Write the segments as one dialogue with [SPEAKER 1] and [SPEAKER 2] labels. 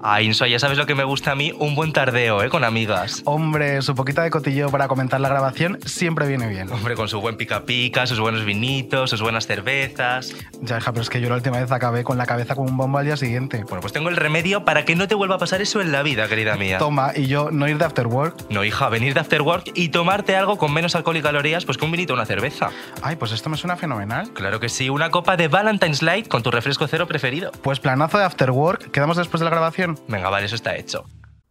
[SPEAKER 1] Ay, Inso, ya sabes lo que me gusta a mí, un buen tardeo, ¿eh? Con amigas.
[SPEAKER 2] Hombre, su poquita de cotilleo para comentar la grabación siempre viene bien.
[SPEAKER 1] Hombre, con su buen pica pica, sus buenos vinitos, sus buenas cervezas.
[SPEAKER 2] Ya, hija, pero es que yo la última vez acabé con la cabeza como un bombo al día siguiente.
[SPEAKER 1] Bueno, pues tengo el remedio para que no te vuelva a pasar eso en la vida, querida mía.
[SPEAKER 2] Toma, y yo no ir de after work.
[SPEAKER 1] No, hija, venir de after work y tomarte algo con menos alcohol y calorías, pues que un vinito o una cerveza.
[SPEAKER 2] Ay, pues esto me suena fenomenal.
[SPEAKER 1] Claro que sí, una copa de Valentine's Light con tu refresco cero preferido.
[SPEAKER 2] Pues planazo de after work, quedamos después de la grabación.
[SPEAKER 1] Venga, vale, eso está hecho.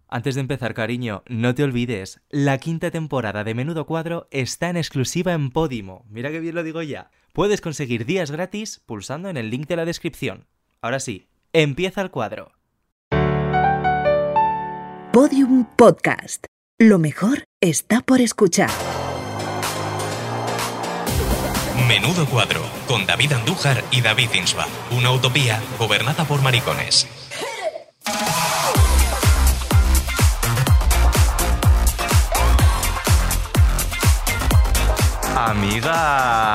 [SPEAKER 3] Antes de empezar, cariño, no te olvides, la quinta temporada de Menudo Cuadro está en exclusiva en Podimo. Mira que bien lo digo ya. Puedes conseguir días gratis pulsando en el link de la descripción. Ahora sí, empieza el cuadro.
[SPEAKER 4] Podium Podcast. Lo mejor está por escuchar.
[SPEAKER 5] Menudo cuadro, con David Andújar y David Insua. Una utopía gobernada por maricones.
[SPEAKER 1] Amiga,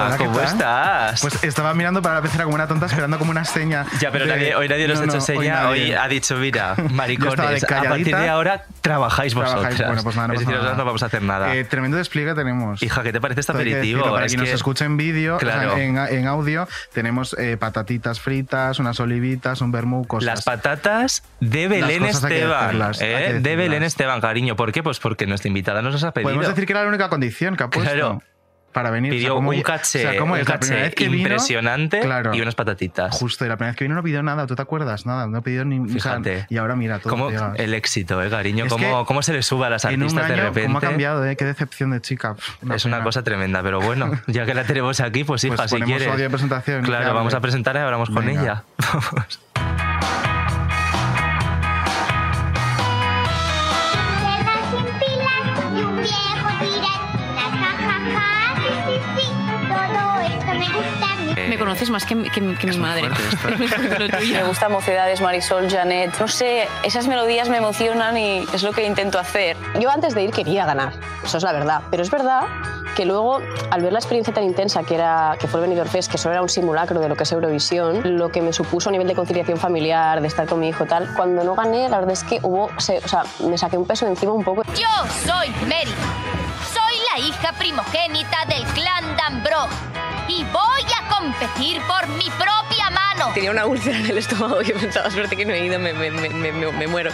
[SPEAKER 2] Hola, ¿qué
[SPEAKER 1] ¿cómo
[SPEAKER 2] tal?
[SPEAKER 1] estás?
[SPEAKER 2] Pues estaba mirando para la vecina como una tonta, esperando como una seña.
[SPEAKER 1] ya, pero
[SPEAKER 2] de-
[SPEAKER 1] nadie- hoy nadie nos
[SPEAKER 2] No,
[SPEAKER 1] ha hecho
[SPEAKER 2] no,
[SPEAKER 1] seña. Hoy,
[SPEAKER 2] nadie.
[SPEAKER 1] ha dicho, mira,
[SPEAKER 2] estaba de
[SPEAKER 1] maricones, a partir
[SPEAKER 2] calladita.
[SPEAKER 1] de ahora trabajáis
[SPEAKER 2] Trabajáis.
[SPEAKER 1] vosotras.
[SPEAKER 2] Bueno, pues nada, no
[SPEAKER 1] es
[SPEAKER 2] pasa
[SPEAKER 1] decir, nosotras
[SPEAKER 2] nada.
[SPEAKER 1] no vamos a hacer nada.
[SPEAKER 2] Eh, tremendo despliegue tenemos.
[SPEAKER 1] Hija, ¿qué te parece este
[SPEAKER 2] Esto hay que
[SPEAKER 1] aperitivo?
[SPEAKER 2] decirlo, para
[SPEAKER 1] Es
[SPEAKER 2] quien nos
[SPEAKER 1] que-
[SPEAKER 2] escuche en vídeo, o sea,
[SPEAKER 1] Claro.
[SPEAKER 2] en, en audio, tenemos eh, patatitas fritas, unas olivitas, un vermú, cosas.
[SPEAKER 1] Las patatas de Belén
[SPEAKER 2] cosas hay que
[SPEAKER 1] Esteban.
[SPEAKER 2] decirlas, hay
[SPEAKER 1] ¿eh?
[SPEAKER 2] que
[SPEAKER 1] De
[SPEAKER 2] decirlas.
[SPEAKER 1] Belén Esteban, cariño. ¿Por qué? Pues porque nuestra invitada nos las ha pedido.
[SPEAKER 2] Podemos decir que era la única condición que ha puesto.
[SPEAKER 1] Claro.
[SPEAKER 2] Para venir.
[SPEAKER 1] pidió
[SPEAKER 2] como
[SPEAKER 1] un caché, un caché impresionante y unas patatitas.
[SPEAKER 2] Justo, y la primera vez que vino no pidió nada, ¿tú te acuerdas? Nada, no pidió ni... o sea,
[SPEAKER 1] Fíjate.
[SPEAKER 2] y ahora mira, todo
[SPEAKER 1] ¿Cómo,
[SPEAKER 2] llega.
[SPEAKER 1] el éxito, ¿eh, cariño?
[SPEAKER 2] Es
[SPEAKER 1] ¿Cómo,
[SPEAKER 2] que
[SPEAKER 1] ¿Cómo se le suba a las
[SPEAKER 2] en un
[SPEAKER 1] artistas
[SPEAKER 2] año,
[SPEAKER 1] de repente?
[SPEAKER 2] ¿cómo ha cambiado? Eh? Qué decepción de chica. Pff,
[SPEAKER 1] es una
[SPEAKER 2] pena.
[SPEAKER 1] cosa tremenda, pero bueno, ya que la tenemos aquí, pues hija, si
[SPEAKER 2] ponemos
[SPEAKER 1] quieres.
[SPEAKER 2] audio de presentación,
[SPEAKER 1] claro,
[SPEAKER 2] que
[SPEAKER 1] vamos
[SPEAKER 2] hable.
[SPEAKER 1] a presentarla y hablamos con
[SPEAKER 2] Venga.
[SPEAKER 1] ella. Vamos.
[SPEAKER 6] Llevas sin pilas y un viejo tiratina, ja, ja, ja, sí, sí, sí, todo esto me gusta a mí.
[SPEAKER 7] Me conoces más que, mi- que mi- que mi madre. Lo tuyo.
[SPEAKER 8] Me gusta Mocedades, Marisol, Janet. No sé, esas melodías me emocionan y es lo que intento hacer. Yo antes de ir quería ganar, eso es la verdad. Pero es verdad que luego, al ver la experiencia tan intensa que, era, que fue el Benidorm Fest, que solo era un simulacro de lo que es Eurovisión, lo que me supuso a nivel de conciliación familiar, de estar con mi hijo y tal, cuando no gané, la verdad es que hubo, se- o sea, me saqué un peso de encima un poco.
[SPEAKER 9] Yo soy Mary. Soy la hija primogénita del clan Danbro. Y voy a competir por mi propia mano.
[SPEAKER 8] Tenía una úlcera en el estómago y pensaba, suerte que no he ido, me, me- me- me- me- me muero.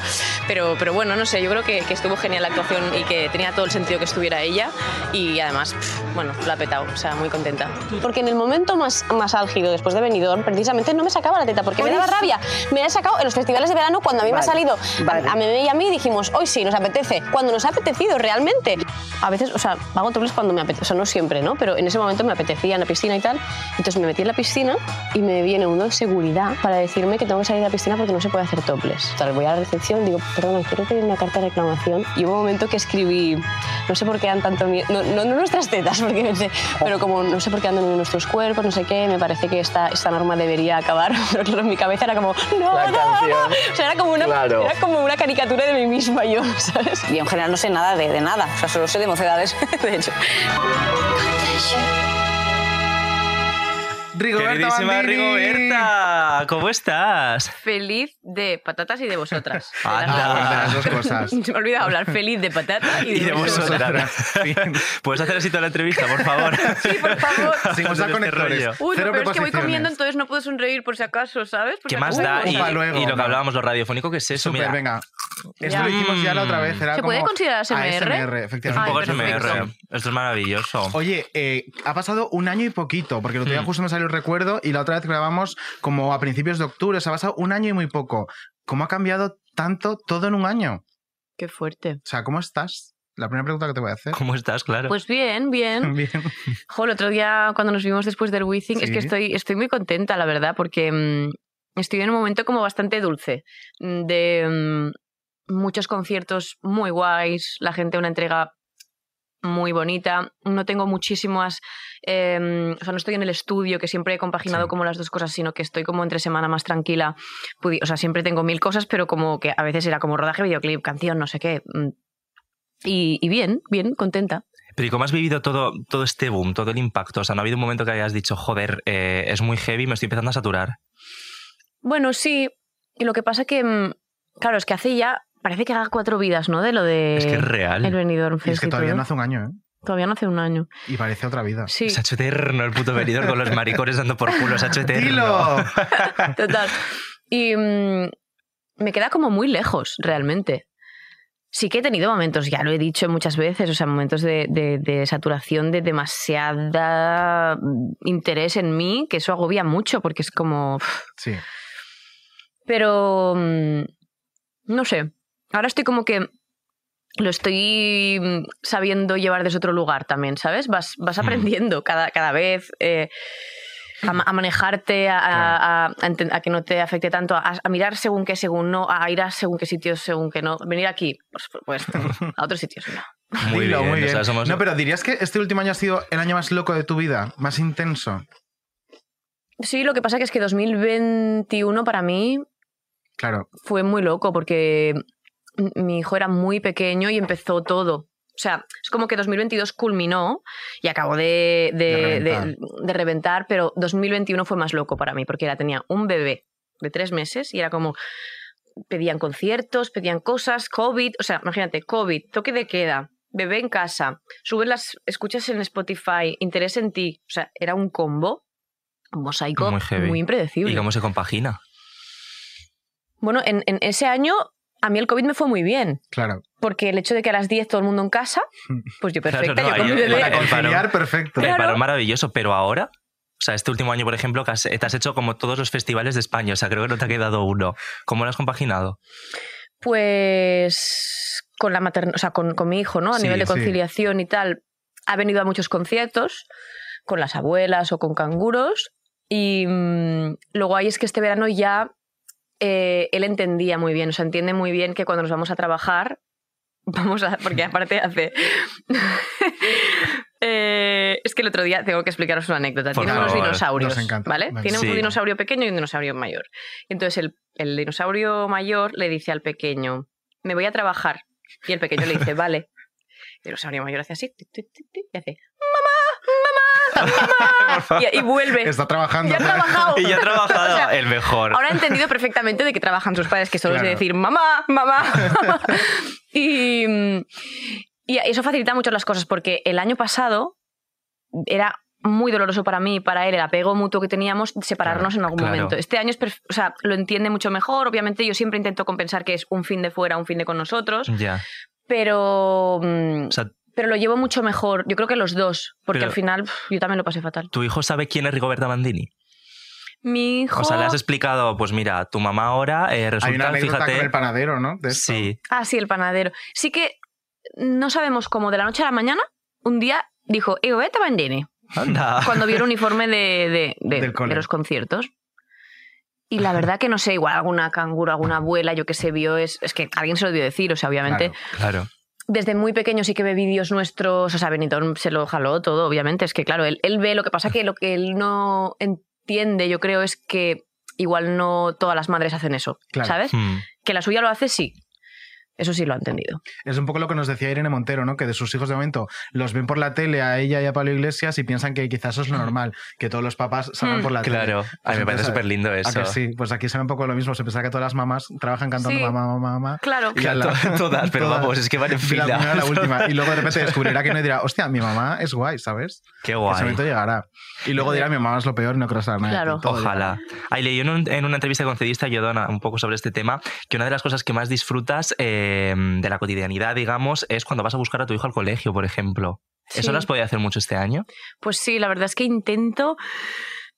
[SPEAKER 8] Pero, pero bueno, no sé, yo creo que, que estuvo genial la actuación y que tenía todo el sentido que estuviera ella y además, pf, bueno, la ha petado, o sea, muy contenta. Porque en el momento más, más álgido después de Benidorm, precisamente no me sacaba la teta porque me daba rabia. Me la he sacado en los festivales de verano cuando a mí me ha salido. A, a Meme y a mí dijimos, hoy sí, nos apetece. Cuando nos ha apetecido realmente. A veces, o sea, hago dobles cuando me apetece, o sea, no siempre, ¿no? Pero en ese momento me apetecía en la piscina y tal. Entonces me metí en la piscina y me viene uno de seguridad para decirme que tengo que salir de la piscina porque no se puede hacer toples. Tal, voy a la recepción y digo, perdona, quiero pedir una carta de reclamación. Y hubo un momento que escribí, no sé por qué dan tanto miedo, no, no, no nuestras tetas, porque pensé, pero como no sé por qué dan miedo nuestros cuerpos, no sé qué, me parece que esta, esta norma debería acabar. Pero claro, en mi cabeza era como, no, no, no. O sea, era como, una, era como una caricatura de mí misma yo, ¿sabes? Y en general no sé nada de, nada, o sea, solo sé de mocedades, de hecho.
[SPEAKER 2] Rigoberta
[SPEAKER 1] Queridísima
[SPEAKER 2] Bandini.
[SPEAKER 1] Rigoberta, ¿cómo estás?
[SPEAKER 7] Feliz de patatas y de vosotras.
[SPEAKER 2] Ah, de las
[SPEAKER 1] Anda.
[SPEAKER 2] dos cosas.
[SPEAKER 7] Se me ha olvidado hablar. Feliz de patata y
[SPEAKER 1] Y
[SPEAKER 7] de,
[SPEAKER 1] de
[SPEAKER 7] vosotras.
[SPEAKER 1] vosotras. ¿Puedes hacer así toda la entrevista, por favor?
[SPEAKER 7] Sí, por favor.
[SPEAKER 2] Sin usar
[SPEAKER 1] Este
[SPEAKER 2] conectores.
[SPEAKER 1] rollo.
[SPEAKER 7] Uy,
[SPEAKER 2] Cero
[SPEAKER 7] no, pero es que voy
[SPEAKER 2] preposiciones.
[SPEAKER 7] comiendo, entonces no puedo sonreír por si acaso, ¿sabes? Por
[SPEAKER 1] ¿Qué
[SPEAKER 7] si
[SPEAKER 1] más
[SPEAKER 7] acaso.
[SPEAKER 1] da? Y,
[SPEAKER 2] Upa, luego,
[SPEAKER 1] y lo que
[SPEAKER 2] no.
[SPEAKER 1] hablábamos, lo radiofónico, que es eso,
[SPEAKER 2] Súper,
[SPEAKER 1] mira. Mm.
[SPEAKER 2] venga. Esto
[SPEAKER 7] Ya.
[SPEAKER 2] lo hicimos ya la otra vez. Era
[SPEAKER 7] ¿Se puede
[SPEAKER 2] como
[SPEAKER 7] considerar ASMR?
[SPEAKER 2] ASMR,
[SPEAKER 1] Es
[SPEAKER 2] efectivamente.
[SPEAKER 1] un
[SPEAKER 7] Ay,
[SPEAKER 1] poco
[SPEAKER 7] perfecto.
[SPEAKER 1] SMR. Esto es maravilloso.
[SPEAKER 2] Oye, eh, ha pasado un año y poquito, porque el otro día
[SPEAKER 1] Hmm.
[SPEAKER 2] justo me salió el recuerdo y la otra vez grabamos como a principios de octubre, o sea, ha pasado un año y muy poco. ¿Cómo ha cambiado tanto todo en un año?
[SPEAKER 7] Qué fuerte.
[SPEAKER 2] O sea, ¿cómo estás? La primera pregunta que te voy a hacer.
[SPEAKER 1] ¿Cómo estás? Claro.
[SPEAKER 7] Pues bien, bien.
[SPEAKER 2] Bien.
[SPEAKER 7] Jo, el otro día cuando nos vimos después del Withing, es
[SPEAKER 2] Sí.
[SPEAKER 7] que estoy, estoy muy contenta, la verdad, porque mm, estoy en un momento como bastante dulce, mm, de mm, muchos conciertos muy guays, la gente una entrega muy bonita, no tengo muchísimas, eh, o sea, no estoy en el estudio, que siempre he compaginado
[SPEAKER 2] Sí.
[SPEAKER 7] como las dos cosas, sino que estoy como entre semana más tranquila, Pudi- o sea, siempre tengo mil cosas, pero como que a veces era como rodaje, videoclip, canción, no sé qué. mm. Y, y bien, bien, contenta.
[SPEAKER 1] Pero ¿y cómo has vivido todo, todo este boom, todo el impacto? O sea, ¿no ha habido un momento que hayas dicho, joder, eh, es muy heavy, me estoy empezando a saturar?
[SPEAKER 7] Bueno, sí. Y lo que pasa que mm, Claro, es que hace ya, parece que haga cuatro vidas, ¿no? De lo de
[SPEAKER 1] Es que es
[SPEAKER 7] Eh, el
[SPEAKER 1] real.
[SPEAKER 7] Benidorm
[SPEAKER 2] Y es
[SPEAKER 7] Fest
[SPEAKER 2] que
[SPEAKER 7] y
[SPEAKER 2] todavía
[SPEAKER 7] todo.
[SPEAKER 2] no hace Ah, un año, ¿eh?
[SPEAKER 7] Todavía no hace un año.
[SPEAKER 2] Y parece otra vida.
[SPEAKER 7] Sí,
[SPEAKER 1] Se ha hecho eterno el puto venidor con los maricones dando por culo. Se ha hecho eterno.
[SPEAKER 2] ¡Dilo!
[SPEAKER 7] total. Y mm, me queda como muy lejos, realmente. Sí que he tenido momentos, ya lo he dicho muchas veces, o sea, momentos de, de- de saturación, de demasiada mm, interés en mí, que eso agobia mucho porque es como...
[SPEAKER 2] Sí.
[SPEAKER 7] Pero. mm, No sé. Ahora estoy como que. Lo estoy mm, sabiendo llevar desde otro lugar también, ¿sabes? Vas, vas aprendiendo cada, cada vez eh, a, ma- a manejarte, a, a- a- a enten- a que no te afecte tanto, a, a mirar según qué, según no, a ir a según qué sitios, según qué no. Venir aquí, por supuesto, a otros sitios, no.
[SPEAKER 1] Muy
[SPEAKER 2] Dilo,
[SPEAKER 1] bien. o sea, somos-
[SPEAKER 2] No, pero dirías que este último año ha sido el año más loco de tu vida, más intenso.
[SPEAKER 7] Sí, lo que pasa que es que 2021 para mí
[SPEAKER 2] Claro,
[SPEAKER 7] fue muy loco porque m- mi hijo era muy pequeño y empezó todo. O sea, es como que 2022 culminó y acabó de, de-
[SPEAKER 2] De reventar.
[SPEAKER 7] de- de reventar, pero 2021 fue más loco para mí porque era, tenía un bebé de tres meses y era como pedían conciertos, pedían cosas, COVID, o sea, imagínate, COVID, toque de queda, bebé en casa, subes las escuchas en Spotify, interés en ti, o sea, era un combo, un mosaico
[SPEAKER 1] Muy
[SPEAKER 7] muy,
[SPEAKER 1] heavy.
[SPEAKER 7] impredecible.
[SPEAKER 1] ¿Y cómo se compagina?
[SPEAKER 7] Bueno, en, en ese año a mí el COVID me fue muy bien,
[SPEAKER 2] claro.
[SPEAKER 7] porque el hecho de que a las 10 todo el mundo en casa, pues yo perfecta,
[SPEAKER 1] Claro, no,
[SPEAKER 7] yo con mi
[SPEAKER 1] ahí-
[SPEAKER 7] bebé.
[SPEAKER 1] ahí-
[SPEAKER 2] Para
[SPEAKER 1] El varón.
[SPEAKER 2] conciliar, perfecto.
[SPEAKER 1] Me
[SPEAKER 7] Claro.
[SPEAKER 1] paró maravilloso, pero ahora, o sea, este último año, por ejemplo, que has- te has hecho como todos los festivales de España, o sea, creo que no te ha quedado uno. ¿Cómo lo has compaginado?
[SPEAKER 7] Pues con la maternidad, o sea, con, con mi hijo, ¿no? A
[SPEAKER 1] Sí,
[SPEAKER 7] nivel de
[SPEAKER 2] sí.
[SPEAKER 7] conciliación y tal. Ha venido a muchos conciertos con las abuelas o con canguros. Y mm, lo guay es que este verano ya eh, él entendía muy bien, o sea, entiende muy bien que cuando nos vamos a trabajar, vamos a. Porque aparte hace. Eh, es que el otro día tengo que explicaros una anécdota.
[SPEAKER 1] Por
[SPEAKER 7] Tiene unos
[SPEAKER 1] favor,
[SPEAKER 7] dinosaurios.
[SPEAKER 2] nos encanta.
[SPEAKER 7] ¿Vale?
[SPEAKER 2] Venga.
[SPEAKER 7] Tiene
[SPEAKER 1] Sí.
[SPEAKER 7] un dinosaurio pequeño y un dinosaurio mayor. Y entonces el, el dinosaurio mayor le dice al pequeño: Me voy a trabajar. Y el pequeño le dice: Vale. El dinosaurio mayor hace así, tic, tic, tic, tic, y hace:
[SPEAKER 1] Por favor.
[SPEAKER 7] Y, y vuelve.
[SPEAKER 2] Está trabajando.
[SPEAKER 7] Ya ha trabajado.
[SPEAKER 1] Y ya ha trabajado
[SPEAKER 7] O sea,
[SPEAKER 1] el mejor.
[SPEAKER 7] Ahora he entendido perfectamente de que trabajan sus padres, que solo es de
[SPEAKER 2] Claro.
[SPEAKER 7] decir mamá, mamá. y, mm, y eso facilita mucho las cosas, porque el año pasado era muy doloroso para mí y para él el apego mutuo que teníamos separarnos en algún
[SPEAKER 1] claro.
[SPEAKER 7] momento. Este año es perf- o sea, lo entiende mucho mejor. Obviamente yo siempre intento compensar que es un fin de fuera, un fin de con nosotros,
[SPEAKER 1] Ya.
[SPEAKER 7] pero, mm,
[SPEAKER 1] Mm. O sea,
[SPEAKER 7] pero lo llevo mucho mejor. Yo creo que los dos, porque
[SPEAKER 1] Pero-
[SPEAKER 7] al final pf, yo también lo pasé fatal.
[SPEAKER 1] ¿tu hijo sabe quién es Rigoberta Mandini?
[SPEAKER 7] Mi hijo...
[SPEAKER 1] O sea, le has explicado, pues mira, tu mamá ahora eh,
[SPEAKER 2] Hay una
[SPEAKER 1] resulta,
[SPEAKER 2] anécdota
[SPEAKER 1] fíjate.
[SPEAKER 2] con el panadero, ¿no? De esto.
[SPEAKER 1] sí,
[SPEAKER 7] Ah, sí, el panadero. Sí que no sabemos cómo de la noche a la mañana, un día dijo, "Eh, vete a Bandini",
[SPEAKER 1] anda.
[SPEAKER 7] cuando vio el uniforme de, de- de-
[SPEAKER 2] Del cole.
[SPEAKER 7] de los conciertos. Y la verdad que no sé, igual alguna canguro, alguna abuela, yo que sé, vio, es, es que alguien se lo dio decir, o sea, obviamente.
[SPEAKER 2] Claro.
[SPEAKER 1] Claro.
[SPEAKER 7] Desde muy pequeño sí que ve vídeos nuestros, o sea, Benidorm se lo jaló todo, obviamente, es que claro, él, él ve, lo que pasa que lo que él no entiende, yo creo, es que igual no todas las madres hacen eso,
[SPEAKER 2] Claro.
[SPEAKER 7] ¿sabes?
[SPEAKER 1] Hmm.
[SPEAKER 7] Que la suya lo hace, sí. Eso sí lo ha entendido.
[SPEAKER 2] Es un poco lo que nos decía Irene Montero, ¿no? Que de sus hijos de momento los ven por la tele a ella y a Pablo Iglesias y piensan que quizás eso es lo normal, que todos los papás salgan
[SPEAKER 7] Mm.
[SPEAKER 2] por la tele.
[SPEAKER 1] Claro. A mí me parece
[SPEAKER 2] entonces,
[SPEAKER 1] súper lindo
[SPEAKER 2] ¿A
[SPEAKER 1] eso.
[SPEAKER 2] que sí? Pues aquí será un poco lo mismo. Se pensaba que todas las mamás trabajan cantando
[SPEAKER 7] Sí.
[SPEAKER 2] mamá, mamá, mamá.
[SPEAKER 7] Claro.
[SPEAKER 2] Y ala.
[SPEAKER 1] Todas, todas, pero
[SPEAKER 2] Todas.
[SPEAKER 1] vamos, es que van en
[SPEAKER 2] De la primera
[SPEAKER 1] fila.
[SPEAKER 2] a la última. Y luego de repente descubrirá que no y dirá, hostia, mi mamá es guay, ¿sabes?
[SPEAKER 1] Qué
[SPEAKER 2] Que ese
[SPEAKER 1] guay.
[SPEAKER 2] momento llegará. Y luego dirá, mi mamá es lo peor, no quiero saber nada. de ti".
[SPEAKER 7] Claro.
[SPEAKER 2] Todo
[SPEAKER 1] Ojalá. Ay, leí en, un- en una entrevista con Cedista Yodona un poco sobre este tema, que una de las cosas que más disfrutas eh, de la cotidianidad, digamos, es cuando vas a buscar a tu hijo al colegio, por ejemplo.
[SPEAKER 7] Sí.
[SPEAKER 1] ¿Eso lo has podido hacer mucho este año?
[SPEAKER 7] Pues sí, la verdad es que intento,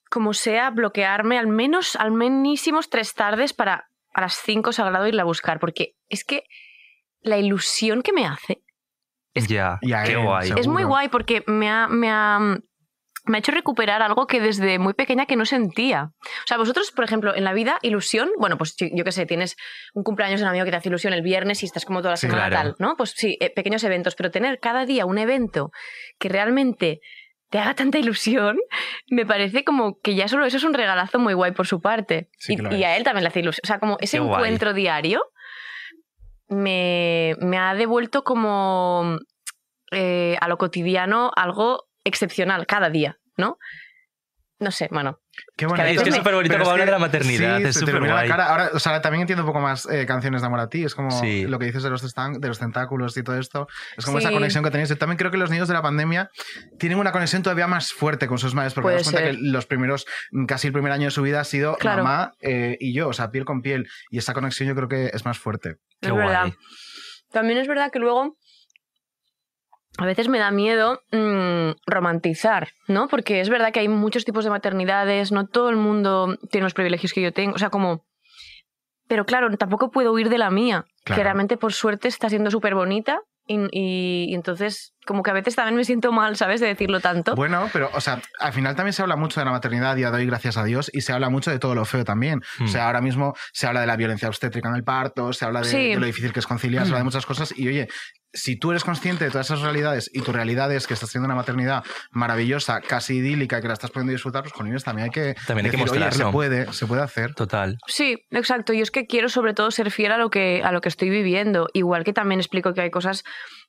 [SPEAKER 7] como sea, bloquearme al menos, al menísimos tres tardes para a las cinco sagrado irla a buscar, porque es que la ilusión que me hace
[SPEAKER 1] ya.
[SPEAKER 2] y a
[SPEAKER 1] Qué
[SPEAKER 2] él,
[SPEAKER 1] guay.
[SPEAKER 2] seguro.
[SPEAKER 7] es muy guay porque me ha, me ha- me ha hecho recuperar algo que desde muy pequeña que no sentía. O sea, vosotros, por ejemplo, en la vida, ilusión, bueno, pues yo, yo qué sé, tienes un cumpleaños de un amigo que te hace ilusión el viernes y estás como toda la
[SPEAKER 1] Sí,
[SPEAKER 7] semana
[SPEAKER 1] claro.
[SPEAKER 7] tal, ¿no? Pues sí, eh, pequeños eventos, pero tener cada día un evento que realmente te haga tanta ilusión, me parece como que ya solo eso es un regalazo muy guay por su parte.
[SPEAKER 2] Sí
[SPEAKER 7] y,
[SPEAKER 2] que lo
[SPEAKER 7] y a él también le hace ilusión. O sea, como ese
[SPEAKER 1] Qué guay.
[SPEAKER 7] encuentro diario me, me ha devuelto como eh, a lo cotidiano algo excepcional cada día, ¿no? No sé, bueno,
[SPEAKER 2] Qué
[SPEAKER 7] que es que
[SPEAKER 2] ¿no?
[SPEAKER 7] es
[SPEAKER 1] superbonito
[SPEAKER 2] Pero
[SPEAKER 1] como habla de
[SPEAKER 2] que-
[SPEAKER 1] la maternidad,
[SPEAKER 2] sí,
[SPEAKER 1] es
[SPEAKER 2] se te ilumina la
[SPEAKER 1] superguay.
[SPEAKER 2] cara. Ahora, o sea, también entiendo un poco más eh, canciones de amor a ti. Es como
[SPEAKER 1] Sí.
[SPEAKER 2] lo que dices de los, testan- de los tentáculos y todo esto. Es como esa
[SPEAKER 7] Sí.
[SPEAKER 2] conexión que tenéis. Yo también creo que los niños de la pandemia tienen una conexión todavía más fuerte con sus madres. Porque
[SPEAKER 7] Puede
[SPEAKER 2] das cuenta
[SPEAKER 7] ser.
[SPEAKER 2] que los primeros, mm, casi el primer año de su vida ha sido
[SPEAKER 7] Claro.
[SPEAKER 2] mamá eh, y yo. O sea, piel con piel. Y esa conexión yo creo que es más fuerte.
[SPEAKER 1] Qué
[SPEAKER 7] es verdad.
[SPEAKER 1] guay.
[SPEAKER 7] También es verdad que luego a veces me da miedo mm, romantizar, ¿no? Porque es verdad que hay muchos tipos de maternidades, no todo el mundo tiene los privilegios que yo tengo, o sea, como... Pero claro, tampoco puedo huir de la mía,
[SPEAKER 2] Claro.
[SPEAKER 7] que realmente por suerte está siendo súper bonita y, y- y entonces como que a veces también me siento mal, ¿sabes? De decirlo tanto.
[SPEAKER 2] Bueno, pero, o sea, al final también se habla mucho de la maternidad, día de hoy, gracias a Dios, y se habla mucho de todo lo feo también.
[SPEAKER 1] Hmm.
[SPEAKER 2] O sea, ahora mismo se habla de la violencia obstétrica en el parto, se habla de,
[SPEAKER 7] Sí.
[SPEAKER 2] de lo difícil que es conciliar, se habla de
[SPEAKER 1] Hmm.
[SPEAKER 2] muchas cosas. Y oye, si tú eres consciente de todas esas realidades y tu realidad es que estás teniendo una maternidad maravillosa, casi idílica, que la estás pudiendo disfrutar, pues con ellos también hay que,
[SPEAKER 1] También hay que
[SPEAKER 2] decir, "Oye,
[SPEAKER 1] mostrarlo".
[SPEAKER 2] se puede, se puede hacer.
[SPEAKER 1] Total.
[SPEAKER 7] Sí, exacto. Yo es que quiero sobre todo ser fiel a lo que, a lo que estoy viviendo. Igual que también explico que hay cosas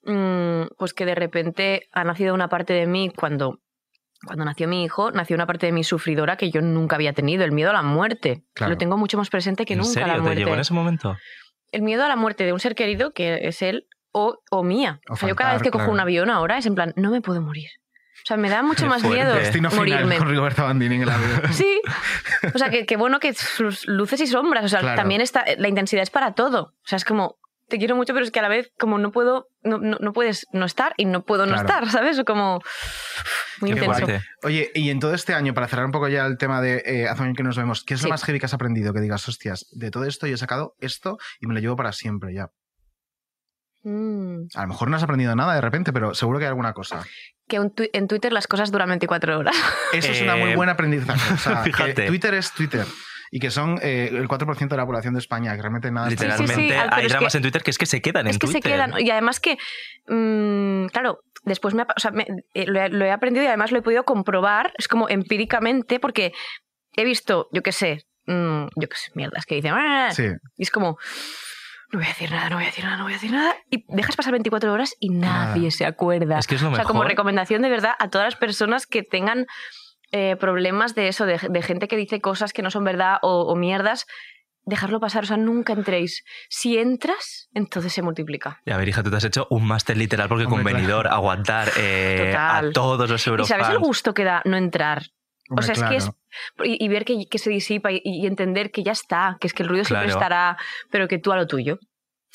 [SPEAKER 7] mm, pues que de repente ha nacido una parte de mí cuando, cuando nació mi hijo, nació una parte de mí sufridora que yo nunca había tenido, el miedo a la muerte.
[SPEAKER 2] Claro.
[SPEAKER 7] Lo tengo mucho más presente que
[SPEAKER 1] ¿En
[SPEAKER 7] nunca
[SPEAKER 1] serio?
[SPEAKER 7] la
[SPEAKER 1] ¿Te llegó en
[SPEAKER 7] muerte.
[SPEAKER 1] ese momento?
[SPEAKER 7] El miedo a la muerte de un ser querido que es él o, o mía.
[SPEAKER 2] O
[SPEAKER 7] O sea, yo cada
[SPEAKER 2] faltar,
[SPEAKER 7] vez que cojo
[SPEAKER 2] claro.
[SPEAKER 7] un avión ahora es en plan, no me puedo morir. O sea, me da mucho
[SPEAKER 1] Qué
[SPEAKER 7] más
[SPEAKER 1] fuerte.
[SPEAKER 7] miedo
[SPEAKER 2] Destino
[SPEAKER 7] morirme.
[SPEAKER 2] final con Rigoberta Bandini en la vida.
[SPEAKER 7] Sí. O sea, que, que bueno que sus luces y sombras. O sea,
[SPEAKER 2] Claro.
[SPEAKER 7] también está, la intensidad es para todo. O sea, es como, te quiero mucho, pero es que a la vez, como no puedo, no, no, no puedes no estar y no puedo no
[SPEAKER 2] Claro.
[SPEAKER 7] estar, ¿sabes? O como. Muy
[SPEAKER 1] Qué
[SPEAKER 7] intenso.
[SPEAKER 1] fuerte.
[SPEAKER 2] Oye, y en todo este año, para cerrar un poco ya el tema de eh, hace un año que nos vemos, ¿qué es lo
[SPEAKER 7] Sí.
[SPEAKER 2] más heavy que has aprendido? Que digas, hostias, de todo esto yo he sacado esto y me lo llevo para siempre ya.
[SPEAKER 7] Mm.
[SPEAKER 2] A lo mejor no has aprendido nada de repente, pero seguro que hay alguna cosa.
[SPEAKER 7] Que un tu- en Twitter las cosas duran 24 horas.
[SPEAKER 2] Eso es una muy
[SPEAKER 1] Eh,
[SPEAKER 2] buena aprendizaje. O sea, que
[SPEAKER 1] fíjate.
[SPEAKER 2] Twitter es Twitter. Y que son eh, el 4% de la población de España, que realmente nada. está-
[SPEAKER 1] Literalmente
[SPEAKER 7] sí, sí, ah, pero
[SPEAKER 1] hay
[SPEAKER 7] es
[SPEAKER 1] dramas
[SPEAKER 7] que-
[SPEAKER 1] en Twitter que es que se quedan
[SPEAKER 7] es
[SPEAKER 1] en
[SPEAKER 7] que
[SPEAKER 1] Twitter.
[SPEAKER 7] se quedan. Y además que, mm, claro, después me, ha pa- o sea, me- eh, lo, he, lo he aprendido y además lo he podido comprobar, es como empíricamente, porque he visto, yo qué sé, mm, yo qué sé, mierdas que dicen, "Ah",
[SPEAKER 2] Sí,
[SPEAKER 7] Y es como, no voy a decir nada, no voy a decir nada, no voy a decir nada. Y dejas pasar 24 horas y
[SPEAKER 2] Nada.
[SPEAKER 7] nadie se acuerda.
[SPEAKER 1] Ah. Es que es lo
[SPEAKER 7] o sea,
[SPEAKER 1] mejor.
[SPEAKER 7] como recomendación de verdad a todas las personas que tengan eh, problemas de eso, de, de gente que dice cosas que no son verdad o, o mierdas, dejarlo pasar. O sea, nunca entréis. Si entras, entonces se multiplica.
[SPEAKER 1] Y a ver, hija, tú te has hecho un máster literal porque
[SPEAKER 2] Hombre,
[SPEAKER 1] convenidor, aguantar eh, a
[SPEAKER 7] Total.
[SPEAKER 1] todos los
[SPEAKER 7] ¿Y sabes el
[SPEAKER 1] eurofans.
[SPEAKER 7] gusto que da no entrar? O
[SPEAKER 2] hombre,
[SPEAKER 7] sea,
[SPEAKER 2] claro.
[SPEAKER 7] es que es. Y, y ver que, que se disipa y, y entender que ya está, que es que el ruido siempre
[SPEAKER 1] Claro.
[SPEAKER 7] estará, pero que tú a lo tuyo.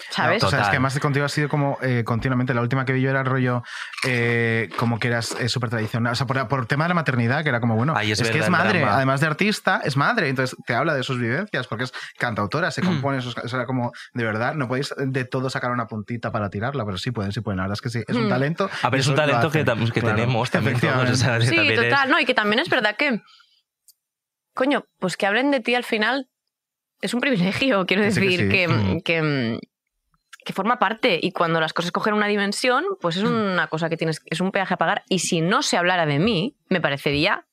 [SPEAKER 7] ¿Sabes?
[SPEAKER 2] O sea, es
[SPEAKER 1] Total.
[SPEAKER 2] que además contigo ha sido como eh, continuamente. La última que vi yo era rollo eh, como que eras eh, súper tradicional. O sea, por, por tema de la maternidad, que era como, bueno,
[SPEAKER 1] Ay, es
[SPEAKER 2] que
[SPEAKER 1] verdad,
[SPEAKER 2] es
[SPEAKER 1] el
[SPEAKER 2] madre.
[SPEAKER 1] drama.
[SPEAKER 2] Además de artista, es madre. Entonces te habla de sus vivencias porque es cantautora,
[SPEAKER 1] Mm.
[SPEAKER 2] se compone. sus ca- o sea, era como, de verdad, no podéis de todo sacar una puntita para tirarla, pero sí pueden, sí pueden. La verdad es que sí, es un
[SPEAKER 7] Mm.
[SPEAKER 2] talento.
[SPEAKER 1] A ver,
[SPEAKER 2] y
[SPEAKER 1] es un
[SPEAKER 2] eso lo
[SPEAKER 1] talento que,
[SPEAKER 2] hacen.
[SPEAKER 1] tam- que
[SPEAKER 2] Claro,
[SPEAKER 1] tenemos también todos. O
[SPEAKER 2] efectivamente.
[SPEAKER 1] sea, que
[SPEAKER 7] Sí,
[SPEAKER 1] también es-
[SPEAKER 7] total, no, y que también es verdad que, coño, pues que hablen de ti al final es un privilegio, quiero
[SPEAKER 2] Que sí, que
[SPEAKER 7] decir,
[SPEAKER 2] sí.
[SPEAKER 7] que,
[SPEAKER 1] Mm.
[SPEAKER 7] que- que forma parte y cuando las cosas cogen una dimensión, pues es
[SPEAKER 2] Mm.
[SPEAKER 7] una cosa que tienes, es un peaje a pagar y si no se hablara de mí, me parecería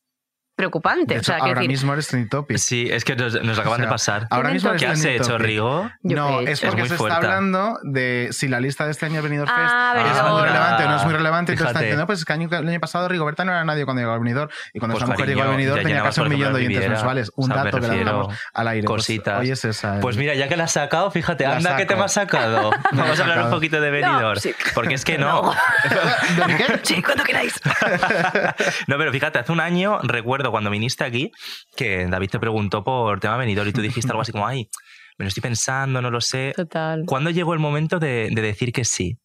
[SPEAKER 2] De
[SPEAKER 7] preocupante. o
[SPEAKER 2] hecho,
[SPEAKER 7] sea, quiero
[SPEAKER 2] ahora
[SPEAKER 7] decir,
[SPEAKER 2] mismo eres trending topic.
[SPEAKER 1] Sí, es que nos, nos
[SPEAKER 2] O
[SPEAKER 1] acaban de
[SPEAKER 2] sea,
[SPEAKER 1] pasar.
[SPEAKER 2] Ahora mismo eres
[SPEAKER 1] ¿Qué has
[SPEAKER 2] trending
[SPEAKER 1] hecho,
[SPEAKER 2] topic.
[SPEAKER 1] Rigo?
[SPEAKER 7] yo
[SPEAKER 2] No, es
[SPEAKER 7] qué he hecho.
[SPEAKER 1] Es
[SPEAKER 2] porque
[SPEAKER 1] muy
[SPEAKER 2] se
[SPEAKER 1] fuerte.
[SPEAKER 2] está hablando de si la lista de este año Benidorm Fest
[SPEAKER 7] Ah,
[SPEAKER 2] es muy
[SPEAKER 7] perdona.
[SPEAKER 2] relevante o no es muy relevante. Entonces están
[SPEAKER 1] Fíjate.
[SPEAKER 2] diciendo, pues es que año- el año pasado Rigoberta no era nadie cuando llegó al Benidorm y cuando
[SPEAKER 1] Pues,
[SPEAKER 2] esta mujer
[SPEAKER 1] cariño,
[SPEAKER 2] llegó al
[SPEAKER 1] ya
[SPEAKER 2] Benidorm tenía
[SPEAKER 1] llenabas,
[SPEAKER 2] casi
[SPEAKER 1] por
[SPEAKER 2] un
[SPEAKER 1] ejemplo,
[SPEAKER 2] millón
[SPEAKER 1] la
[SPEAKER 2] de oyentes
[SPEAKER 1] Riviera.
[SPEAKER 2] mensuales.
[SPEAKER 1] O
[SPEAKER 2] Un
[SPEAKER 1] sea, me
[SPEAKER 2] dato que
[SPEAKER 1] refiero-
[SPEAKER 2] lanzamos al aire. Pues,
[SPEAKER 1] cositas.
[SPEAKER 2] Oye, es esa. ¿eh?
[SPEAKER 1] Pues mira, ya que la has sacado, fíjate,
[SPEAKER 2] La
[SPEAKER 1] anda, ¿qué
[SPEAKER 2] saco.
[SPEAKER 1] tema has sacado?
[SPEAKER 2] La
[SPEAKER 1] Vamos a hablar un
[SPEAKER 2] saco.
[SPEAKER 1] poquito de Benidorm. Porque es que no.
[SPEAKER 2] ¿De qué?
[SPEAKER 7] Sí, cuando queráis.
[SPEAKER 1] No, pero fíjate, hace un año recuerdo cuando viniste aquí que David te preguntó por tema Benidorm y tú dijiste algo así como, ay, me lo estoy pensando, no lo sé.
[SPEAKER 7] Total.
[SPEAKER 1] ¿Cuándo llegó el momento de, de decir que sí?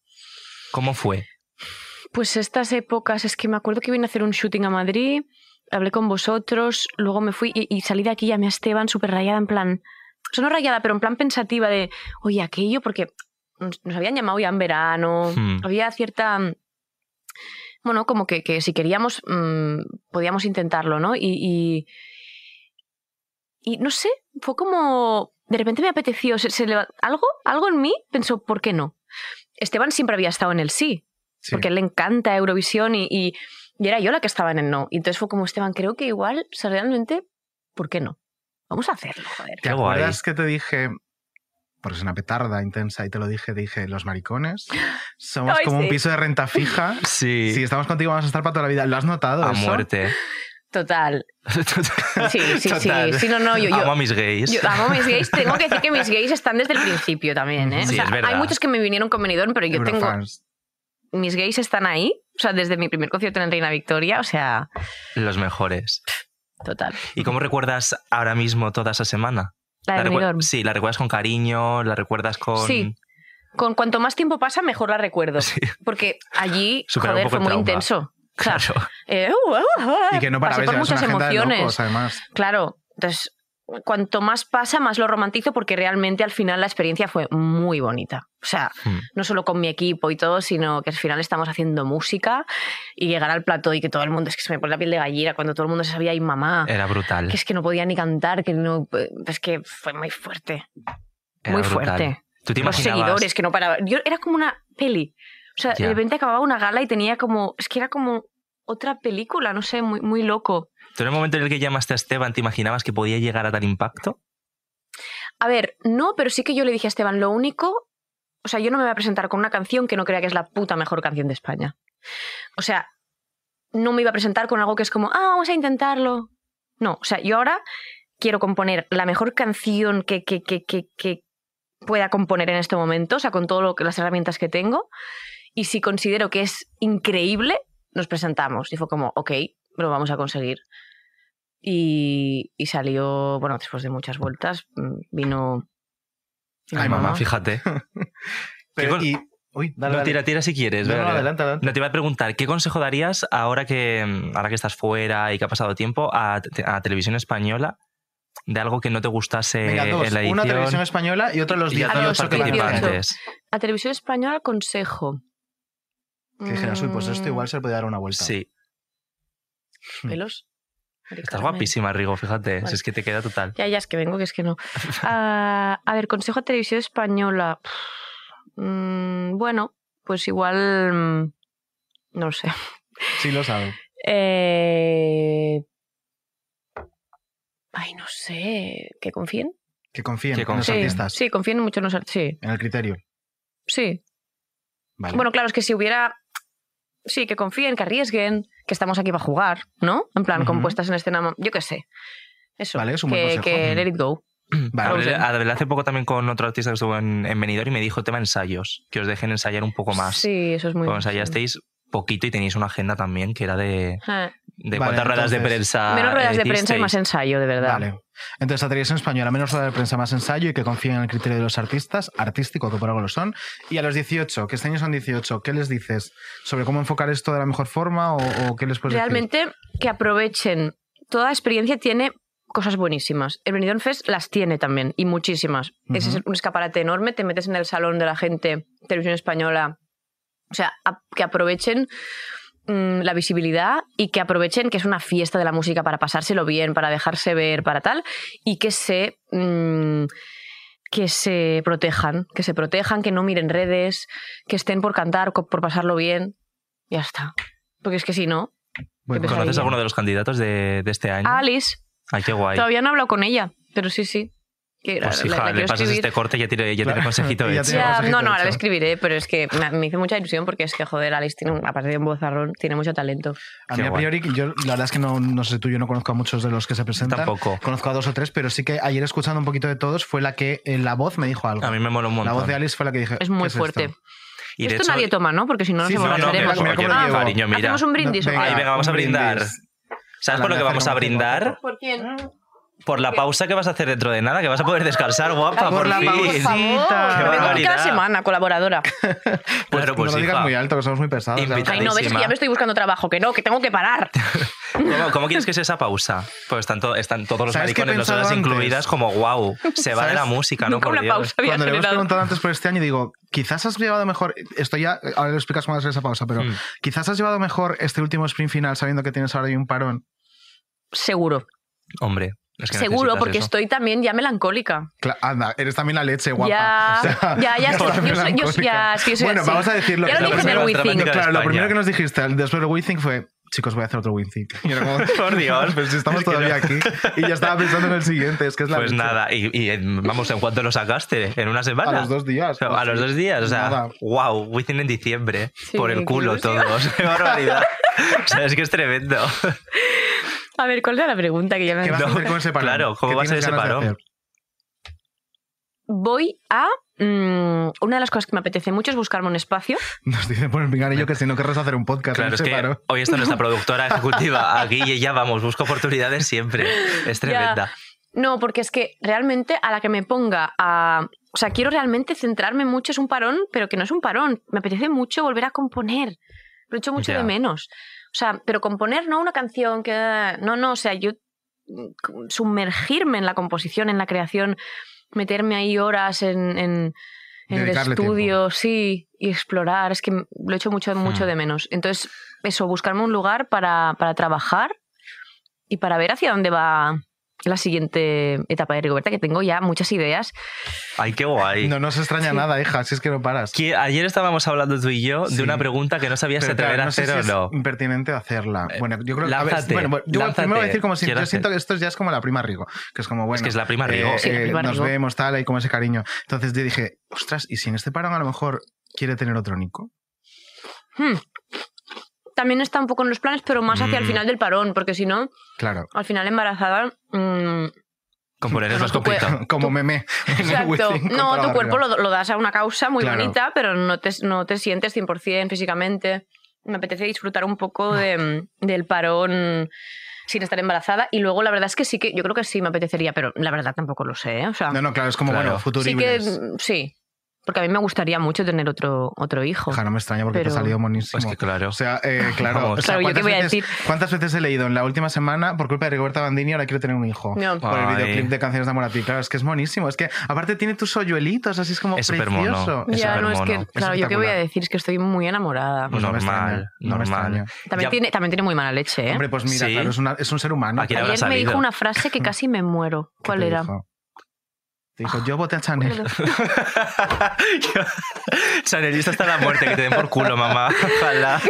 [SPEAKER 1] ¿Cómo fue?
[SPEAKER 7] Pues estas épocas, es que me acuerdo que vine a hacer un shooting a Madrid, hablé con vosotros, luego me fui y, y salí de aquí y llamé a Esteban súper rayada, en plan, o sea, no rayada, pero en plan pensativa de, oye, aquello, porque nos nos habían llamado ya en verano,
[SPEAKER 1] Hmm.
[SPEAKER 7] había cierta... mm, Bueno, como que, que si queríamos, mm, podíamos intentarlo, ¿no? Y, y, y no sé, fue como... De repente me apeteció, se- se leva- algo, algo en mí pensó, ¿por qué no? Esteban siempre había estado en el sí,
[SPEAKER 2] Sí.
[SPEAKER 7] porque a él le encanta Eurovisión y, y- y era yo la que estaba en el no. Y entonces fue como, Esteban, creo que igual, o sea, realmente, ¿por qué no? Vamos a hacerlo, joder.
[SPEAKER 2] ¿Te
[SPEAKER 1] Qué guay.
[SPEAKER 2] acuerdas que te dije.? Porque es una petarda intensa y te lo dije, dije, los maricones somos
[SPEAKER 7] Ay,
[SPEAKER 2] como un
[SPEAKER 7] sí.
[SPEAKER 2] piso de renta fija.
[SPEAKER 1] Sí,
[SPEAKER 2] Si estamos contigo vamos a estar para toda la vida. ¿Lo has notado?
[SPEAKER 1] a
[SPEAKER 2] eso?
[SPEAKER 1] muerte.
[SPEAKER 7] Total. Sí, sí,
[SPEAKER 1] Total.
[SPEAKER 7] sí. Sí, no, no, yo- yo-
[SPEAKER 1] Amo a mis gays.
[SPEAKER 7] Yo amo mis gays. Tengo que decir que mis gays están desde el principio también, ¿eh?
[SPEAKER 1] Sí,
[SPEAKER 7] o sea,
[SPEAKER 1] es verdad.
[SPEAKER 7] hay muchos que me vinieron con venidor, pero yo tengo.
[SPEAKER 2] Eurofans.
[SPEAKER 7] Mis gays están ahí. O sea, desde mi primer concierto en Reina Victoria. O sea,
[SPEAKER 1] Los mejores.
[SPEAKER 7] total.
[SPEAKER 1] ¿Y cómo recuerdas ahora mismo toda esa semana?
[SPEAKER 7] La de
[SPEAKER 1] recu-
[SPEAKER 7] venidor.
[SPEAKER 1] pues, Sí, la recuerdas con cariño, la recuerdas con...
[SPEAKER 7] Sí. Con cuanto más tiempo pasa, mejor la recuerdo.
[SPEAKER 1] Sí,
[SPEAKER 7] Porque allí,
[SPEAKER 1] Supera un
[SPEAKER 7] joder,
[SPEAKER 1] poco
[SPEAKER 7] fue
[SPEAKER 1] el
[SPEAKER 7] muy
[SPEAKER 1] trauma.
[SPEAKER 7] intenso. O sea,
[SPEAKER 1] claro.
[SPEAKER 7] eh, uh, uh, uh,
[SPEAKER 2] Y que no para
[SPEAKER 7] pasé por muchas emociones.
[SPEAKER 2] además.
[SPEAKER 7] Claro, entonces, cuanto más pasa, más lo romantizo porque realmente al final la experiencia fue muy bonita. O sea,
[SPEAKER 1] Hmm.
[SPEAKER 7] no solo con mi equipo y todo, sino que al final estamos haciendo música y llegar al plató y que todo el mundo, es que se me pone la piel de gallina cuando todo el mundo se sabía y mamá,
[SPEAKER 2] Eh.
[SPEAKER 1] Era brutal.
[SPEAKER 7] que es que no podía ni cantar, que no, eh, es que fue muy fuerte.
[SPEAKER 1] era
[SPEAKER 7] muy
[SPEAKER 1] brutal.
[SPEAKER 7] fuerte.
[SPEAKER 1] ¿Tú te
[SPEAKER 7] Los
[SPEAKER 1] imaginabas?
[SPEAKER 7] seguidores que no paraban. Yo era como una peli. O sea,
[SPEAKER 1] Ya.
[SPEAKER 7] de repente acababa una gala y tenía como, es que era como otra película, no sé, muy, muy loco.
[SPEAKER 1] ¿Tú en el momento en el que llamaste a Esteban te imaginabas que podía llegar a tal impacto?
[SPEAKER 7] A ver, no, pero sí que yo le dije a Esteban, lo único, o sea, yo no me voy a presentar con una canción que no crea que es la puta mejor canción de España. O sea, no me iba a presentar con algo que es como, ah, vamos a intentarlo. No, o sea, yo ahora quiero componer la mejor canción que, que, que, que, que pueda componer en este momento, o sea, con todas las herramientas que tengo. Y si considero que es increíble, nos presentamos. Y fue como, ok, lo vamos a conseguir. Y, y salió, bueno, después de muchas vueltas, mm, vino... vino
[SPEAKER 2] Ay, mamá,
[SPEAKER 1] fíjate.
[SPEAKER 2] Pero,
[SPEAKER 1] con-
[SPEAKER 2] y, uy, dale,
[SPEAKER 1] no,
[SPEAKER 2] dale.
[SPEAKER 1] tira, tira si quieres.
[SPEAKER 2] No,
[SPEAKER 1] venga,
[SPEAKER 2] no,
[SPEAKER 1] venga.
[SPEAKER 2] adelante, adelante.
[SPEAKER 1] No, te iba a preguntar, ¿qué consejo darías ahora que, mm, ahora que estás fuera y que ha pasado tiempo a, te- a Televisión Española de algo que no te gustase
[SPEAKER 2] Venga, dos.
[SPEAKER 1] Eh, en la edición?
[SPEAKER 2] Una televisión española y otra los
[SPEAKER 1] y a
[SPEAKER 2] 10
[SPEAKER 1] todos los
[SPEAKER 7] los
[SPEAKER 2] que
[SPEAKER 7] participantes.
[SPEAKER 2] tienen.
[SPEAKER 1] participantes.
[SPEAKER 7] A Televisión Española, consejo.
[SPEAKER 2] Que dijeras, uy, pues esto
[SPEAKER 7] Mm,
[SPEAKER 2] igual se le puede dar una vuelta.
[SPEAKER 1] Sí,
[SPEAKER 7] Pelos.
[SPEAKER 1] estás
[SPEAKER 7] Maricarmen.
[SPEAKER 1] guapísima, Rigo, fíjate. Si
[SPEAKER 7] Vale.
[SPEAKER 1] es que te queda total.
[SPEAKER 7] Ya, ya, es que vengo, que es que no. Ah, a ver, consejo a televisión española. Mm, bueno, pues igual. mm, No sé.
[SPEAKER 2] Sí, lo sabe.
[SPEAKER 7] Eh, Ay, no sé. ¿Que confíen?
[SPEAKER 2] Que confíen
[SPEAKER 1] Que
[SPEAKER 2] en los
[SPEAKER 7] Sí,
[SPEAKER 1] confíen.
[SPEAKER 2] artistas,
[SPEAKER 7] sí, confíen mucho en los artistas. Sí,
[SPEAKER 2] en el criterio.
[SPEAKER 7] sí.
[SPEAKER 2] Vale.
[SPEAKER 7] Bueno, claro, es que si hubiera. Sí, que confíen, que arriesguen, que estamos aquí para jugar, ¿no? En plan,
[SPEAKER 2] Ujú.
[SPEAKER 7] compuestas en escena. Yo qué sé. Eso.
[SPEAKER 2] Vale, es un
[SPEAKER 7] que,
[SPEAKER 2] buen consejo.
[SPEAKER 7] que let it go.
[SPEAKER 2] Vale.
[SPEAKER 1] Hablé,
[SPEAKER 7] Frozen.
[SPEAKER 1] hablé hace poco también con otro artista que estuvo en, en Benidorm y me dijo tema ensayos, que os dejen ensayar un poco más.
[SPEAKER 7] Sí, eso es muy
[SPEAKER 1] Porque
[SPEAKER 7] bueno, sí.
[SPEAKER 1] ensayasteis poquito y tenéis una agenda también que era de,
[SPEAKER 7] Eh,
[SPEAKER 1] de
[SPEAKER 2] Vale,
[SPEAKER 1] cuántas ruedas de
[SPEAKER 2] entonces-
[SPEAKER 1] prensa.
[SPEAKER 7] Menos ruedas de prensa y
[SPEAKER 1] hicisteis.
[SPEAKER 7] más ensayo, de verdad.
[SPEAKER 2] Ah, Vale. Entonces, la televisión española, menos rueda de prensa, más ensayo y que confíen en el criterio de los artistas, artístico, que por algo lo son. Y a los 18, que este año son 18, ¿qué les dices sobre cómo enfocar esto de la mejor forma o, o qué les puedes
[SPEAKER 7] Realmente que aprovechen. Toda experiencia tiene cosas buenísimas. El Benidorm Fest las tiene también, y muchísimas. Ese es
[SPEAKER 2] Ujú.
[SPEAKER 7] un escaparate enorme, te metes en el salón de la gente, televisión española. O sea, a- que aprovechen mm, la visibilidad y que aprovechen que es una fiesta de la música para pasárselo bien, para dejarse ver, para tal, y que se... mm, que se protejan, que se protejan, que no miren redes, que estén por cantar, co- por pasarlo bien, ya está. Porque es que si no,
[SPEAKER 2] decir? Bueno,
[SPEAKER 7] Pues empezar
[SPEAKER 1] ¿Conoces
[SPEAKER 7] ahí.
[SPEAKER 1] alguno de los candidatos de, de este año?
[SPEAKER 7] Alice,
[SPEAKER 1] Ay, qué guay.
[SPEAKER 7] todavía no he hablado con ella, pero sí, sí. Que la-
[SPEAKER 1] Pues
[SPEAKER 7] la- la
[SPEAKER 1] hija, le
[SPEAKER 7] quiero
[SPEAKER 1] pasas
[SPEAKER 7] escribir.
[SPEAKER 1] este corte y ya tiene, ya
[SPEAKER 2] Claro.
[SPEAKER 1] tiene consejito ¿eh?
[SPEAKER 2] Ya
[SPEAKER 1] hecho.
[SPEAKER 2] tiene-
[SPEAKER 7] Ya,
[SPEAKER 2] consejito
[SPEAKER 7] no, no,
[SPEAKER 2] hecho.
[SPEAKER 7] ahora la escribiré, pero es que me, me hizo mucha ilusión porque es que, joder, Alice tiene, un- aparte de un vozarrón, tiene mucho talento.
[SPEAKER 2] a mí
[SPEAKER 1] Qué
[SPEAKER 2] a priori, yo la verdad es que no, no sé tú, yo no conozco a muchos de los que se presentan.
[SPEAKER 1] Tampoco.
[SPEAKER 2] Conozco a dos o tres, pero sí que ayer escuchando un poquito de todos fue la que eh, la voz me dijo algo.
[SPEAKER 1] A mí me mola un
[SPEAKER 2] la
[SPEAKER 1] montón.
[SPEAKER 2] voz de Alice fue la que dije.
[SPEAKER 7] Es muy
[SPEAKER 2] "¿Qué esto?".
[SPEAKER 7] fuerte.
[SPEAKER 1] Y de
[SPEAKER 7] Esto
[SPEAKER 1] hecho-
[SPEAKER 7] nadie toma, ¿no? Porque si no, nos
[SPEAKER 2] Sí, no, no,
[SPEAKER 7] emborracharemos.
[SPEAKER 2] mira, mira cómo lo
[SPEAKER 7] Ah,
[SPEAKER 2] llevo.
[SPEAKER 1] cariño, mira.
[SPEAKER 7] Hacemos un brindis. ¿o qué?
[SPEAKER 2] Venga,
[SPEAKER 1] Ay, venga, vamos a
[SPEAKER 2] un
[SPEAKER 1] brindar.
[SPEAKER 2] brindis.
[SPEAKER 1] ¿Sabes por lo
[SPEAKER 2] Hola,
[SPEAKER 1] que
[SPEAKER 2] me
[SPEAKER 1] vamos a
[SPEAKER 2] acerco un poco,
[SPEAKER 1] brindar?
[SPEAKER 7] ¿Por quién?
[SPEAKER 1] Por la pausa que vas a hacer dentro de nada, que vas a poder descansar, guapa.
[SPEAKER 2] Por la
[SPEAKER 1] fin. Qué
[SPEAKER 2] pausita.
[SPEAKER 7] Vengo aquí
[SPEAKER 1] barbaridad.
[SPEAKER 7] cada semana, colaboradora.
[SPEAKER 2] Pues
[SPEAKER 1] Claro,
[SPEAKER 2] no
[SPEAKER 1] pues
[SPEAKER 2] lo digas
[SPEAKER 1] hija.
[SPEAKER 2] muy alto, que somos muy pesados. la verdad.
[SPEAKER 7] Ay, no, ves es que ya me estoy buscando trabajo, que no, que tengo que parar.
[SPEAKER 1] ¿Cómo, cómo quieres que sea esa pausa? Pues están, to- están todos los
[SPEAKER 2] ¿Sabes qué he
[SPEAKER 1] maricones,
[SPEAKER 2] pensado
[SPEAKER 1] nosotras
[SPEAKER 2] antes?
[SPEAKER 1] incluidas, como wow, se va de la
[SPEAKER 2] ¿Sabes?
[SPEAKER 1] música, ¿no?
[SPEAKER 7] Nunca
[SPEAKER 1] Por
[SPEAKER 7] una
[SPEAKER 1] Dios.
[SPEAKER 7] pausa había
[SPEAKER 2] Cuando le hemos
[SPEAKER 7] generado.
[SPEAKER 2] preguntado antes por este año, digo, quizás has llevado mejor. Esto ya, ahora lo explicas cómo va a ser esa pausa, pero
[SPEAKER 1] Mm.
[SPEAKER 2] quizás has llevado mejor este último sprint final sabiendo que tienes ahora ahí un parón.
[SPEAKER 7] Seguro,
[SPEAKER 1] Hombre, es que
[SPEAKER 7] seguro,
[SPEAKER 1] necesitas
[SPEAKER 7] porque
[SPEAKER 1] eso.
[SPEAKER 7] estoy también ya melancólica.
[SPEAKER 2] Cla- anda, eres también la leche, guapa.
[SPEAKER 7] Ya,
[SPEAKER 2] O sea,
[SPEAKER 7] ya, ya,
[SPEAKER 2] estás
[SPEAKER 7] estoy- yo soy- yo soy- ya,
[SPEAKER 2] melancólica.
[SPEAKER 7] es que yo soy
[SPEAKER 2] Bueno,
[SPEAKER 7] así.
[SPEAKER 2] vamos a decirlo.
[SPEAKER 7] Ya lo dije en el
[SPEAKER 2] primero,
[SPEAKER 7] We
[SPEAKER 2] claro,
[SPEAKER 7] Think.
[SPEAKER 2] lo
[SPEAKER 1] España.
[SPEAKER 2] primero que nos dijiste al- después del We Think fue, chicos, voy a hacer otro We Think. Y era como,
[SPEAKER 1] Por Dios.
[SPEAKER 2] pero pues si estamos
[SPEAKER 1] Es que no.
[SPEAKER 2] todavía aquí. Y ya estaba pensando en el siguiente, es que es la
[SPEAKER 1] Pues
[SPEAKER 2] leche.
[SPEAKER 1] nada, y, y en- vamos, ¿en cuánto lo sacaste? ¿En una
[SPEAKER 2] A
[SPEAKER 1] semana?
[SPEAKER 2] los dos días. pues
[SPEAKER 1] A los dos días, o sea,
[SPEAKER 2] Nada.
[SPEAKER 1] wow, Within en diciembre,
[SPEAKER 7] Sí,
[SPEAKER 1] por el
[SPEAKER 7] qué
[SPEAKER 1] culo
[SPEAKER 7] ilusión.
[SPEAKER 1] todos, qué barbaridad. o sea, es que es tremendo.
[SPEAKER 7] A ver, ¿cuál era la pregunta que ya me
[SPEAKER 2] ¿Qué
[SPEAKER 7] han
[SPEAKER 2] vas a
[SPEAKER 1] No,
[SPEAKER 2] hacer con ese parón?
[SPEAKER 1] claro, ¿cómo
[SPEAKER 2] ¿Qué
[SPEAKER 1] va a ser
[SPEAKER 2] tienes
[SPEAKER 1] ese
[SPEAKER 2] ganas de
[SPEAKER 1] parón?
[SPEAKER 2] hacer?
[SPEAKER 7] Voy a. mm, una de las cosas que me apetece mucho es buscarme un espacio.
[SPEAKER 2] Nos dice por el pinganillo que si no querrás hacer un podcast en
[SPEAKER 1] Claro, es
[SPEAKER 2] ese
[SPEAKER 1] que
[SPEAKER 2] parón.
[SPEAKER 1] hoy está nuestra productora ejecutiva aquí y ella, vamos, busca oportunidades siempre. Es tremenda.
[SPEAKER 7] No, porque es que realmente a la que me ponga a. O sea, quiero realmente centrarme mucho. Es un parón, pero que no es un parón. Me apetece mucho volver a componer. Lo echo mucho
[SPEAKER 1] Ya.
[SPEAKER 7] de menos. O sea, pero componer no una canción que. No, no, o sea, yo. mm, Sumergirme en la composición, en la creación, meterme ahí horas en. en en el
[SPEAKER 2] Dedicarle
[SPEAKER 7] estudio, sí, y explorar. Es que lo echo mucho, mucho
[SPEAKER 1] Hmm.
[SPEAKER 7] de menos. Entonces, eso, buscarme un lugar para, para trabajar y para ver hacia dónde va la siguiente etapa de Rigoberta, que tengo ya muchas ideas.
[SPEAKER 1] Ay, qué guay.
[SPEAKER 2] No nos extraña nada, hija, si es que no paras.
[SPEAKER 1] Que Ayer estábamos hablando tú y yo
[SPEAKER 2] Sí.
[SPEAKER 1] de una pregunta que no sabías si
[SPEAKER 2] Pero,
[SPEAKER 1] atrever
[SPEAKER 2] claro,
[SPEAKER 1] a
[SPEAKER 2] no sé
[SPEAKER 1] hacer
[SPEAKER 2] si
[SPEAKER 1] o
[SPEAKER 2] es
[SPEAKER 1] no. Eh,
[SPEAKER 2] impertinente hacerlo. Bueno, yo creo que. a ver,
[SPEAKER 1] lánzate,
[SPEAKER 2] bueno, bueno, yo
[SPEAKER 1] lánzate,
[SPEAKER 2] primero voy a decir como si. Yo
[SPEAKER 1] quieras
[SPEAKER 2] siento
[SPEAKER 1] hacer.
[SPEAKER 2] que esto ya es como la prima Rigo, que es como bueno.
[SPEAKER 1] Es que es la prima
[SPEAKER 2] eh,
[SPEAKER 1] Rigo.
[SPEAKER 7] Sí, la
[SPEAKER 2] eh,
[SPEAKER 7] prima
[SPEAKER 2] nos
[SPEAKER 7] Rigo.
[SPEAKER 2] vemos, tal, hay como ese cariño. Entonces yo dije, ostras, ¿y si en este parón a lo mejor quiere tener otro Nico?
[SPEAKER 7] Hmm. También está un poco en los planes, pero más hacia el
[SPEAKER 1] Mm.
[SPEAKER 7] final del parón, porque si no,
[SPEAKER 2] Claro.
[SPEAKER 7] al final embarazada... mm,
[SPEAKER 1] Componer es
[SPEAKER 7] Bueno,
[SPEAKER 1] más
[SPEAKER 7] tú puedes-
[SPEAKER 1] complicado.
[SPEAKER 2] como meme. en el
[SPEAKER 7] exacto.
[SPEAKER 2] Wizzing con
[SPEAKER 7] No,
[SPEAKER 2] toda
[SPEAKER 7] tu
[SPEAKER 2] la
[SPEAKER 7] cuerpo
[SPEAKER 2] barriga.
[SPEAKER 7] lo, lo das a una causa muy
[SPEAKER 2] Claro.
[SPEAKER 7] bonita, pero no te, no te sientes 100% físicamente. Me apetece disfrutar un poco de- mm, del parón sin estar embarazada. Y luego, la verdad es que sí que, yo creo que sí me apetecería, pero la verdad tampoco lo sé. ¿eh? O sea,
[SPEAKER 2] No, no, claro, es como
[SPEAKER 1] Claro.
[SPEAKER 2] bueno,
[SPEAKER 7] sí que
[SPEAKER 2] futuribles.
[SPEAKER 7] mm, sí. Porque a mí me gustaría mucho tener otro, otro hijo.
[SPEAKER 2] Hija, no me extraña porque te
[SPEAKER 7] Pero-
[SPEAKER 2] ha salido monísimo.
[SPEAKER 1] Pues que claro.
[SPEAKER 2] O sea, eh, claro.
[SPEAKER 1] Vamos.
[SPEAKER 2] o sea,
[SPEAKER 7] Claro, ¿yo qué
[SPEAKER 2] ¿cuántas
[SPEAKER 7] voy a
[SPEAKER 2] veces-
[SPEAKER 7] decir?
[SPEAKER 2] ¿Cuántas veces he leído en la última semana, por culpa de Rigoberta Bandini, ahora quiero tener un hijo?
[SPEAKER 7] No.
[SPEAKER 2] Por el
[SPEAKER 1] Ay.
[SPEAKER 2] videoclip de Canciones de Amor a ti. Claro, es que es monísimo. Es que aparte tiene tus hoyuelitos, así es como
[SPEAKER 1] Es supermono.
[SPEAKER 2] precioso.
[SPEAKER 1] Es
[SPEAKER 7] ya, no es que,
[SPEAKER 1] supermono.
[SPEAKER 7] claro,
[SPEAKER 2] Es
[SPEAKER 7] yo qué voy a
[SPEAKER 2] espectacular.
[SPEAKER 7] decir, es que estoy muy enamorada.
[SPEAKER 1] Pues
[SPEAKER 2] ah, no me
[SPEAKER 1] normal,
[SPEAKER 2] extraña, no me
[SPEAKER 1] normal.
[SPEAKER 2] extraña.
[SPEAKER 7] También,
[SPEAKER 1] Ya-
[SPEAKER 7] tiene, también tiene muy mala leche, ¿eh?
[SPEAKER 2] Hombre, pues mira,
[SPEAKER 1] Sí.
[SPEAKER 2] claro, es, una- es un ser humano.
[SPEAKER 1] Aquí ¿quién habrá
[SPEAKER 7] Ayer me dijo
[SPEAKER 1] salido?
[SPEAKER 7] una frase que casi me muero.
[SPEAKER 2] ¿Qué
[SPEAKER 7] ¿Cuál
[SPEAKER 2] te
[SPEAKER 7] era?
[SPEAKER 2] dijo? Te dijo, yo voté a Chanel.
[SPEAKER 1] Chanelista hasta la muerte, que te den por culo, mamá. Ojalá.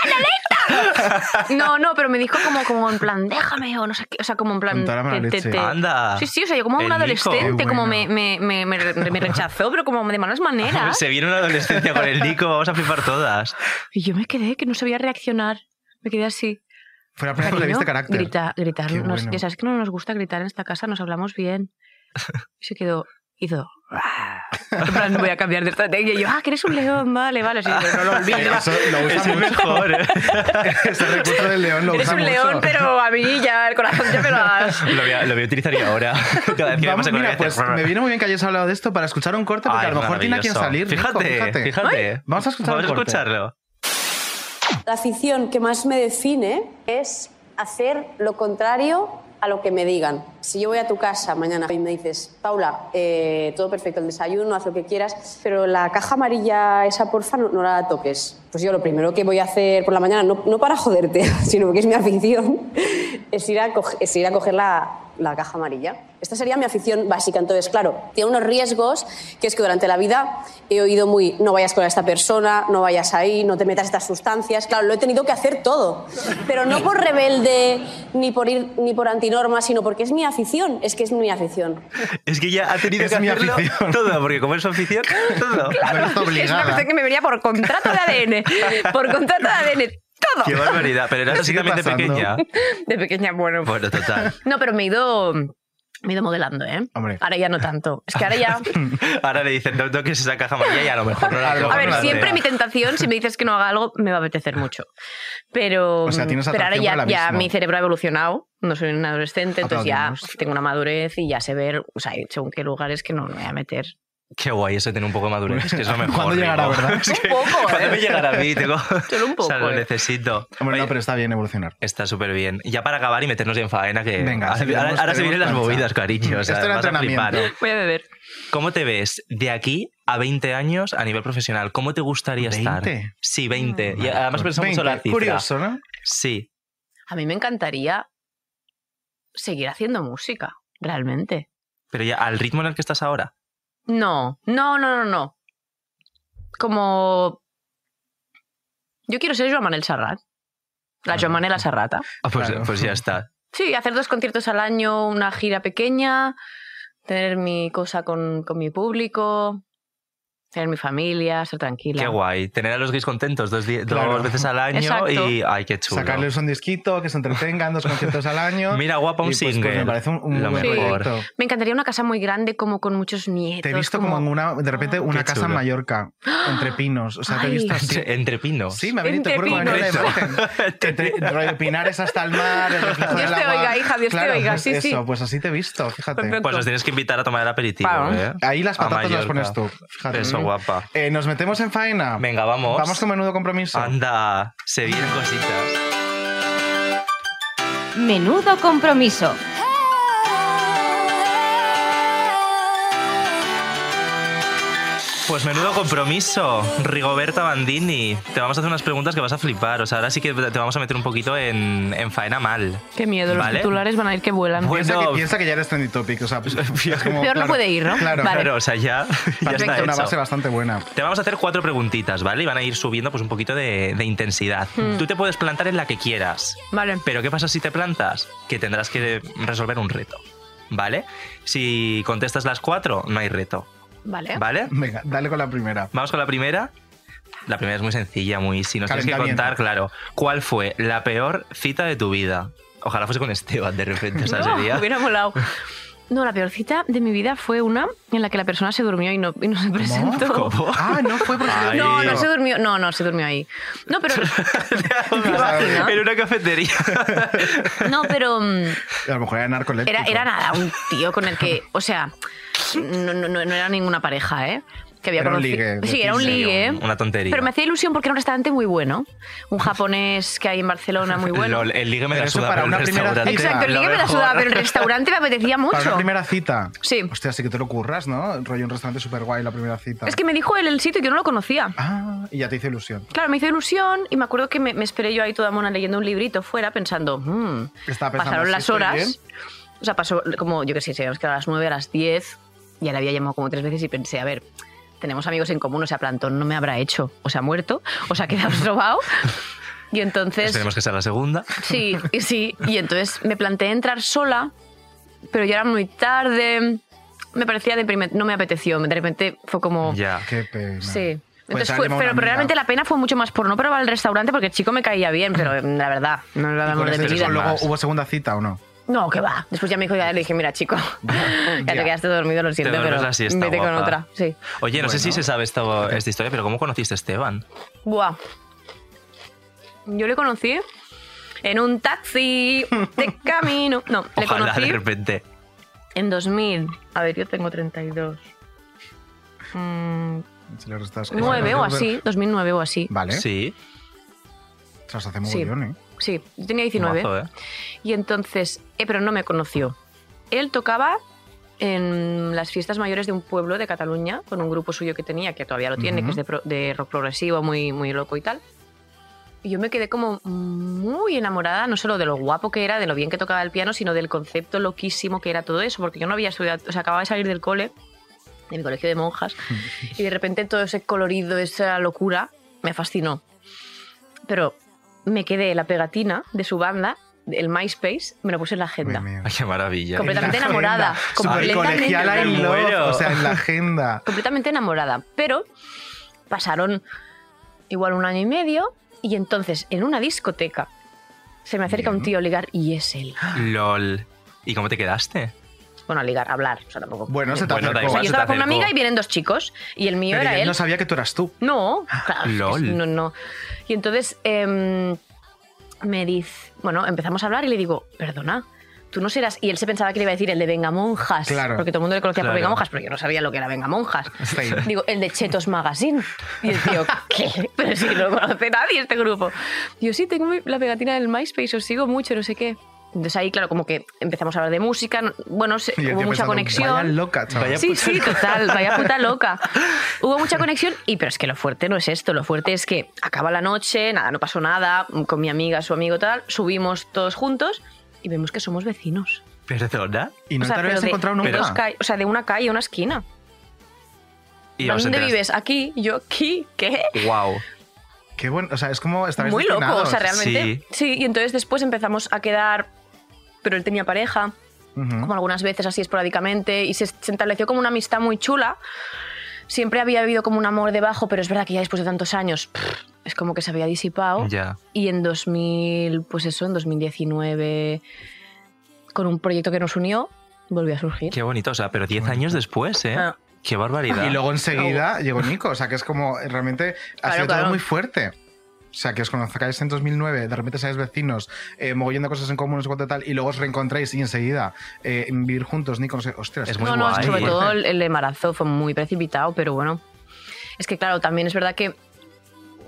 [SPEAKER 7] No, no, pero me dijo como, como en plan, déjame o no sé qué. O sea, como en plan.
[SPEAKER 2] Con toda la mala leche.
[SPEAKER 1] Anda.
[SPEAKER 7] Sí, sí, o sea, yo como un
[SPEAKER 1] El Nico.
[SPEAKER 7] adolescente,
[SPEAKER 2] Qué
[SPEAKER 7] como me,
[SPEAKER 2] bueno.
[SPEAKER 7] me, me, me re- me rechazó, pero como de malas maneras.
[SPEAKER 1] Se viene una adolescencia con el Nico, vamos a flipar todas.
[SPEAKER 7] Y yo me quedé, que no sabía reaccionar. Me quedé así.
[SPEAKER 2] Fue la primera vez que le
[SPEAKER 7] Cariño,
[SPEAKER 2] viste carácter.
[SPEAKER 7] Grita, gritar.
[SPEAKER 2] Qué
[SPEAKER 7] nos-
[SPEAKER 2] bueno.
[SPEAKER 7] Ya sabes que no nos gusta gritar en esta casa, nos hablamos bien. Y se quedó, hizo. En plan, voy a cambiar de estrategia. Y yo, ah, que eres un león, vale, vale. Sí, yo, no lo olvido.
[SPEAKER 2] Eso lo usa
[SPEAKER 1] Es el
[SPEAKER 2] mucho.
[SPEAKER 1] mejor.
[SPEAKER 2] Ese recurso del león lo
[SPEAKER 7] Eres
[SPEAKER 2] usa
[SPEAKER 7] un
[SPEAKER 2] mucho.
[SPEAKER 7] león, pero a mí ya el corazón ya me lo has.
[SPEAKER 1] Lo voy a, lo voy a utilizar yo ahora. Cada vez que
[SPEAKER 2] Vamos,
[SPEAKER 1] vamos a
[SPEAKER 2] mira, pues me viene muy bien que hayas hablado de esto para escuchar un corte, porque a lo mejor tiene a quien salir. Nico,
[SPEAKER 1] Fíjate, fíjate.
[SPEAKER 2] Vamos a escuchar
[SPEAKER 1] Vamos
[SPEAKER 2] un
[SPEAKER 1] a
[SPEAKER 2] corte.
[SPEAKER 1] escucharlo.
[SPEAKER 10] La afición que más me define es hacer lo contrario a lo que me digan. Si yo voy a tu casa mañana y me dices, Paula, eh, todo perfecto, el desayuno, haz lo que quieras, pero la caja amarilla esa, porfa, no, no la toques. Pues yo lo primero que voy a hacer por la mañana, no, no para joderte, sino porque es mi afición, es ir a, coge- es ir a coger la, la caja amarilla. Esta sería mi afición básica. Entonces, claro, tiene unos riesgos que es que durante la vida he oído muy no vayas con esta persona, no vayas ahí, no te metas estas sustancias. Claro, lo he tenido que hacer todo. Pero no por rebelde, ni por ir, ni por antinorma, sino porque es mi afición. Es que es mi afición.
[SPEAKER 1] Es que ya ha tenido
[SPEAKER 2] Es
[SPEAKER 1] que
[SPEAKER 2] mi
[SPEAKER 1] hacerlo
[SPEAKER 2] afición.
[SPEAKER 1] todo, porque como es su afición, todo.
[SPEAKER 2] Pero está
[SPEAKER 7] Es una
[SPEAKER 2] obligada.
[SPEAKER 7] cuestión que me venía por contrato de ADN. Por contrato de ADN. Todo.
[SPEAKER 1] Qué barbaridad. Pero eras así
[SPEAKER 2] Sigue
[SPEAKER 1] también de
[SPEAKER 2] pasando.
[SPEAKER 1] pequeña.
[SPEAKER 7] De pequeña, bueno.
[SPEAKER 1] Bueno, total.
[SPEAKER 7] No, pero me he ido. Me he ido modelando, ¿eh?
[SPEAKER 2] Hombre.
[SPEAKER 7] Ahora ya no tanto. Es que ahora ya.
[SPEAKER 1] Ahora le dicen, no toques esa caja amarilla y a lo mejor no la
[SPEAKER 2] A ver,
[SPEAKER 1] toco,
[SPEAKER 7] A ver,
[SPEAKER 1] no la
[SPEAKER 7] siempre
[SPEAKER 1] toco.
[SPEAKER 7] mi tentación, si me dices que no haga algo, me va a apetecer mucho. Pero,
[SPEAKER 2] O sea, tienes
[SPEAKER 7] pero ahora
[SPEAKER 2] atracción
[SPEAKER 7] ya,
[SPEAKER 2] para la
[SPEAKER 7] ya
[SPEAKER 2] misma.
[SPEAKER 7] mi cerebro ha evolucionado, no soy un adolescente, entonces ya
[SPEAKER 2] Aplaudimos.
[SPEAKER 7] tengo una madurez y ya sé ver, o sea, según qué lugares que no me voy a meter.
[SPEAKER 1] Qué guay eso de tener un poco de madurez, que es lo mejor.
[SPEAKER 2] ¿Cuándo llegará,
[SPEAKER 1] digo.
[SPEAKER 2] verdad?
[SPEAKER 1] Es que,
[SPEAKER 7] Un poco,
[SPEAKER 1] ¿Cuándo
[SPEAKER 7] ¿eh?
[SPEAKER 1] me llegará a mí? Tengo...
[SPEAKER 7] Solo un
[SPEAKER 1] o sea,
[SPEAKER 7] poco,
[SPEAKER 1] lo
[SPEAKER 7] ¿eh?
[SPEAKER 1] necesito.
[SPEAKER 2] Hombre, no,
[SPEAKER 1] Oye,
[SPEAKER 2] pero está bien evolucionar.
[SPEAKER 1] Está súper bien. Ya para acabar y meternos ya en faena, que
[SPEAKER 2] Venga,
[SPEAKER 1] ahora,
[SPEAKER 2] seguimos-
[SPEAKER 1] ahora- ahora se vienen las
[SPEAKER 2] seguimos
[SPEAKER 1] movidas,
[SPEAKER 2] pensando.
[SPEAKER 1] cariño. O sea,
[SPEAKER 2] Esto era
[SPEAKER 1] vas a
[SPEAKER 2] entrenamiento.
[SPEAKER 1] flipar.
[SPEAKER 7] Voy a beber.
[SPEAKER 1] ¿Cómo te ves de aquí a 20 años a nivel profesional? ¿Cómo te gustaría estar?
[SPEAKER 2] ¿20?
[SPEAKER 1] Sí,
[SPEAKER 2] Mm,
[SPEAKER 1] 20. Eh, Y además pensamos mucho
[SPEAKER 2] 20,
[SPEAKER 1] la cifra.
[SPEAKER 2] pues Curioso, ¿no?
[SPEAKER 1] Sí.
[SPEAKER 7] A mí me encantaría seguir haciendo música, realmente.
[SPEAKER 1] Pero ya al ritmo en el que estás ahora.
[SPEAKER 7] No, no, no, no, no. Como... Yo quiero ser Joan Manuel Serrat. La Joan Manuel Serrata.
[SPEAKER 1] Ah, Pues,
[SPEAKER 2] Claro.
[SPEAKER 1] pues ya está.
[SPEAKER 7] Sí, hacer dos conciertos al año, una gira pequeña, tener mi cosa con, con mi público. tener mi familia, ser tranquila.
[SPEAKER 1] Qué guay. Tener a los gays contentos dos, di-
[SPEAKER 2] Claro.
[SPEAKER 1] dos veces al año
[SPEAKER 7] Exacto.
[SPEAKER 1] y. ¡Ay, qué chulo!
[SPEAKER 2] Sacarles un disquito, que se entretengan, dos conciertos al año.
[SPEAKER 1] Mira, guapa, un
[SPEAKER 2] Y, pues, pues,
[SPEAKER 1] single.
[SPEAKER 2] me parece un, un
[SPEAKER 1] Lo
[SPEAKER 2] buen
[SPEAKER 1] mejor.
[SPEAKER 2] proyecto.
[SPEAKER 7] Me encantaría una casa muy grande, como con muchos nietos.
[SPEAKER 2] Te he visto como en una, de repente, una casa en
[SPEAKER 1] chulo.
[SPEAKER 2] Mallorca, entre pinos. O sea, te he
[SPEAKER 7] Ay.
[SPEAKER 2] visto así.
[SPEAKER 1] Entre, entre pinos.
[SPEAKER 2] Sí, me ha venido, te
[SPEAKER 7] Entre
[SPEAKER 2] juro que me ha venido la imagen.
[SPEAKER 1] Pues
[SPEAKER 2] Entre rollo Pinares hasta el mar, el reflejo
[SPEAKER 7] Dios
[SPEAKER 2] del
[SPEAKER 7] te
[SPEAKER 2] agua.
[SPEAKER 7] oiga, hija, Dios te
[SPEAKER 2] Claro,
[SPEAKER 7] oiga,
[SPEAKER 2] pues
[SPEAKER 7] sí, sí.
[SPEAKER 2] Eso, pues así te he visto, fíjate.
[SPEAKER 1] Pues nos tienes que invitar a tomar el aperitivo.
[SPEAKER 7] Vamos.
[SPEAKER 1] ¿eh?
[SPEAKER 2] Ahí las
[SPEAKER 1] A
[SPEAKER 2] patatas las
[SPEAKER 1] Mallorca.
[SPEAKER 2] pones tú, fíjate.
[SPEAKER 1] Eso, guapa.
[SPEAKER 2] Eh, Nos metemos en faena.
[SPEAKER 1] Venga, vamos. Ah,
[SPEAKER 2] Vamos con menudo compromiso.
[SPEAKER 1] Anda, se vienen cositas.
[SPEAKER 11] Menudo compromiso.
[SPEAKER 1] Pues menudo compromiso, Rigoberta Bandini. Te vamos a hacer unas preguntas que vas a flipar. O sea, ahora sí que te vamos a meter un poquito en, en faena mal.
[SPEAKER 7] Qué miedo, los
[SPEAKER 1] ¿Vale?
[SPEAKER 7] titulares van a ir que vuelan.
[SPEAKER 2] Piensa,
[SPEAKER 1] Bueno,
[SPEAKER 2] que, piensa que ya eres trendy topic, o sea, pues, es como,
[SPEAKER 7] Peor no puede ir, ¿no?
[SPEAKER 2] Claro,
[SPEAKER 7] Vale.
[SPEAKER 1] Claro, o sea, ya, ya
[SPEAKER 2] Parece
[SPEAKER 1] está
[SPEAKER 2] una
[SPEAKER 1] hecho.
[SPEAKER 2] base bastante buena.
[SPEAKER 1] Te vamos a hacer cuatro preguntitas, ¿vale? Y van a ir subiendo pues un poquito de, de intensidad.
[SPEAKER 7] Hmm.
[SPEAKER 1] Tú te puedes plantar en la que quieras.
[SPEAKER 7] Vale.
[SPEAKER 1] Pero ¿qué pasa si te plantas? Que tendrás que resolver un reto, ¿vale? Si contestas las cuatro, no hay reto,
[SPEAKER 7] Vale.
[SPEAKER 1] ¿vale?
[SPEAKER 2] Venga, dale con la primera.
[SPEAKER 1] Vamos con la primera. La primera es muy sencilla, muy easy. Nos tienes que
[SPEAKER 2] Calentamiento.
[SPEAKER 1] contar, claro, cuál fue la peor cita de tu vida. Ojalá fuese con Esteban de repente, o sea,
[SPEAKER 7] No,
[SPEAKER 1] sería...
[SPEAKER 7] hubiera molado. No, la peor cita de mi vida fue una en la que la persona se durmió y no, y no se presentó.
[SPEAKER 1] ¿Cómo?
[SPEAKER 2] Ah, no fue porque...
[SPEAKER 1] Ay.
[SPEAKER 7] No, no se durmió. No, no, se durmió ahí. No, pero. ¿Te imaginas?
[SPEAKER 1] en una cafetería.
[SPEAKER 7] No, pero. mm,
[SPEAKER 2] A lo mejor era narcoléptico.
[SPEAKER 7] Era, era nada, un tío con el que. O sea, no, no, no- no era ninguna pareja, ¿eh? Que había
[SPEAKER 2] Era un
[SPEAKER 7] conocido-
[SPEAKER 2] ligue,
[SPEAKER 7] Sí, era un
[SPEAKER 2] decís.
[SPEAKER 7] ligue.
[SPEAKER 1] Una tontería.
[SPEAKER 7] Pero me hacía ilusión porque era un restaurante muy bueno. Un japonés que hay en Barcelona muy bueno.
[SPEAKER 1] Lol, el ligue me
[SPEAKER 2] Pero
[SPEAKER 1] la
[SPEAKER 2] eso
[SPEAKER 1] suda,
[SPEAKER 2] para
[SPEAKER 1] pero
[SPEAKER 2] una
[SPEAKER 1] el
[SPEAKER 2] primera
[SPEAKER 1] restaurante.
[SPEAKER 2] cita.
[SPEAKER 7] Exacto, el
[SPEAKER 1] lo
[SPEAKER 7] ligue me la
[SPEAKER 1] mejor.
[SPEAKER 7] sudaba, pero el restaurante me apetecía
[SPEAKER 2] Para
[SPEAKER 7] mucho.
[SPEAKER 2] una primera cita.
[SPEAKER 7] Sí.
[SPEAKER 2] Hostia, sí que te lo curras, ¿no? Rollo un restaurante súper guay la primera cita.
[SPEAKER 7] Es que me dijo él el sitio y yo no lo conocía.
[SPEAKER 2] Ah, y ya te hizo ilusión.
[SPEAKER 7] Claro, me hizo ilusión y me acuerdo que me, me esperé yo ahí toda mona leyendo un librito fuera pensando, "Mm".
[SPEAKER 2] Estaba pensando,
[SPEAKER 7] pasaron
[SPEAKER 2] ¿sí
[SPEAKER 7] las
[SPEAKER 2] estoy bien?
[SPEAKER 7] horas, o sea, pasó como, yo qué sé, se habíamos quedado a las 9, a las 10, y ahora había llamado como tres veces y pensé, a ver, tenemos amigos en común, o sea, Plantón no me habrá hecho, o sea, muerto, o sea, quedado robado. Y entonces,
[SPEAKER 1] Esperemos que sea la segunda.
[SPEAKER 7] sí, y sí, y entonces me planteé entrar sola, pero ya era muy tarde, me parecía deprimente, no me apeteció, de repente fue como...
[SPEAKER 1] Ya.
[SPEAKER 2] Qué pena.
[SPEAKER 7] Sí.
[SPEAKER 2] Pues
[SPEAKER 7] Entonces
[SPEAKER 2] ánimo
[SPEAKER 7] fue-
[SPEAKER 2] a una
[SPEAKER 7] pero
[SPEAKER 2] amiga.
[SPEAKER 7] realmente la pena fue mucho más por no probar el restaurante porque el chico me caía bien, pero mm, la verdad, no era
[SPEAKER 2] ¿Y con
[SPEAKER 7] el amor de
[SPEAKER 2] este
[SPEAKER 7] mi
[SPEAKER 2] chico
[SPEAKER 7] vida.
[SPEAKER 2] luego hubo segunda cita o no?
[SPEAKER 7] No, que va. Después ya me dijo, ya le dije, mira, chico, ya
[SPEAKER 2] Ya.
[SPEAKER 7] te quedaste dormido, lo siento,
[SPEAKER 1] duermes
[SPEAKER 7] pero
[SPEAKER 1] la siesta,
[SPEAKER 7] vete con
[SPEAKER 1] guapa.
[SPEAKER 7] otra. Sí.
[SPEAKER 1] Oye, no sé si se sabe esta, esta historia, pero ¿cómo conociste a Esteban?
[SPEAKER 7] Buah. Yo le conocí en un taxi de camino. No, le
[SPEAKER 1] Ojalá
[SPEAKER 7] conocí
[SPEAKER 1] de repente.
[SPEAKER 7] en 2000. A ver, yo tengo 32. Mm,
[SPEAKER 2] Si le restas-
[SPEAKER 7] nueve o así, 2009 o así.
[SPEAKER 2] Vale.
[SPEAKER 1] Sí.
[SPEAKER 2] Tras hace
[SPEAKER 7] Sí.
[SPEAKER 2] mogollón, ¿eh?
[SPEAKER 7] Sí, yo tenía 19.
[SPEAKER 1] mazo, ¿eh?
[SPEAKER 7] Y entonces, eh, pero no me conoció. Él tocaba en las fiestas mayores de un pueblo de Cataluña con un grupo suyo que tenía, que todavía lo tiene,
[SPEAKER 2] Ujú.
[SPEAKER 7] que es de, pro- de rock progresivo, muy, muy loco y tal. Y yo me quedé como muy enamorada, no solo de lo guapo que era, de lo bien que tocaba el piano, sino del concepto loquísimo que era todo eso, porque yo no había estudiado, o sea, acababa de salir del cole, de mi colegio de monjas, y de repente todo ese colorido, esa locura, me fascinó. Pero me quedé la pegatina de su banda, el MySpace, me lo puse en la agenda.
[SPEAKER 2] Dios mío.
[SPEAKER 1] Ay, qué maravilla.
[SPEAKER 7] Completamente
[SPEAKER 2] En la
[SPEAKER 7] enamorada,
[SPEAKER 2] agenda.
[SPEAKER 7] completamente
[SPEAKER 2] Supercolegiala en
[SPEAKER 1] enamorada.
[SPEAKER 2] love,
[SPEAKER 1] Me muero.
[SPEAKER 2] O sea, en la agenda.
[SPEAKER 7] completamente enamorada. Pero pasaron igual un año y medio y entonces en una discoteca se me acerca un tío a ligar y es él.
[SPEAKER 1] LOL. ¿Y cómo te quedaste?
[SPEAKER 7] Bueno, a ligar, a hablar, o sea, tampoco.
[SPEAKER 2] Bueno, se te
[SPEAKER 1] Bueno, da
[SPEAKER 2] acercó.
[SPEAKER 7] o sea,
[SPEAKER 1] igual.
[SPEAKER 7] yo
[SPEAKER 1] se
[SPEAKER 7] estaba
[SPEAKER 1] te
[SPEAKER 7] con una
[SPEAKER 1] acercó.
[SPEAKER 7] amiga y vienen dos chicos y el mío
[SPEAKER 2] Pero
[SPEAKER 7] era
[SPEAKER 2] yo
[SPEAKER 7] él.
[SPEAKER 2] no sabía que tú eras tú.
[SPEAKER 7] No,
[SPEAKER 2] Ah,
[SPEAKER 7] claro,
[SPEAKER 1] Lol.
[SPEAKER 7] no, no. Y entonces em, me dice, bueno, empezamos a hablar y le digo, perdona, tú no serás. Y él se pensaba que le iba a decir el de Venga Monjas,
[SPEAKER 2] Claro.
[SPEAKER 7] porque todo el mundo le conocía por
[SPEAKER 1] Claro.
[SPEAKER 7] Venga Monjas, pero yo no sabía lo que era Venga Monjas.
[SPEAKER 2] Sí.
[SPEAKER 7] Digo, el de Chetos Magazine. Y el tío, ¿qué? Pero si no lo conoce nadie este grupo. Y yo, sí, tengo mi- la pegatina del MySpace, os sigo mucho, no sé qué. Entonces ahí, claro, como que empezamos a hablar de música, no- bueno, se-
[SPEAKER 2] Y el tío
[SPEAKER 7] hubo mucha
[SPEAKER 2] pensando, Vaya
[SPEAKER 7] conexión.
[SPEAKER 2] loca, chaval.
[SPEAKER 1] Vaya
[SPEAKER 7] Sí,
[SPEAKER 1] puta
[SPEAKER 7] sí, total, vaya puta loca. Hubo mucha conexión y pero es que lo fuerte no es esto, lo fuerte es que acaba la noche, nada, no pasó nada, con mi amiga, su amigo tal, subimos todos juntos y vemos que somos vecinos.
[SPEAKER 1] ¿Perdona?
[SPEAKER 2] Y no
[SPEAKER 7] o sea,
[SPEAKER 2] te lo
[SPEAKER 7] pero
[SPEAKER 2] habías
[SPEAKER 7] de-
[SPEAKER 2] encontrado
[SPEAKER 7] de dos
[SPEAKER 2] nunca.
[SPEAKER 7] ca- o sea, de una calle a una esquina.
[SPEAKER 1] ¿Y os
[SPEAKER 7] ¿Dónde
[SPEAKER 1] enteraste?
[SPEAKER 7] vives? Aquí, yo aquí, ¿qué?
[SPEAKER 1] Wow.
[SPEAKER 2] Qué bueno. O sea, es como estar
[SPEAKER 7] Muy loco, o sea, realmente. Sí. y entonces después empezamos a quedar, pero él tenía pareja, como algunas veces así esporádicamente, y se, se estableció como una amistad muy chula. siempre había habido como un amor debajo, pero es verdad que ya después de tantos años pff, es como que se había disipado.
[SPEAKER 1] Ya.
[SPEAKER 7] Y en 2000, pues eso, en 2019, con un proyecto que nos unió, volvió a surgir.
[SPEAKER 1] Qué bonito, o sea, pero 10 años después, ¿eh?
[SPEAKER 7] Ah.
[SPEAKER 1] Qué barbaridad.
[SPEAKER 2] Y luego enseguida llegó Nico, o sea que es como eh, realmente ha
[SPEAKER 7] Claro,
[SPEAKER 2] sido
[SPEAKER 7] claro.
[SPEAKER 2] todo muy fuerte. O sea, que os conozcáis en 2009, de repente seáis vecinos, eh, mogollón de cosas en común, no sé cuánto tal, y luego os reencontráis y enseguida eh, vivir juntos, Nico, no sé, ostras.
[SPEAKER 1] Es
[SPEAKER 2] esto
[SPEAKER 1] muy
[SPEAKER 7] no, no,
[SPEAKER 1] guay,
[SPEAKER 7] sobre
[SPEAKER 1] ¿eh?
[SPEAKER 7] todo el el embarazo fue muy precipitado, pero bueno. Es que claro, también es verdad que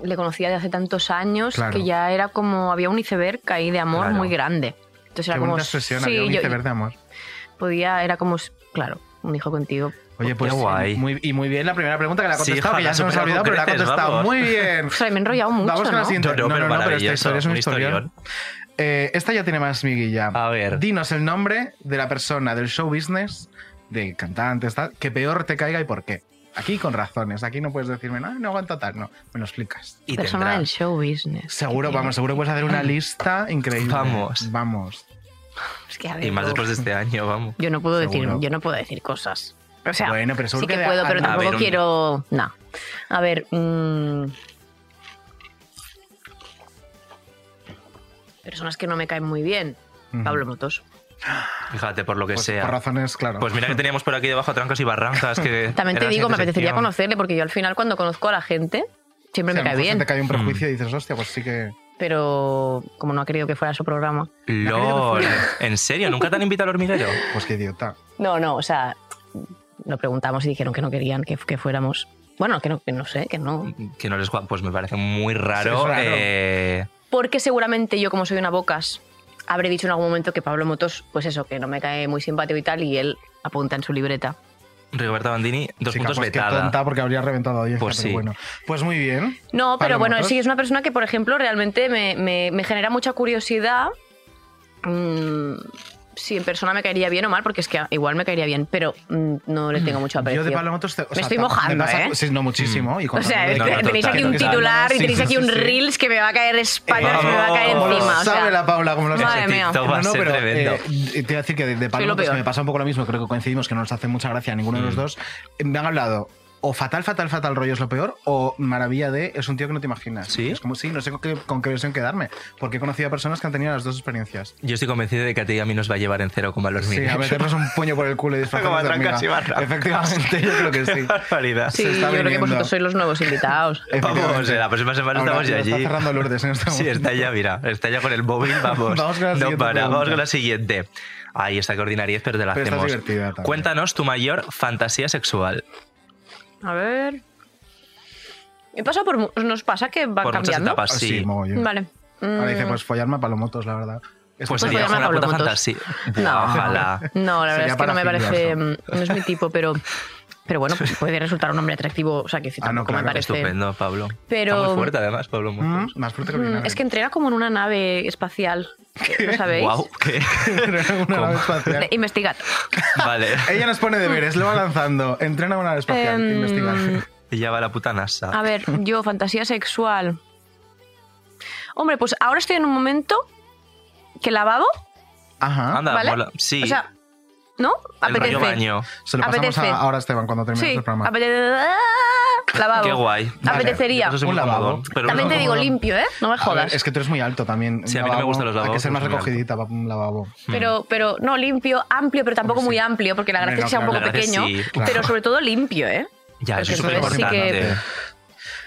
[SPEAKER 7] le conocía de hace tantos años
[SPEAKER 2] Claro.
[SPEAKER 7] que ya era como había un iceberg ahí de amor
[SPEAKER 1] Claro.
[SPEAKER 7] muy grande. Entonces era
[SPEAKER 2] Qué
[SPEAKER 7] como
[SPEAKER 2] bonita expresión,
[SPEAKER 7] sí,
[SPEAKER 2] había un
[SPEAKER 7] yo-
[SPEAKER 2] iceberg de amor.
[SPEAKER 7] podía era como claro, un hijo contigo.
[SPEAKER 2] Oye,
[SPEAKER 1] qué
[SPEAKER 2] pues
[SPEAKER 1] guay.
[SPEAKER 2] Muy, y muy bien la primera pregunta que la ha
[SPEAKER 1] Sí, hija,
[SPEAKER 2] contestado, que ya
[SPEAKER 1] la
[SPEAKER 2] se nos ha olvidado, pero la ha
[SPEAKER 1] superconcretes,
[SPEAKER 2] contestado.
[SPEAKER 1] vamos.
[SPEAKER 2] Muy bien.
[SPEAKER 7] O sea, me he enrollado mucho,
[SPEAKER 2] Vamos con la
[SPEAKER 7] ¿no?
[SPEAKER 2] siguiente.
[SPEAKER 1] No, no, pero
[SPEAKER 2] esta
[SPEAKER 1] maravilloso,
[SPEAKER 2] historia es un
[SPEAKER 1] un
[SPEAKER 2] historión.
[SPEAKER 1] historión.
[SPEAKER 2] Eh, esta ya tiene más miguilla.
[SPEAKER 1] A ver.
[SPEAKER 2] Dinos el nombre de la persona del show business, del cantante, tal, que peor te caiga y por qué. Aquí con razones. Aquí no puedes decirme, no, no aguanto tal. No, me lo explicas.
[SPEAKER 1] Y
[SPEAKER 7] Persona
[SPEAKER 1] tendrá-
[SPEAKER 7] del show business.
[SPEAKER 2] Seguro,
[SPEAKER 7] Que-
[SPEAKER 2] vamos, seguro que puedes hacer una lista increíble.
[SPEAKER 1] Vamos.
[SPEAKER 2] Vamos.
[SPEAKER 7] Es que, a ver,
[SPEAKER 1] Y más
[SPEAKER 7] yo-
[SPEAKER 1] después de este año, vamos.
[SPEAKER 7] Yo no puedo
[SPEAKER 2] Seguro.
[SPEAKER 7] decir, yo no puedo decir cosas. O sea,
[SPEAKER 2] Bueno, pero
[SPEAKER 7] sí
[SPEAKER 2] seguro
[SPEAKER 7] que
[SPEAKER 2] que de-
[SPEAKER 7] puedo,
[SPEAKER 2] a
[SPEAKER 7] pero tampoco
[SPEAKER 1] ver, un-
[SPEAKER 7] quiero. No. A ver. mm. Personas que no me caen muy bien.
[SPEAKER 2] Ujú.
[SPEAKER 7] Pablo Motos.
[SPEAKER 1] Fíjate, por lo que
[SPEAKER 2] Pues,
[SPEAKER 1] sea.
[SPEAKER 2] Por razones, claro.
[SPEAKER 1] Pues mira que teníamos por aquí debajo trancas y barrancas. Que
[SPEAKER 7] También te
[SPEAKER 1] era la
[SPEAKER 7] digo, me
[SPEAKER 1] siguiente
[SPEAKER 7] apetecería
[SPEAKER 1] sección.
[SPEAKER 7] conocerle porque yo al final cuando conozco a la gente siempre
[SPEAKER 2] Si a lo
[SPEAKER 7] me cae
[SPEAKER 2] mejor se
[SPEAKER 7] bien.
[SPEAKER 2] te cae un prejuicio y
[SPEAKER 1] Mm.
[SPEAKER 2] dices, hostia, pues sí que.
[SPEAKER 7] Pero como no ha querido que fuera su programa.
[SPEAKER 1] LOL. ¿En serio? ¿Nunca te han invitado al hormiguero?
[SPEAKER 2] Pues qué idiota.
[SPEAKER 7] No, no, o sea, lo preguntamos y dijeron que no querían que, que fuéramos. Bueno, que no, que no sé, que no.
[SPEAKER 1] Que no les gua- Pues me parece muy raro.
[SPEAKER 2] Sí, es raro.
[SPEAKER 1] eh,
[SPEAKER 7] porque seguramente yo, como soy una bocas, habré dicho en algún momento que Pablo Motos, pues eso, que no me cae muy simpático y tal, y él apunta en su libreta.
[SPEAKER 1] Rigoberta Bandini, dos
[SPEAKER 2] Chica,
[SPEAKER 1] puntos
[SPEAKER 2] pues qué
[SPEAKER 1] vetada.
[SPEAKER 2] tonta, porque habría reventado audiencia,
[SPEAKER 1] Pues
[SPEAKER 2] pero
[SPEAKER 1] sí.
[SPEAKER 2] bueno. Pues muy bien.
[SPEAKER 7] No, pero
[SPEAKER 2] Pablo
[SPEAKER 7] bueno,
[SPEAKER 2] Motos.
[SPEAKER 7] sí, es una persona que, por ejemplo, realmente me, me- me genera mucha curiosidad mm, si en persona me caería bien o mal, porque es que igual me caería bien, pero mm, no le tengo mucho aprecio.
[SPEAKER 2] Yo de Pablo Motos te, o
[SPEAKER 7] Me
[SPEAKER 2] sea,
[SPEAKER 7] estoy
[SPEAKER 2] ta-
[SPEAKER 7] mojando,
[SPEAKER 2] pasa-
[SPEAKER 7] ¿eh?
[SPEAKER 2] Sí, no muchísimo. Y
[SPEAKER 7] O sea,
[SPEAKER 2] contando
[SPEAKER 1] No,
[SPEAKER 2] de-
[SPEAKER 1] no,
[SPEAKER 7] tenéis aquí un
[SPEAKER 1] total.
[SPEAKER 7] titular y
[SPEAKER 2] Sí,
[SPEAKER 7] tenéis
[SPEAKER 2] sí,
[SPEAKER 7] aquí
[SPEAKER 2] sí,
[SPEAKER 7] un
[SPEAKER 2] sí.
[SPEAKER 7] Reels que me va a caer España,
[SPEAKER 1] Eh,
[SPEAKER 7] que me va a caer
[SPEAKER 1] vamos.
[SPEAKER 7] encima. O
[SPEAKER 2] Sabe
[SPEAKER 7] sea,
[SPEAKER 2] la Paula cómo lo
[SPEAKER 7] madre
[SPEAKER 2] sabe.
[SPEAKER 7] mía.
[SPEAKER 1] TikTok va a ser tremendo.
[SPEAKER 2] eh, te voy a decir que de, de Pablo
[SPEAKER 7] lo
[SPEAKER 2] Motos, que
[SPEAKER 7] peor.
[SPEAKER 2] me pasa un poco lo mismo, creo que coincidimos que no nos hace mucha gracia a ninguno de
[SPEAKER 1] Mm.
[SPEAKER 2] los dos. Eh, Me han hablado o fatal, fatal, fatal rollo es lo peor, o maravilla de es un tío que no te imaginas.
[SPEAKER 1] ¿Sí?
[SPEAKER 2] Es como, sí, no sé con qué, con qué versión quedarme, porque he conocido a personas que han tenido las dos experiencias.
[SPEAKER 1] Yo estoy convencido de que a ti y a mí nos va a llevar en cero como al
[SPEAKER 2] Sí,
[SPEAKER 1] hormiguero.
[SPEAKER 2] a meternos un puño por el culo y
[SPEAKER 1] Como
[SPEAKER 2] disfrazarnos
[SPEAKER 1] a
[SPEAKER 2] de
[SPEAKER 1] trancas y
[SPEAKER 2] hormiga.
[SPEAKER 1] barrancas.
[SPEAKER 2] Efectivamente, yo creo que sí.
[SPEAKER 1] Barbaridad.
[SPEAKER 2] Se
[SPEAKER 7] Sí,
[SPEAKER 2] está
[SPEAKER 7] yo creo que
[SPEAKER 2] viniendo.
[SPEAKER 7] vosotros sois los nuevos invitados.
[SPEAKER 1] Vamos,
[SPEAKER 2] Efectivamente.
[SPEAKER 1] eh, la próxima semana
[SPEAKER 2] Ahora
[SPEAKER 1] estamos ya
[SPEAKER 2] lo
[SPEAKER 1] allí.
[SPEAKER 2] Está cerrando Lourdes en
[SPEAKER 1] Sí,
[SPEAKER 2] este momento.
[SPEAKER 1] está ya, mira, está ya con el móvil, vamos.
[SPEAKER 2] Vamos con la
[SPEAKER 1] no
[SPEAKER 2] siguiente
[SPEAKER 1] para,
[SPEAKER 2] pregunta.
[SPEAKER 1] vamos con la siguiente. Ahí está que ordinariez, pero te la
[SPEAKER 2] Pero está
[SPEAKER 1] hacemos.
[SPEAKER 2] divertida también.
[SPEAKER 1] Cuéntanos tu mayor fantasía sexual.
[SPEAKER 7] A ver. He pasado por. mu- Nos pasa que van
[SPEAKER 1] por muchas
[SPEAKER 7] cambiando.
[SPEAKER 1] etapas,
[SPEAKER 2] Ah,
[SPEAKER 1] sí.
[SPEAKER 2] mogollón.
[SPEAKER 7] Vale.
[SPEAKER 2] Ahora
[SPEAKER 7] Mm,
[SPEAKER 2] dice, pues follarme a palomotos, la verdad.
[SPEAKER 1] pues
[SPEAKER 2] Es que-
[SPEAKER 7] Pues
[SPEAKER 1] sería
[SPEAKER 7] llama
[SPEAKER 1] una
[SPEAKER 7] Pablo
[SPEAKER 1] puta
[SPEAKER 7] Motos.
[SPEAKER 1] fantasía. Buah,
[SPEAKER 7] No.
[SPEAKER 1] Ojalá.
[SPEAKER 7] Mm, No, la verdad
[SPEAKER 2] Sería
[SPEAKER 7] es que no me
[SPEAKER 2] parafiliaso.
[SPEAKER 7] parece. mm, No es mi tipo, pero. Pero bueno, pues puede resultar un hombre atractivo. O sea, que
[SPEAKER 2] Ah, no,
[SPEAKER 7] tampoco
[SPEAKER 2] claro,
[SPEAKER 7] me parece.
[SPEAKER 1] Estupendo, Pablo.
[SPEAKER 7] Pero-
[SPEAKER 1] Está muy fuerte, además, Pablo
[SPEAKER 2] Mm,
[SPEAKER 1] Motos.
[SPEAKER 2] más fuerte que
[SPEAKER 7] Mm,
[SPEAKER 2] vinagre.
[SPEAKER 7] Es que entrega como en una nave espacial. ¿Lo sabéis?
[SPEAKER 1] Guau, ¿qué?
[SPEAKER 2] una nave
[SPEAKER 1] ¿Cómo?
[SPEAKER 2] espacial.
[SPEAKER 7] Eh, Investigad.
[SPEAKER 1] Vale.
[SPEAKER 2] Ella nos pone deberes, lo va lanzando. Entrena una nave espacial,
[SPEAKER 7] Em,
[SPEAKER 2] investigar.
[SPEAKER 1] Y ya va la puta NASA.
[SPEAKER 7] A ver, yo, fantasía sexual. Hombre, pues ahora estoy en un momento que lavabo,
[SPEAKER 2] Ajá.
[SPEAKER 1] Anda,
[SPEAKER 7] ¿vale?
[SPEAKER 1] mola. Sí.
[SPEAKER 7] o sea, ¿no?
[SPEAKER 1] el rollo
[SPEAKER 7] Apetece.
[SPEAKER 1] baño.
[SPEAKER 2] Se lo pasamos
[SPEAKER 7] apetece.
[SPEAKER 2] a, ahora a Esteban cuando termine
[SPEAKER 7] Sí,
[SPEAKER 2] el programa.
[SPEAKER 7] apetece. Lavabo.
[SPEAKER 1] Qué guay.
[SPEAKER 2] Vale.
[SPEAKER 7] Apetecería.
[SPEAKER 1] Eso es muy
[SPEAKER 2] Un lavabo.
[SPEAKER 1] cómodo, pero
[SPEAKER 7] También
[SPEAKER 1] no-
[SPEAKER 7] te digo
[SPEAKER 2] cómodo.
[SPEAKER 7] limpio, ¿eh? No me
[SPEAKER 2] A ver,
[SPEAKER 7] jodas.
[SPEAKER 2] es que tú eres muy alto también.
[SPEAKER 1] Sí, a mí no me gustan los
[SPEAKER 2] Hay que
[SPEAKER 1] lavabos,
[SPEAKER 2] ser más
[SPEAKER 1] soy muy alto.
[SPEAKER 2] recogidita para un lavabo.
[SPEAKER 7] Pero, pero no limpio, amplio, pero tampoco
[SPEAKER 2] Hombre,
[SPEAKER 7] muy
[SPEAKER 2] sí.
[SPEAKER 7] amplio, porque la gracia
[SPEAKER 2] Hombre, no,
[SPEAKER 7] es que sea un
[SPEAKER 2] claro,
[SPEAKER 7] poco
[SPEAKER 1] la gracia
[SPEAKER 7] pequeño,
[SPEAKER 1] sí,
[SPEAKER 2] claro.
[SPEAKER 7] pero sobre todo limpio, ¿eh?
[SPEAKER 1] Ya, eso es
[SPEAKER 7] Porque
[SPEAKER 1] súper
[SPEAKER 7] eso sí que-
[SPEAKER 1] importante.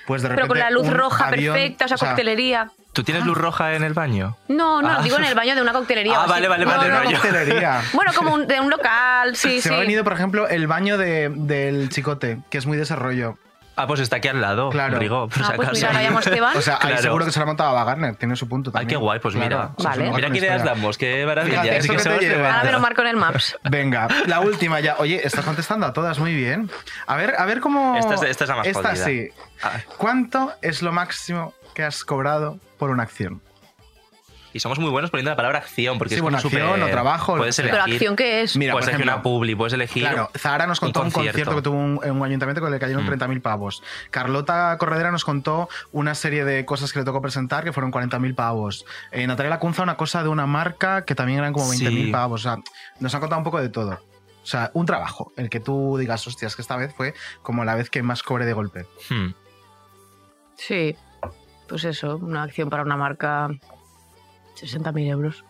[SPEAKER 2] Pues de repente,
[SPEAKER 7] Pero con la luz
[SPEAKER 2] un
[SPEAKER 7] roja
[SPEAKER 2] avión-
[SPEAKER 7] perfecta, o sea, coctelería.
[SPEAKER 1] ¿Tú tienes
[SPEAKER 7] Ah.
[SPEAKER 1] luz roja en el baño?
[SPEAKER 7] No, no,
[SPEAKER 1] Ah.
[SPEAKER 7] digo en el baño de una coctelería.
[SPEAKER 1] Ah,
[SPEAKER 7] o así.
[SPEAKER 1] vale, vale,
[SPEAKER 7] No,
[SPEAKER 1] vale,
[SPEAKER 7] no,
[SPEAKER 1] no,
[SPEAKER 7] no.
[SPEAKER 1] yo-
[SPEAKER 2] Hostelería.
[SPEAKER 7] Bueno, como un- de un local, sí,
[SPEAKER 2] Se
[SPEAKER 7] sí.
[SPEAKER 2] me ha venido, por ejemplo, el baño de- del chicote, que es muy desarrollo.
[SPEAKER 1] Ah, pues está aquí al lado.
[SPEAKER 2] Claro.
[SPEAKER 1] Rigo, por
[SPEAKER 7] Ah,
[SPEAKER 1] si
[SPEAKER 7] pues
[SPEAKER 1] acaso.
[SPEAKER 7] mira, ahora llamo a Esteban.
[SPEAKER 2] O sea, ahí
[SPEAKER 1] Claro.
[SPEAKER 2] seguro que se la ha montado a Garner, tiene su punto
[SPEAKER 1] Ay,
[SPEAKER 2] también.
[SPEAKER 1] qué guay, pues
[SPEAKER 2] Claro,
[SPEAKER 1] mira.
[SPEAKER 2] o sea,
[SPEAKER 7] Vale.
[SPEAKER 2] se lo
[SPEAKER 1] Mira
[SPEAKER 2] marca
[SPEAKER 1] qué
[SPEAKER 2] una
[SPEAKER 1] ideas
[SPEAKER 2] historia.
[SPEAKER 1] damos, qué maravilla.
[SPEAKER 2] Fíjate,
[SPEAKER 1] es
[SPEAKER 2] eso
[SPEAKER 1] que
[SPEAKER 2] que te
[SPEAKER 1] somos
[SPEAKER 2] lleva.
[SPEAKER 1] de
[SPEAKER 7] Ahora me lo
[SPEAKER 1] bandas.
[SPEAKER 7] marco en el Maps.
[SPEAKER 2] Venga, la última ya. Oye, estás contestando a todas muy bien. A ver, a ver cómo.
[SPEAKER 1] Esta es- esta es la más
[SPEAKER 2] Esta
[SPEAKER 1] jodida.
[SPEAKER 2] sí.
[SPEAKER 1] Ah,
[SPEAKER 2] ¿Cuánto es lo máximo que has cobrado por una acción?
[SPEAKER 1] Y somos muy buenos poniendo la palabra acción, porque
[SPEAKER 2] Sí,
[SPEAKER 1] es
[SPEAKER 2] bueno,
[SPEAKER 1] como súper-
[SPEAKER 2] acción o trabajo, lo
[SPEAKER 1] Puedes
[SPEAKER 2] que sea.
[SPEAKER 1] elegir.
[SPEAKER 7] Pero acción que es.
[SPEAKER 2] Mira,
[SPEAKER 1] puedes
[SPEAKER 2] por
[SPEAKER 1] elegir
[SPEAKER 2] ejemplo,
[SPEAKER 1] una publi, puedes elegir.
[SPEAKER 2] Claro, Zahara nos contó un concierto, que tuvo un, en un ayuntamiento que le cayeron
[SPEAKER 1] Mm.
[SPEAKER 2] 30.000 pavos. Carlota Corredera nos contó una serie de cosas que le tocó presentar que fueron 40.000 pavos. Eh, Natalia Lacunza una cosa de una marca que también eran como 20.000
[SPEAKER 1] Sí.
[SPEAKER 2] pavos. O sea, nos han contado un poco de todo. O sea, un trabajo, el que tú digas, hostias, que esta vez fue como la vez que más cobré de golpe.
[SPEAKER 1] Hmm.
[SPEAKER 7] Sí, pues eso, una acción para una marca, 60.000 euros.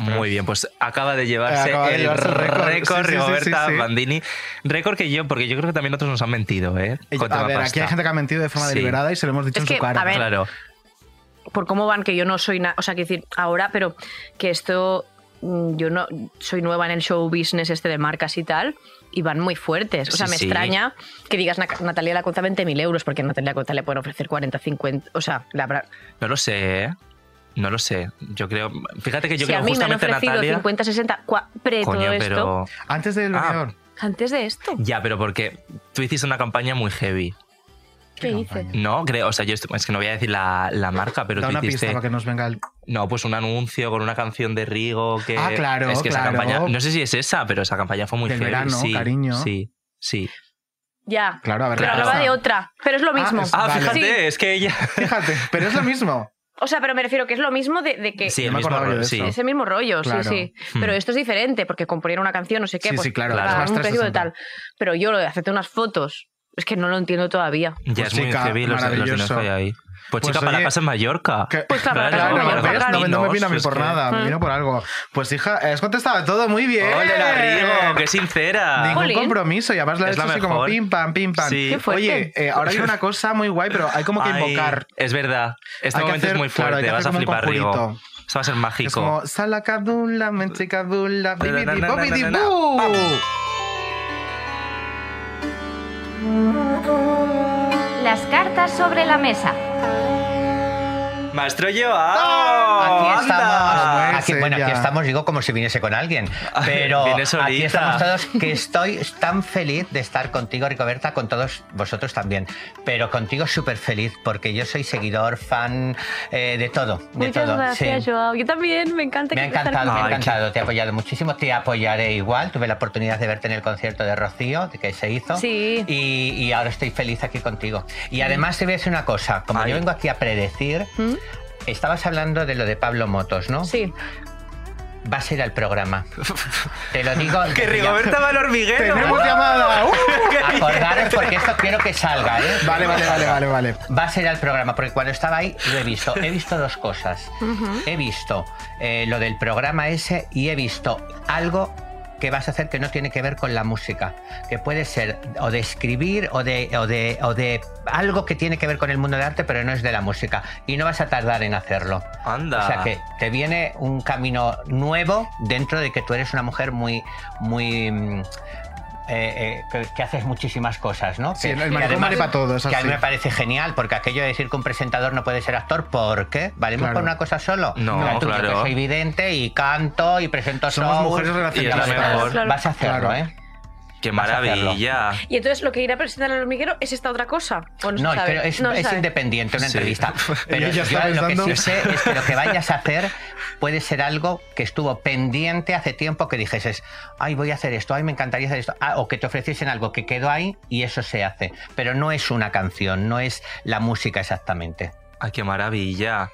[SPEAKER 1] Muy bien, pues acaba de llevarse
[SPEAKER 2] Acaba de
[SPEAKER 1] el
[SPEAKER 2] llevarse el récord.
[SPEAKER 1] récord
[SPEAKER 2] Sí, sí, sí,
[SPEAKER 1] Rigoberta
[SPEAKER 2] sí, sí.
[SPEAKER 1] Bandini. Récord que yo, porque yo creo que también otros nos han mentido, ¿eh? Con
[SPEAKER 2] a
[SPEAKER 1] tema
[SPEAKER 2] ver,
[SPEAKER 1] pasta.
[SPEAKER 2] aquí hay gente que ha mentido de forma
[SPEAKER 1] Sí.
[SPEAKER 2] deliberada y se lo hemos dicho
[SPEAKER 7] Es
[SPEAKER 2] en
[SPEAKER 7] que,
[SPEAKER 2] su cara.
[SPEAKER 7] a ver,
[SPEAKER 1] Claro.
[SPEAKER 7] Por cómo van, que yo no soy nada, o sea, quiero decir, ahora, pero que esto, mm, yo no soy nueva en el show business este de marcas y tal, y van muy fuertes. O sea,
[SPEAKER 8] Sí,
[SPEAKER 7] me
[SPEAKER 8] sí.
[SPEAKER 7] extraña que digas "Nac- Natalia Lacunza 20.000 euros, porque a Natalia Lacunza le pueden ofrecer 40, 50, o sea, la verdad.
[SPEAKER 1] No lo sé, ¿eh? No lo sé. Yo creo. Fíjate que yo
[SPEAKER 7] si
[SPEAKER 1] creo
[SPEAKER 7] a mí me han
[SPEAKER 1] justamente
[SPEAKER 7] ofrecido
[SPEAKER 1] Natalia.
[SPEAKER 7] 50, 60, cua- pre todo
[SPEAKER 1] Coño,
[SPEAKER 7] esto,
[SPEAKER 1] pero.
[SPEAKER 2] Antes del
[SPEAKER 1] vencedor.
[SPEAKER 7] antes de esto,
[SPEAKER 1] Ya, pero porque tú hiciste una campaña muy heavy.
[SPEAKER 7] ¿qué hice?
[SPEAKER 1] No, creo. O sea, yo estoy- es que no voy a decir la, la marca, pero
[SPEAKER 2] Da
[SPEAKER 1] tú
[SPEAKER 2] una
[SPEAKER 1] hiciste.
[SPEAKER 2] pista para que nos venga el...
[SPEAKER 1] No, pues un anuncio con una canción de Rigo que.
[SPEAKER 2] Ah, claro,
[SPEAKER 1] Es que esa
[SPEAKER 2] claro.
[SPEAKER 1] campaña. No sé si es esa, pero esa campaña fue muy
[SPEAKER 2] Del
[SPEAKER 1] heavy.
[SPEAKER 2] verano,
[SPEAKER 1] sí,
[SPEAKER 2] cariño.
[SPEAKER 1] Sí, sí.
[SPEAKER 7] Ya.
[SPEAKER 2] Claro, a ver.
[SPEAKER 7] Pero
[SPEAKER 1] Claro.
[SPEAKER 7] hablaba de otra, pero es lo mismo.
[SPEAKER 1] Ah, fíjate,
[SPEAKER 7] Sí,
[SPEAKER 1] es que ella.
[SPEAKER 2] Fíjate, pero es lo mismo.
[SPEAKER 7] O sea, pero me refiero que es lo mismo de, de que.
[SPEAKER 1] Sí, el mismo rollo, sí.
[SPEAKER 7] Es el mismo rollo,
[SPEAKER 1] Claro.
[SPEAKER 7] sí, sí.
[SPEAKER 1] Hmm.
[SPEAKER 7] Pero esto es diferente, porque componer una canción, no sé qué,
[SPEAKER 1] Sí,
[SPEAKER 7] pues
[SPEAKER 1] sí, claro,
[SPEAKER 7] pagar
[SPEAKER 1] claro. Más
[SPEAKER 7] un precio de
[SPEAKER 1] 360.
[SPEAKER 7] tal. Pero yo lo de hacerte unas fotos, es que no lo entiendo todavía.
[SPEAKER 1] Ya
[SPEAKER 2] Pues
[SPEAKER 1] es muy
[SPEAKER 2] chica,
[SPEAKER 1] heavy los, los dineros
[SPEAKER 2] maravilloso.
[SPEAKER 1] que hay ahí. Pues,
[SPEAKER 2] Pues
[SPEAKER 1] chica, para
[SPEAKER 2] oye,
[SPEAKER 1] casa en Mallorca.
[SPEAKER 7] Pues claro,
[SPEAKER 2] Claro,
[SPEAKER 7] Claro,
[SPEAKER 2] ¿ves?
[SPEAKER 7] para
[SPEAKER 2] no, me- no me vino a mí
[SPEAKER 1] Pues
[SPEAKER 2] por
[SPEAKER 1] que-
[SPEAKER 2] nada, me
[SPEAKER 7] Mm.
[SPEAKER 2] vino por algo. Pues hija, has contestado todo muy bien.
[SPEAKER 1] ¡Ole, la Rigo! ¡Qué sincera!
[SPEAKER 2] ¡Eh! Ningún compromiso y además la has
[SPEAKER 1] Es la
[SPEAKER 2] hecho así como
[SPEAKER 1] mejor.
[SPEAKER 2] pim, pam, pim, pam.
[SPEAKER 1] Sí. Qué fuerte.
[SPEAKER 2] Oye, eh, ahora hay una cosa muy guay, pero hay como que
[SPEAKER 1] Ay,
[SPEAKER 2] invocar.
[SPEAKER 1] es verdad. Este
[SPEAKER 2] Hay que
[SPEAKER 1] momento
[SPEAKER 2] hacer-
[SPEAKER 1] es muy
[SPEAKER 2] claro, hay
[SPEAKER 1] fuerte.
[SPEAKER 2] que
[SPEAKER 1] Vas
[SPEAKER 2] hacer
[SPEAKER 1] a
[SPEAKER 2] como un
[SPEAKER 1] flipar, Rigo.
[SPEAKER 2] conjurito.
[SPEAKER 1] Esto va a ser mágico.
[SPEAKER 2] Es como salacadula, menchicadula, bibidi,
[SPEAKER 1] na, na,
[SPEAKER 2] bobidi,
[SPEAKER 1] na, na, na.
[SPEAKER 2] boo.
[SPEAKER 9] Las cartas sobre la mesa.
[SPEAKER 1] ¡Maestro
[SPEAKER 2] ¡Ah!
[SPEAKER 1] Joao!
[SPEAKER 11] Aquí
[SPEAKER 1] ¡Anda! Ah,
[SPEAKER 11] estamos. Aquí- Ah, bueno, aquí estamos, digo, como si viniese con alguien. Pero
[SPEAKER 1] Viene
[SPEAKER 11] aquí
[SPEAKER 1] solita.
[SPEAKER 11] estamos todos, que estoy tan feliz de estar contigo, Ricoberta, con todos vosotros también. Pero contigo súper feliz, porque yo soy seguidor, fan eh, de todo. De
[SPEAKER 7] Muchas
[SPEAKER 11] todo.
[SPEAKER 7] gracias,
[SPEAKER 11] sí.
[SPEAKER 7] Joao. Yo también, me encanta
[SPEAKER 11] Me ha
[SPEAKER 7] que estar
[SPEAKER 11] encantado, me ha
[SPEAKER 7] aquí.
[SPEAKER 11] encantado. Te he apoyado muchísimo, te apoyaré igual. Tuve la oportunidad de verte en el concierto de Rocío, de que se hizo.
[SPEAKER 7] Sí.
[SPEAKER 11] Y, y ahora estoy feliz aquí contigo. Y además te voy a decir una cosa. Como yo vengo aquí a predecir, estabas hablando de lo de Pablo Motos, ¿no?
[SPEAKER 7] Sí.
[SPEAKER 11] Vas a ir al programa. te lo digo.
[SPEAKER 1] ¡Que Rigoberta va al hormiguero!
[SPEAKER 11] Tenemos
[SPEAKER 2] llamada.
[SPEAKER 11] Acordaros porque esto quiero que salga, ¿eh?
[SPEAKER 2] Vale, vale, vale, vale, vale.
[SPEAKER 11] Vas a ir al programa, porque cuando estaba ahí lo he visto. He visto dos cosas. He visto eh, lo del programa ese y he visto algo que vas a hacer que no tiene que ver con la música, que puede ser o de escribir o de, o de, o de algo que tiene que ver con el mundo del arte, pero no es de la música. Y no vas a tardar en hacerlo.
[SPEAKER 1] Anda.
[SPEAKER 11] O sea que te viene un camino nuevo dentro de que tú eres una mujer muy, muy... mm, eh, eh, que, que haces muchísimas cosas, ¿no?
[SPEAKER 2] Sí,
[SPEAKER 11] Que-
[SPEAKER 2] el
[SPEAKER 11] que
[SPEAKER 2] manicomio
[SPEAKER 11] además-
[SPEAKER 2] vale pa' todo, es
[SPEAKER 11] Que a mí
[SPEAKER 2] así.
[SPEAKER 11] me parece genial, porque aquello de decir que un presentador no puede ser actor, ¿por qué? ¿Valemos
[SPEAKER 2] Claro.
[SPEAKER 11] por una cosa solo?
[SPEAKER 1] No,
[SPEAKER 11] Mira, tú,
[SPEAKER 1] claro.
[SPEAKER 11] Yo que soy vidente y canto y presento
[SPEAKER 2] Somos
[SPEAKER 11] shows.
[SPEAKER 2] mujeres relacionadas.
[SPEAKER 1] Y es lo mejor. Claro.
[SPEAKER 11] Vas a hacerlo,
[SPEAKER 1] Claro.
[SPEAKER 11] ¿eh?
[SPEAKER 1] ¡Qué
[SPEAKER 11] Vas a hacerlo.
[SPEAKER 1] maravilla!
[SPEAKER 7] Y entonces lo que irá a presentar al hormiguero es esta otra cosa. ¿O Pues no, se
[SPEAKER 11] No,
[SPEAKER 7] sabe?
[SPEAKER 11] pero es,
[SPEAKER 7] No se
[SPEAKER 11] es
[SPEAKER 7] sabe.
[SPEAKER 11] independiente una
[SPEAKER 1] Sí.
[SPEAKER 11] entrevista. Pero
[SPEAKER 1] Ella ya
[SPEAKER 11] yo
[SPEAKER 1] está
[SPEAKER 11] lo que
[SPEAKER 1] pensando.
[SPEAKER 11] sí sé es que lo que vayas a hacer puede ser algo que estuvo pendiente hace tiempo que dijeses, ay, voy a hacer esto, ay, me encantaría hacer esto. Ah, o que te ofreciesen algo que quedó ahí y eso se hace. Pero no es una canción, no es la música exactamente.
[SPEAKER 1] ¡Ay, qué maravilla!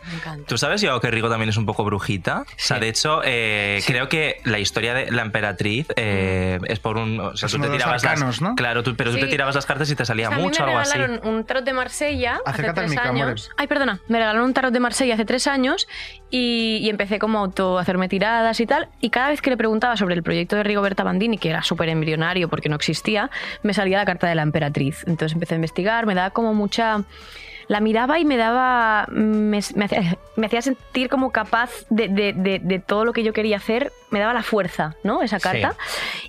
[SPEAKER 1] ¿Tú sabes, yo que Rigo también es un poco brujita? O sea, de hecho, eh, creo que la historia de la emperatriz eh, es por un... O sea,
[SPEAKER 2] Es
[SPEAKER 1] tú
[SPEAKER 2] uno
[SPEAKER 1] te
[SPEAKER 2] de los
[SPEAKER 1] tirabas las...
[SPEAKER 2] arcanos, ¿no?
[SPEAKER 1] Claro, tú- pero tú
[SPEAKER 7] Sí.
[SPEAKER 1] te tirabas las cartas y te salía
[SPEAKER 7] O sea,
[SPEAKER 1] mucho
[SPEAKER 7] a
[SPEAKER 1] o
[SPEAKER 7] mí me
[SPEAKER 1] algo así.
[SPEAKER 7] regalaron un tarot de Marsella
[SPEAKER 1] Acércate al
[SPEAKER 7] hace tres
[SPEAKER 1] micro,
[SPEAKER 7] años.
[SPEAKER 1] amore.
[SPEAKER 7] Ay, perdona. Me regalaron un tarot de Marsella hace tres años y, y empecé como a auto a hacerme tiradas y tal. Y cada vez que le preguntaba sobre el proyecto de Rigoberta Bandini, que era súper embrionario porque no existía, me salía la carta de la emperatriz. Entonces empecé a investigar, me daba como mucha... La miraba y me daba. Me, me hacía, me hacía sentir como capaz de, de- de- de todo lo que yo quería hacer. Me daba la fuerza, ¿no? Esa
[SPEAKER 11] Sí.
[SPEAKER 7] carta.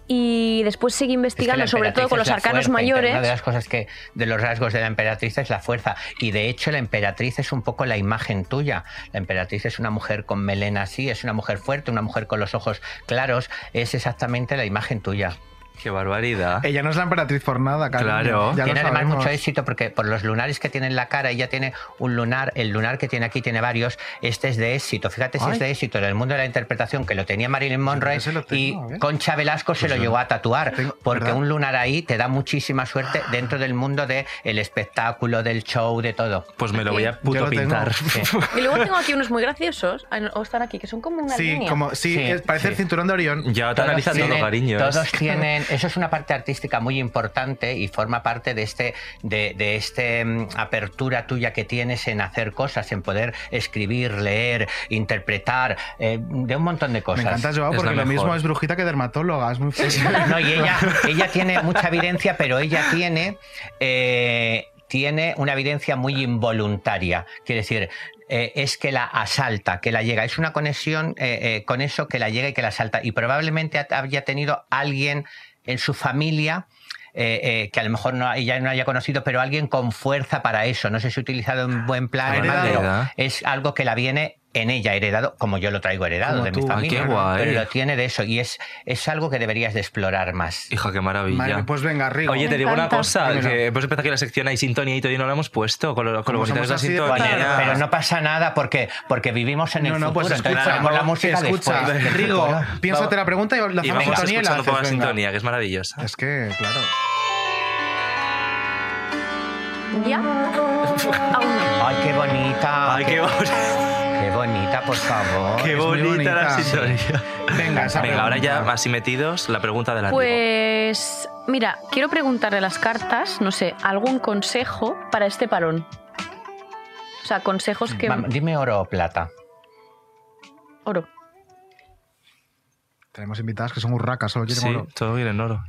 [SPEAKER 7] Y después seguí
[SPEAKER 11] Es que la
[SPEAKER 7] investigando, sobre todo
[SPEAKER 11] emperatriz
[SPEAKER 7] con
[SPEAKER 11] es
[SPEAKER 7] los
[SPEAKER 11] la
[SPEAKER 7] arcanos
[SPEAKER 11] fuerza, y que
[SPEAKER 7] mayores.
[SPEAKER 11] Una de las cosas que de los rasgos de la emperatriz es la fuerza y de hecho la emperatriz es un poco la imagen tuya. La emperatriz es una mujer con melena así, es una mujer fuerte, una mujer con los ojos claros, es exactamente la imagen tuya.
[SPEAKER 1] ¡Qué barbaridad!
[SPEAKER 2] Ella no es la emperatriz por nada, Carmen.
[SPEAKER 1] Claro.
[SPEAKER 2] Ya lo
[SPEAKER 11] tiene además
[SPEAKER 2] sabemos.
[SPEAKER 11] mucho éxito porque por los lunares que tiene en la cara, ella tiene un lunar, el lunar que tiene aquí tiene varios, este es de éxito. Fíjate si
[SPEAKER 2] Ay.
[SPEAKER 11] es de éxito en el mundo de la interpretación que lo tenía Marilyn Monroe
[SPEAKER 2] ese lo
[SPEAKER 11] y
[SPEAKER 2] tengo, a ver. Pues
[SPEAKER 11] Concha Velasco se lo llevó a tatuar porque
[SPEAKER 2] ¿verdad?
[SPEAKER 11] un lunar ahí te da muchísima suerte dentro del mundo del espectáculo, del show, de todo.
[SPEAKER 1] Pues me lo voy a
[SPEAKER 11] Yo
[SPEAKER 1] puto
[SPEAKER 11] lo tengo.
[SPEAKER 1] pintar. Eh,
[SPEAKER 11] Sí.
[SPEAKER 7] Y luego tengo aquí unos muy graciosos, ah, no, o están aquí, que son como una
[SPEAKER 2] Sí,
[SPEAKER 7] línea.
[SPEAKER 2] como, sí,
[SPEAKER 11] Sí,
[SPEAKER 2] es- parece
[SPEAKER 11] sí.
[SPEAKER 2] el cinturón de Orión.
[SPEAKER 1] Ya te analizan todo,
[SPEAKER 11] tienen-
[SPEAKER 1] cariño.
[SPEAKER 11] Todos
[SPEAKER 1] es-
[SPEAKER 11] tienen eso es una parte artística muy importante y forma parte de este de, de este mm, apertura tuya que tienes en hacer cosas, en poder escribir, leer, interpretar, eh, de un montón de
[SPEAKER 2] Me
[SPEAKER 11] cosas.
[SPEAKER 2] encanta Joao porque lo mismo es brujita que dermatóloga, es muy fuerte.
[SPEAKER 11] No, y ella, ella tiene mucha evidencia, pero ella tiene, eh, tiene una evidencia muy involuntaria. Quiere decir, eh, es que la asalta, que la llega. Es una conexión eh, eh, con eso que la llega y que la asalta. Y probablemente ha- haya tenido alguien en su familia. eh, eh, que a lo mejor no, ella no haya conocido, pero alguien con fuerza para eso. No sé si utilizado en buen plan o mal,
[SPEAKER 1] heredado.
[SPEAKER 11] pero es algo que la viene en ella heredado, como yo lo traigo heredado
[SPEAKER 1] Como
[SPEAKER 11] de
[SPEAKER 1] tú.
[SPEAKER 11] mi
[SPEAKER 1] Ah,
[SPEAKER 11] familia.
[SPEAKER 1] qué guay.
[SPEAKER 11] Pero lo tiene de eso y es, es algo que deberías de explorar más.
[SPEAKER 1] Hija, qué maravilla.
[SPEAKER 2] Vale, pues venga, Rigo.
[SPEAKER 1] Oye, te digo una cosa,
[SPEAKER 11] Dímelo.
[SPEAKER 1] que hemos empezado aquí la sección, hay sintonía y todavía no la hemos puesto, con lo, con lo bonito que es la
[SPEAKER 11] Bueno,
[SPEAKER 1] sintonía.
[SPEAKER 11] pero no pasa nada porque, porque vivimos en el
[SPEAKER 2] No, no,
[SPEAKER 11] futuro.
[SPEAKER 2] pues
[SPEAKER 11] entonces
[SPEAKER 2] escucha,
[SPEAKER 11] ponemos la
[SPEAKER 2] vamos,
[SPEAKER 11] música
[SPEAKER 2] escucha.
[SPEAKER 11] después.
[SPEAKER 2] Rigo, piénsate la pregunta y
[SPEAKER 1] Y
[SPEAKER 2] lanzamos
[SPEAKER 1] venga,
[SPEAKER 2] sintonía y la
[SPEAKER 1] escuchando por la
[SPEAKER 2] haces, venga.
[SPEAKER 1] sintonía, que es maravillosa.
[SPEAKER 2] Es que, claro.
[SPEAKER 7] ¿Ya? Aún no.
[SPEAKER 11] Ay, qué bonita. Ay, qué, qué bonita, por favor.
[SPEAKER 1] Qué
[SPEAKER 11] Es muy
[SPEAKER 1] bonita, la sintonía.
[SPEAKER 2] Venga,
[SPEAKER 11] esa
[SPEAKER 1] ahora ya así metidos, la pregunta de la
[SPEAKER 7] Pues mira, quiero preguntarle a las cartas, no sé, algún consejo para este parón. O sea, consejos que...
[SPEAKER 11] Mam, Dime oro o plata.
[SPEAKER 7] Oro.
[SPEAKER 2] Tenemos invitadas que son urracas, solo quieren oro.
[SPEAKER 1] todo viene en oro.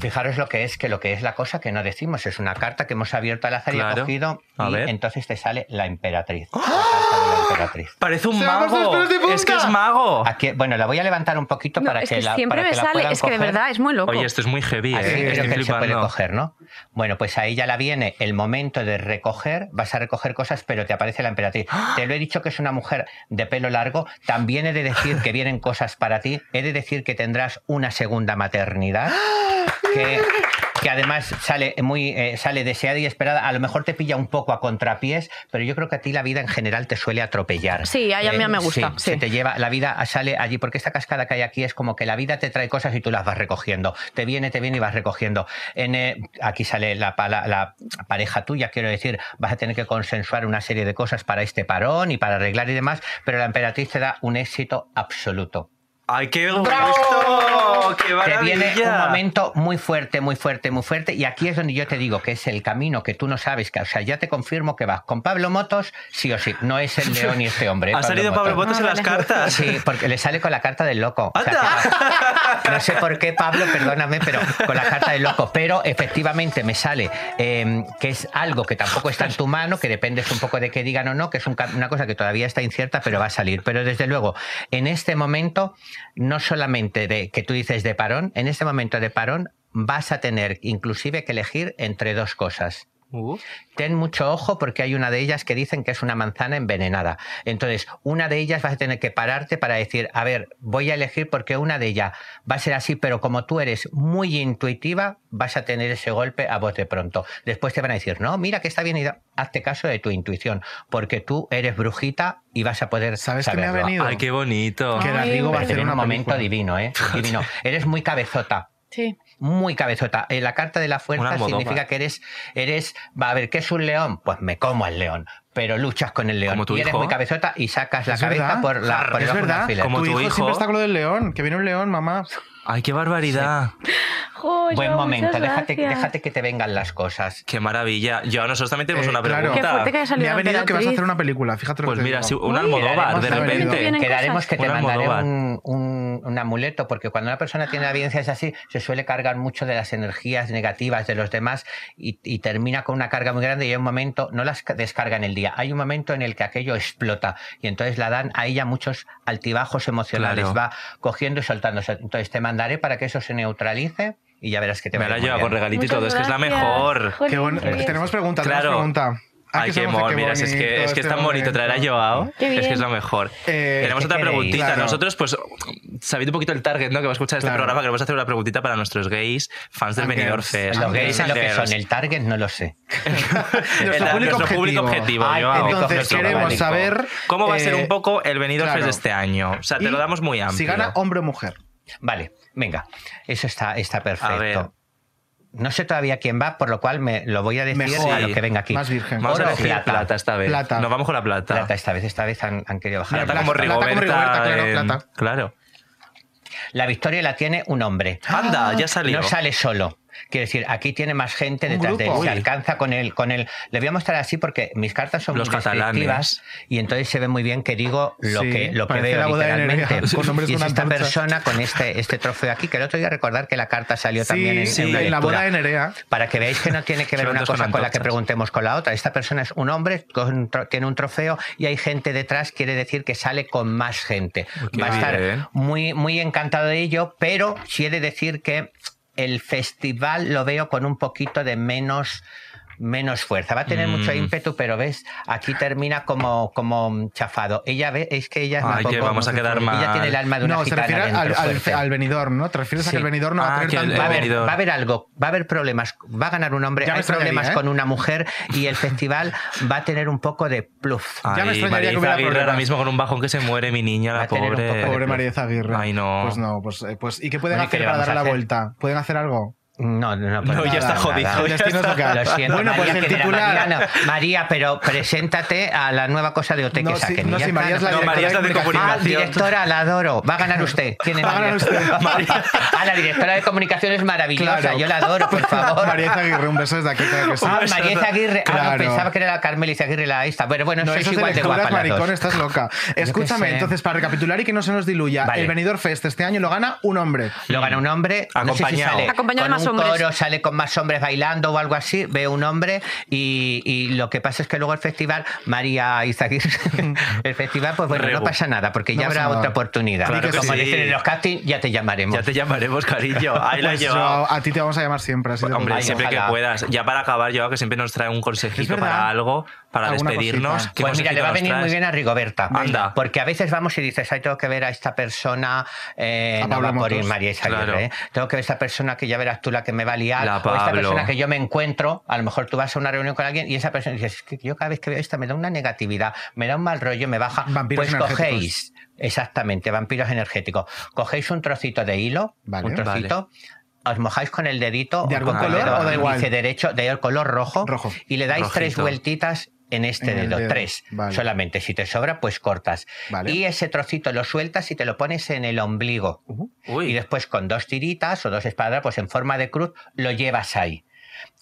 [SPEAKER 11] Fijaros lo que es, que lo que es la cosa que no decimos. Es una carta que hemos abierto al azar y ha
[SPEAKER 1] Claro.
[SPEAKER 11] cogido
[SPEAKER 1] A
[SPEAKER 11] y
[SPEAKER 1] ver.
[SPEAKER 11] entonces te sale la emperatriz.
[SPEAKER 2] ¡Ah!
[SPEAKER 11] La carta de la emperatriz.
[SPEAKER 1] Parece un mago. Es que es mago.
[SPEAKER 11] Aquí- bueno, la voy este a levantar un poquito
[SPEAKER 7] No,
[SPEAKER 11] para
[SPEAKER 7] es
[SPEAKER 11] que,
[SPEAKER 7] que
[SPEAKER 11] la
[SPEAKER 7] siempre
[SPEAKER 11] para
[SPEAKER 7] me
[SPEAKER 11] que la
[SPEAKER 7] sale-
[SPEAKER 11] puedan
[SPEAKER 7] es que de
[SPEAKER 11] coger.
[SPEAKER 7] verdad, es muy loco.
[SPEAKER 1] Oye, esto es muy heavy,
[SPEAKER 11] Así
[SPEAKER 1] ¿eh?
[SPEAKER 11] creo
[SPEAKER 1] Estoy
[SPEAKER 11] que se puede
[SPEAKER 1] flipando.
[SPEAKER 11] coger, ¿no? Bueno, pues ahí ya la viene el momento de recoger, vas a recoger cosas, pero te aparece la emperatriz. Te lo he dicho que es una mujer de pelo largo, también he de decir que vienen cosas para ti, he de decir que tendrás una segunda maternidad, que, que además sale muy eh, sale deseada y esperada, a lo mejor te pilla un poco a contrapiés, pero yo creo que a ti la vida en general te suele atropellar. Eh,
[SPEAKER 7] Sí, a mí me gusta,
[SPEAKER 11] se
[SPEAKER 7] sí.
[SPEAKER 11] te lleva, la vida sale allí, porque esta cascada que hay aquí es como que la vida te trae cosas y tú las vas recogiendo. Te viene, te viene y vas recogiendo. En, eh, aquí sale la, pala- la pareja tuya, quiero decir, vas a tener que consensuar una serie de cosas para este parón y para arreglar y demás, pero la emperatriz te da un éxito absoluto.
[SPEAKER 1] ¡Ay, qué gusto! ¡Qué
[SPEAKER 11] Te
[SPEAKER 1] maravilla!
[SPEAKER 11] viene un momento muy fuerte, muy fuerte, muy fuerte. Y aquí es donde yo te digo que es el camino que tú no sabes. Que, o sea, ya te confirmo que vas con Pablo Motos, sí o sí. No es el león y este hombre. ¿eh?
[SPEAKER 1] Ha salido Pablo Botas en las cartas.
[SPEAKER 11] Sí, porque le sale con la carta del loco. O sea, que- no sé por qué, Pablo, perdóname, pero con la carta del loco. Pero efectivamente me sale eh, que es algo que tampoco está en tu mano, que dependes un poco de que digan o no, que es un ca- una cosa que todavía está incierta, pero va a salir. Pero desde luego, en este momento, no solamente de que tú dices de parón, en este momento de parón vas a tener inclusive que elegir entre dos cosas. Ten mucho ojo porque hay una de ellas que dicen que es una manzana envenenada. Entonces, una de ellas vas a tener que pararte para decir, a ver, voy a elegir porque una de ellas va a ser así, pero como tú eres muy intuitiva, vas a tener ese golpe a vos de pronto. Después te van a decir, no, mira que está bien, y da- hazte caso de tu intuición, porque tú eres brujita y vas a poder ¿Sabes
[SPEAKER 2] qué me ha venido? Ay,
[SPEAKER 1] qué bonito.
[SPEAKER 2] Que la Rigo va a hacer
[SPEAKER 11] un
[SPEAKER 2] una
[SPEAKER 11] momento
[SPEAKER 2] película.
[SPEAKER 11] divino, ¿eh? Divino. eres muy cabezota
[SPEAKER 7] Sí.
[SPEAKER 11] muy cabezota. Eh, La carta de la
[SPEAKER 1] Una
[SPEAKER 11] fuerza
[SPEAKER 1] almodóvar.
[SPEAKER 11] significa que eres, eres, va a ver, ¿qué es un león? Pues me como al león, pero luchas con el león.
[SPEAKER 1] Como tu
[SPEAKER 11] y eres
[SPEAKER 1] hijo.
[SPEAKER 11] muy cabezota y sacas la
[SPEAKER 2] Es
[SPEAKER 11] cabeza
[SPEAKER 2] verdad.
[SPEAKER 11] por la por
[SPEAKER 2] es
[SPEAKER 11] debajo de un
[SPEAKER 2] verdad.
[SPEAKER 11] alfiler.
[SPEAKER 2] tu, hijo, siempre está con lo del león, que viene un león, mamá.
[SPEAKER 1] ¡Ay, qué barbaridad!
[SPEAKER 7] Jo,
[SPEAKER 11] Buen
[SPEAKER 7] Joao,
[SPEAKER 11] momento,
[SPEAKER 7] Pues muchas
[SPEAKER 11] déjate,
[SPEAKER 7] gracias.
[SPEAKER 11] déjate que te vengan las cosas.
[SPEAKER 1] ¡Qué maravilla! Yo, nosotros también tenemos
[SPEAKER 2] Eh,
[SPEAKER 1] una
[SPEAKER 2] claro.
[SPEAKER 1] pregunta.
[SPEAKER 2] Qué
[SPEAKER 7] fuerte que haya salido
[SPEAKER 2] Me ha
[SPEAKER 7] la
[SPEAKER 2] venido que vas a
[SPEAKER 7] emperatriz.
[SPEAKER 2] hacer una película, fíjate lo
[SPEAKER 1] Pues
[SPEAKER 2] que te
[SPEAKER 1] mira,
[SPEAKER 2] digo.
[SPEAKER 1] sí, un Uy, Almodóvar, de
[SPEAKER 11] Quedaremos-
[SPEAKER 1] repente. Vienen
[SPEAKER 11] Quedaremos
[SPEAKER 1] cosas.
[SPEAKER 11] que te
[SPEAKER 1] Un
[SPEAKER 11] mandaré
[SPEAKER 1] Almodóvar.
[SPEAKER 11] un, un- un amuleto, porque cuando una persona tiene la evidencia es así, se suele cargar mucho de las energías negativas de los demás y, y termina con una carga muy grande y hay un momento, no las ca- descarga en el día, hay un momento en el que aquello explota y entonces la dan a ella muchos altibajos emocionales,
[SPEAKER 1] Claro.
[SPEAKER 11] va cogiendo y soltándose. Entonces te mandaré para que eso se neutralice y ya verás que te
[SPEAKER 1] Me
[SPEAKER 11] va a
[SPEAKER 1] la
[SPEAKER 11] ir muy
[SPEAKER 1] lleva
[SPEAKER 11] bien.
[SPEAKER 1] con regalito y todo, es que es la
[SPEAKER 7] Muchas gracias.
[SPEAKER 1] mejor.
[SPEAKER 7] Jolín,
[SPEAKER 2] Qué bueno.
[SPEAKER 7] Pues qué bien.
[SPEAKER 2] Tenemos pregunta, tenemos
[SPEAKER 1] Claro.
[SPEAKER 2] pregunta. Ah,
[SPEAKER 1] Ay,
[SPEAKER 2] que
[SPEAKER 1] qué
[SPEAKER 2] somos de este
[SPEAKER 1] mono, mira, si es que, es, que es tan bonito traer a Joao,
[SPEAKER 7] Qué
[SPEAKER 1] es que
[SPEAKER 7] bien.
[SPEAKER 1] es lo mejor.
[SPEAKER 2] Eh,
[SPEAKER 1] Tenemos
[SPEAKER 11] ¿qué
[SPEAKER 1] otra
[SPEAKER 11] queréis?
[SPEAKER 1] preguntita.
[SPEAKER 11] Claro.
[SPEAKER 1] Nosotros, pues, sabiendo un poquito el target ¿no? que va a escuchar este
[SPEAKER 2] Claro.
[SPEAKER 1] programa, queremos hacer una preguntita para nuestros gays, fans del
[SPEAKER 2] And
[SPEAKER 1] Benidorm
[SPEAKER 2] girls.
[SPEAKER 1] Fest.
[SPEAKER 11] Los gays
[SPEAKER 1] and
[SPEAKER 11] son lo que
[SPEAKER 1] girls.
[SPEAKER 11] son, el target no lo sé.
[SPEAKER 1] El-
[SPEAKER 2] Nuestro público
[SPEAKER 1] nuestro público
[SPEAKER 2] objetivo.
[SPEAKER 1] objetivo.
[SPEAKER 11] Ay,
[SPEAKER 1] Joao.
[SPEAKER 2] entonces
[SPEAKER 1] Nuestro
[SPEAKER 2] queremos
[SPEAKER 1] público.
[SPEAKER 2] saber,
[SPEAKER 1] ¿Cómo va a ser
[SPEAKER 2] eh,
[SPEAKER 1] un poco el Benidorm Fest
[SPEAKER 2] claro.
[SPEAKER 1] de este año? O sea, te
[SPEAKER 2] Y
[SPEAKER 1] lo damos muy amplio.
[SPEAKER 2] Si gana hombre o mujer.
[SPEAKER 11] Vale, venga. Eso está, está perfecto.
[SPEAKER 1] A ver.
[SPEAKER 11] No sé todavía quién va, por lo cual me lo voy a decir
[SPEAKER 2] Mejor.
[SPEAKER 11] a los que venga aquí.
[SPEAKER 2] Más virgen.
[SPEAKER 1] Vamos a
[SPEAKER 11] Oro o
[SPEAKER 1] decir plata.
[SPEAKER 11] plata.
[SPEAKER 1] esta vez.
[SPEAKER 2] Plata.
[SPEAKER 1] Nos vamos con la plata.
[SPEAKER 11] Plata esta vez, esta vez han, han querido bajar.
[SPEAKER 1] Plata
[SPEAKER 11] la
[SPEAKER 1] como
[SPEAKER 2] plata como
[SPEAKER 1] Rigoberta.
[SPEAKER 2] Rigoberta, claro,
[SPEAKER 1] en-
[SPEAKER 2] plata.
[SPEAKER 1] Claro.
[SPEAKER 11] La victoria la tiene un hombre.
[SPEAKER 1] Anda, ya salió.
[SPEAKER 11] No sale solo. Quiero decir, aquí tiene más gente
[SPEAKER 1] Un
[SPEAKER 11] detrás de él.
[SPEAKER 1] grupo.
[SPEAKER 11] Se
[SPEAKER 1] Uy.
[SPEAKER 11] alcanza con él, con él. Le voy a mostrar así porque mis cartas son
[SPEAKER 1] Los
[SPEAKER 11] muy descriptivas
[SPEAKER 1] catalanes.
[SPEAKER 11] y entonces se ve muy bien que digo lo
[SPEAKER 1] Sí,
[SPEAKER 11] que lo que
[SPEAKER 1] parece
[SPEAKER 11] veo
[SPEAKER 1] la boda de Nerea,
[SPEAKER 11] literalmente.
[SPEAKER 1] con hombres
[SPEAKER 11] y es
[SPEAKER 1] con
[SPEAKER 11] esta
[SPEAKER 1] antorcha.
[SPEAKER 11] persona con este este trofeo aquí que el otro día recordar que la carta salió
[SPEAKER 2] Sí,
[SPEAKER 11] también en,
[SPEAKER 2] sí,
[SPEAKER 11] en una
[SPEAKER 2] en la
[SPEAKER 11] lectura.
[SPEAKER 2] boda de Nerea.
[SPEAKER 11] Para que veáis que no tiene que ver
[SPEAKER 2] Son
[SPEAKER 11] una
[SPEAKER 2] dos
[SPEAKER 11] cosa
[SPEAKER 2] con
[SPEAKER 11] con la que
[SPEAKER 2] antorchas.
[SPEAKER 11] preguntemos con la otra. Esta persona es un hombre, con un tro- tiene un trofeo y hay gente detrás, quiere decir que sale con más gente.
[SPEAKER 1] qué
[SPEAKER 11] Va a
[SPEAKER 1] bien.
[SPEAKER 11] estar muy, muy encantado de ello, pero sí he de decir que el festival lo veo con un poquito de menos menos fuerza. Va a tener mucho
[SPEAKER 1] Mm.
[SPEAKER 11] ímpetu, pero ves, aquí termina como, como chafado. Ella ve, es que ella es
[SPEAKER 1] Ay, que vamos a quedar
[SPEAKER 11] Ella
[SPEAKER 1] mal.
[SPEAKER 11] tiene el alma de una
[SPEAKER 2] No, se
[SPEAKER 11] gitana
[SPEAKER 2] refiere al,
[SPEAKER 11] dentro,
[SPEAKER 2] al-
[SPEAKER 11] fuerte.
[SPEAKER 2] al venidor, ¿no? Te refieres a
[SPEAKER 11] Sí.
[SPEAKER 2] que el venidor
[SPEAKER 1] Ah,
[SPEAKER 2] no va a tener tanto...
[SPEAKER 11] Va a, haber, va a haber algo, va a haber problemas, va a ganar un hombre,
[SPEAKER 2] Ya me
[SPEAKER 11] hay problemas
[SPEAKER 2] extrañaría, ¿eh?
[SPEAKER 11] con una mujer y el festival va a tener un poco de pluf.
[SPEAKER 1] Ay, María Isa Aguirre ahora mismo con un bajón que se muere mi niña, la
[SPEAKER 11] tener un
[SPEAKER 1] pobre.
[SPEAKER 11] poco de
[SPEAKER 2] Pobre María Isa Aguirre.
[SPEAKER 1] Ay, no.
[SPEAKER 2] Pues no, pues... eh, pues ¿Y qué pueden
[SPEAKER 11] Bueno, ¿y qué
[SPEAKER 2] hacer
[SPEAKER 11] le
[SPEAKER 2] para
[SPEAKER 11] vamos
[SPEAKER 2] darle
[SPEAKER 11] a
[SPEAKER 2] la
[SPEAKER 11] hacer?
[SPEAKER 2] vuelta? ¿Pueden hacer algo?
[SPEAKER 11] No, no, no.
[SPEAKER 2] No, ya está jodido, ya
[SPEAKER 1] Pues
[SPEAKER 11] El destino es lo que
[SPEAKER 2] está.
[SPEAKER 11] hay. Lo siento,
[SPEAKER 2] Bueno, pues
[SPEAKER 11] María,
[SPEAKER 2] el
[SPEAKER 11] que era
[SPEAKER 2] titular-
[SPEAKER 11] María, no. María, pero preséntate a la nueva cosa de OT que
[SPEAKER 2] No, sí,
[SPEAKER 11] saquen.
[SPEAKER 2] no,
[SPEAKER 11] y ya
[SPEAKER 2] sí, María
[SPEAKER 11] está,
[SPEAKER 2] es la
[SPEAKER 11] no,
[SPEAKER 2] directora
[SPEAKER 11] María es la
[SPEAKER 2] de
[SPEAKER 11] Ah,
[SPEAKER 2] comunicación.
[SPEAKER 11] directora, la adoro. Va a ganar usted. ¿Quién es
[SPEAKER 2] Va a
[SPEAKER 11] la
[SPEAKER 2] ganar
[SPEAKER 11] directora?
[SPEAKER 2] usted.
[SPEAKER 11] María. Ah, la directora de comunicación es maravillosa. Yo la adoro, por favor.
[SPEAKER 2] María Isa Aguirre, un beso desde aquí. claro que sí.
[SPEAKER 11] Ah, María Isa Aguirre. Ah, no,
[SPEAKER 2] Claro.
[SPEAKER 11] pensaba que era la Carmela Isa Aguirre la esta. Bueno, bueno,
[SPEAKER 2] No,
[SPEAKER 11] sois
[SPEAKER 2] eso es de
[SPEAKER 11] igual de guapa
[SPEAKER 2] lecturas,
[SPEAKER 11] las dos.
[SPEAKER 2] maricón, estás loca.
[SPEAKER 11] qué
[SPEAKER 2] Escúchame,
[SPEAKER 11] sé.
[SPEAKER 2] entonces, para recapitular y que no se nos diluya,
[SPEAKER 11] Vale.
[SPEAKER 2] el Benidorm Fest este año lo gana un hombre.
[SPEAKER 11] Lo gana un hombre, no sé si
[SPEAKER 2] Acompañado.
[SPEAKER 11] sale
[SPEAKER 2] Acompañado
[SPEAKER 11] con
[SPEAKER 2] de más
[SPEAKER 11] un
[SPEAKER 2] hombres.
[SPEAKER 11] coro, sale con más hombres bailando o algo así, ve un hombre y, y lo que pasa es que luego el festival, María Izaguirre, el festival, pues bueno, no
[SPEAKER 1] Regu.
[SPEAKER 11] pasa nada, porque
[SPEAKER 1] No
[SPEAKER 11] ya
[SPEAKER 1] pasa
[SPEAKER 11] habrá
[SPEAKER 1] nada.
[SPEAKER 11] otra oportunidad.
[SPEAKER 1] Claro que
[SPEAKER 11] Como
[SPEAKER 1] sí.
[SPEAKER 11] dicen en los castings, ya te llamaremos.
[SPEAKER 1] Ya te llamaremos, cariño. Ahí la has
[SPEAKER 2] Pues,
[SPEAKER 1] llevado.
[SPEAKER 2] yo- a ti te vamos a llamar siempre. Así te
[SPEAKER 1] Hombre,
[SPEAKER 2] preocupes.
[SPEAKER 1] siempre que puedas. Ya para acabar, yo que siempre nos trae un consejito para algo, para
[SPEAKER 11] Alguna
[SPEAKER 1] despedirnos.
[SPEAKER 11] cosita. Pues mira, le va a venir muy bien a Rigoberta.
[SPEAKER 1] Anda.
[SPEAKER 11] Porque a veces vamos y dices, ay, tengo que ver a esta persona, eh,
[SPEAKER 2] Ah,
[SPEAKER 1] A
[SPEAKER 11] no
[SPEAKER 1] Pablo
[SPEAKER 11] va por ir
[SPEAKER 1] Motos.
[SPEAKER 11] María Isa
[SPEAKER 1] Claro.
[SPEAKER 11] Aguirre, eh. Tengo que ver a esta persona que ya verás tú la que me va a liar,
[SPEAKER 1] La
[SPEAKER 11] o esta
[SPEAKER 1] Pablo.
[SPEAKER 11] persona que yo me encuentro. A lo mejor tú vas a una reunión con alguien y esa persona dices, es que yo cada vez que veo esta me da una negatividad, me da un mal rollo, me baja.
[SPEAKER 2] Vampiros
[SPEAKER 11] pues
[SPEAKER 2] energéticos.
[SPEAKER 11] cogéis, exactamente, vampiros energéticos. Cogéis un trocito de hilo,
[SPEAKER 2] Vale.
[SPEAKER 11] un trocito. Os mojáis con el dedito,
[SPEAKER 2] ¿De algún
[SPEAKER 11] con el
[SPEAKER 2] color
[SPEAKER 11] dedo
[SPEAKER 2] o da igual?
[SPEAKER 11] índice derecho, de color rojo, y le dais tres
[SPEAKER 2] Rojito.
[SPEAKER 11] vueltitas en este
[SPEAKER 2] En el
[SPEAKER 11] dedo,
[SPEAKER 2] dedo.
[SPEAKER 11] tres
[SPEAKER 2] Vale.
[SPEAKER 11] solamente. Si te sobra, pues cortas. Y ese trocito lo sueltas y te lo pones en el ombligo. Y después con dos tiritas o dos espadas, pues en forma de cruz, lo llevas ahí.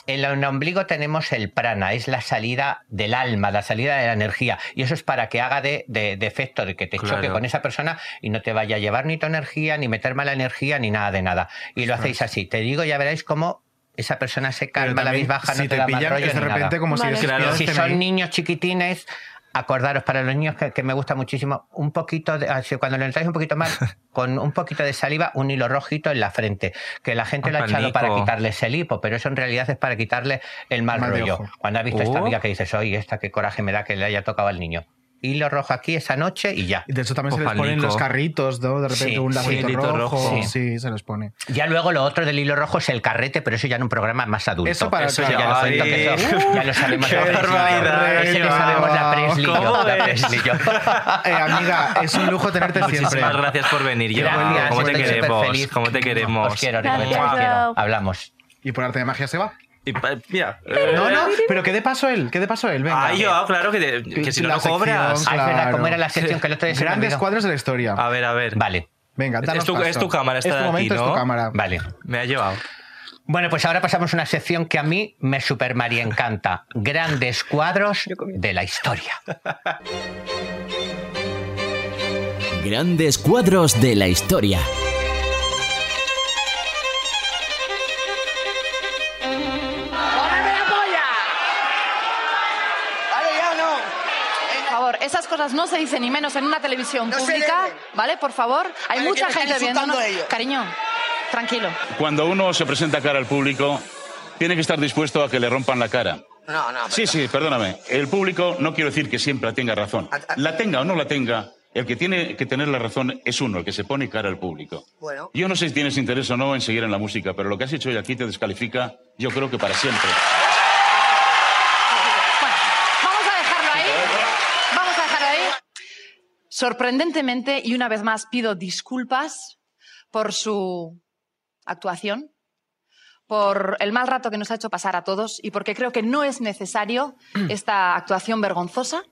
[SPEAKER 11] En el ombligo tenemos el prana, es la salida del alma, la salida de la energía. Y eso es para que haga de, de- de efecto, de que te
[SPEAKER 1] Claro.
[SPEAKER 11] choque con esa persona y no te vaya a llevar ni tu energía, ni meter mala energía, ni nada de nada. Y lo hacéis así. Te digo, ya veréis cómo esa persona se calma, la
[SPEAKER 2] también,
[SPEAKER 11] vis baja,
[SPEAKER 2] si
[SPEAKER 11] no
[SPEAKER 2] te
[SPEAKER 11] te, da mal
[SPEAKER 2] pillan,
[SPEAKER 11] rollo
[SPEAKER 2] es de
[SPEAKER 11] ni nada.
[SPEAKER 2] repente como si Vale. les pillaras
[SPEAKER 11] si
[SPEAKER 2] TNI.
[SPEAKER 11] son niños chiquitines, acordaros para los niños que, que me gusta muchísimo, un poquito de, así, cuando lo entráis un poquito más, con un poquito de saliva, un hilo rojito en la frente, que la gente lo ha echado para
[SPEAKER 1] Apanico.
[SPEAKER 11] quitarles el hipo, pero eso en realidad es para quitarle el mal,
[SPEAKER 1] Mal de
[SPEAKER 11] rollo.
[SPEAKER 1] ojo.
[SPEAKER 11] Cuando has visto esta
[SPEAKER 1] Oh.
[SPEAKER 11] amiga que dices, oye, esta qué coraje me da que le haya tocado al niño. Hilo rojo aquí esa noche y ya.
[SPEAKER 2] Y de hecho también se les
[SPEAKER 11] Ojalá,
[SPEAKER 2] ponen
[SPEAKER 11] Nico.
[SPEAKER 2] los carritos, ¿no? De repente
[SPEAKER 11] Sí,
[SPEAKER 2] un
[SPEAKER 11] sí,
[SPEAKER 2] lacito
[SPEAKER 11] hilito
[SPEAKER 2] rojo.
[SPEAKER 11] rojo.
[SPEAKER 2] Sí. se les pone.
[SPEAKER 11] Ya luego lo otro del hilo rojo es el carrete, pero eso ya en un programa más adulto.
[SPEAKER 2] Eso para
[SPEAKER 11] eso
[SPEAKER 2] el
[SPEAKER 11] ya lo
[SPEAKER 2] carrete.
[SPEAKER 11] siento, que eso
[SPEAKER 2] Ay.
[SPEAKER 11] ya lo sabemos.
[SPEAKER 2] Qué
[SPEAKER 11] la Presley y yo.
[SPEAKER 2] barbaridad,
[SPEAKER 11] Eso
[SPEAKER 2] qué
[SPEAKER 11] ya sabemos la
[SPEAKER 2] guau.
[SPEAKER 11] Presley y yo,
[SPEAKER 2] ¿Cómo
[SPEAKER 11] la
[SPEAKER 2] ves?
[SPEAKER 11] Presley y yo. Ah,
[SPEAKER 2] Eh, amiga, es un lujo tenerte
[SPEAKER 1] Muchísimas
[SPEAKER 2] siempre.
[SPEAKER 1] gracias por venir, yo.
[SPEAKER 11] Gracias,
[SPEAKER 1] ¿Cómo te
[SPEAKER 11] estoy
[SPEAKER 1] queremos?
[SPEAKER 11] superfeliz.
[SPEAKER 1] ¿Cómo te queremos?
[SPEAKER 11] Os quiero,
[SPEAKER 2] Gracias,
[SPEAKER 11] Rigoberta, os quiero.
[SPEAKER 2] Rob.
[SPEAKER 11] Hablamos.
[SPEAKER 2] Y por arte de magia se va.
[SPEAKER 1] Y pa- mira.
[SPEAKER 2] No,
[SPEAKER 1] eh,
[SPEAKER 2] no, pero ¿qué de paso él? ¿Qué de paso él? Venga.
[SPEAKER 1] Ah, yo, claro, que, te- que si no
[SPEAKER 2] La
[SPEAKER 1] lo cobras.
[SPEAKER 2] sección,
[SPEAKER 11] Ah, es verdad,
[SPEAKER 2] claro.
[SPEAKER 11] ¿cómo era la sección que el otro día se me
[SPEAKER 2] Grandes
[SPEAKER 11] olvidó?
[SPEAKER 2] cuadros de la historia.
[SPEAKER 1] A ver, a ver.
[SPEAKER 11] Vale.
[SPEAKER 2] Venga, danos
[SPEAKER 1] Es tu,
[SPEAKER 2] paso.
[SPEAKER 1] es tu cámara, esta
[SPEAKER 2] Es tu
[SPEAKER 1] de aquí,
[SPEAKER 2] momento, es tu
[SPEAKER 1] ¿no?
[SPEAKER 2] cámara.
[SPEAKER 11] Vale.
[SPEAKER 1] Me ha llevado.
[SPEAKER 11] Bueno, pues ahora pasamos a una sección que a mí me super María encanta. Grandes cuadros de la historia.
[SPEAKER 12] Grandes cuadros de la historia.
[SPEAKER 13] Vale, ya no. Por favor, esas cosas no se dicen ni menos en una televisión
[SPEAKER 14] No se
[SPEAKER 13] pública,
[SPEAKER 14] deben.
[SPEAKER 13] ¿vale? Por favor, hay
[SPEAKER 14] Vale,
[SPEAKER 13] mucha
[SPEAKER 14] que me
[SPEAKER 13] gente
[SPEAKER 14] están
[SPEAKER 13] viendo.
[SPEAKER 14] insultando ellos.
[SPEAKER 13] Cariño, tranquilo.
[SPEAKER 15] Cuando uno se presenta cara al público, tiene que estar dispuesto a que le rompan la cara.
[SPEAKER 14] No, no.
[SPEAKER 15] Sí, sí, perdóname. El público no quiero decir que siempre tenga razón. La tenga o no la tenga, el que tiene que tener la razón es uno, el que se pone cara al público.
[SPEAKER 14] Bueno.
[SPEAKER 15] Yo no sé si tienes interés o no en seguir en la música, pero lo que has hecho hoy aquí te descalifica, yo creo que para siempre.
[SPEAKER 13] Vamos a dejarlo ahí. Vamos a dejarlo ahí. Sorprendentemente, y una vez más pido disculpas por su actuación, por el mal rato que nos ha hecho pasar a
[SPEAKER 5] Mm.
[SPEAKER 13] todos y porque creo que no es necesario esta actuación vergonzosa.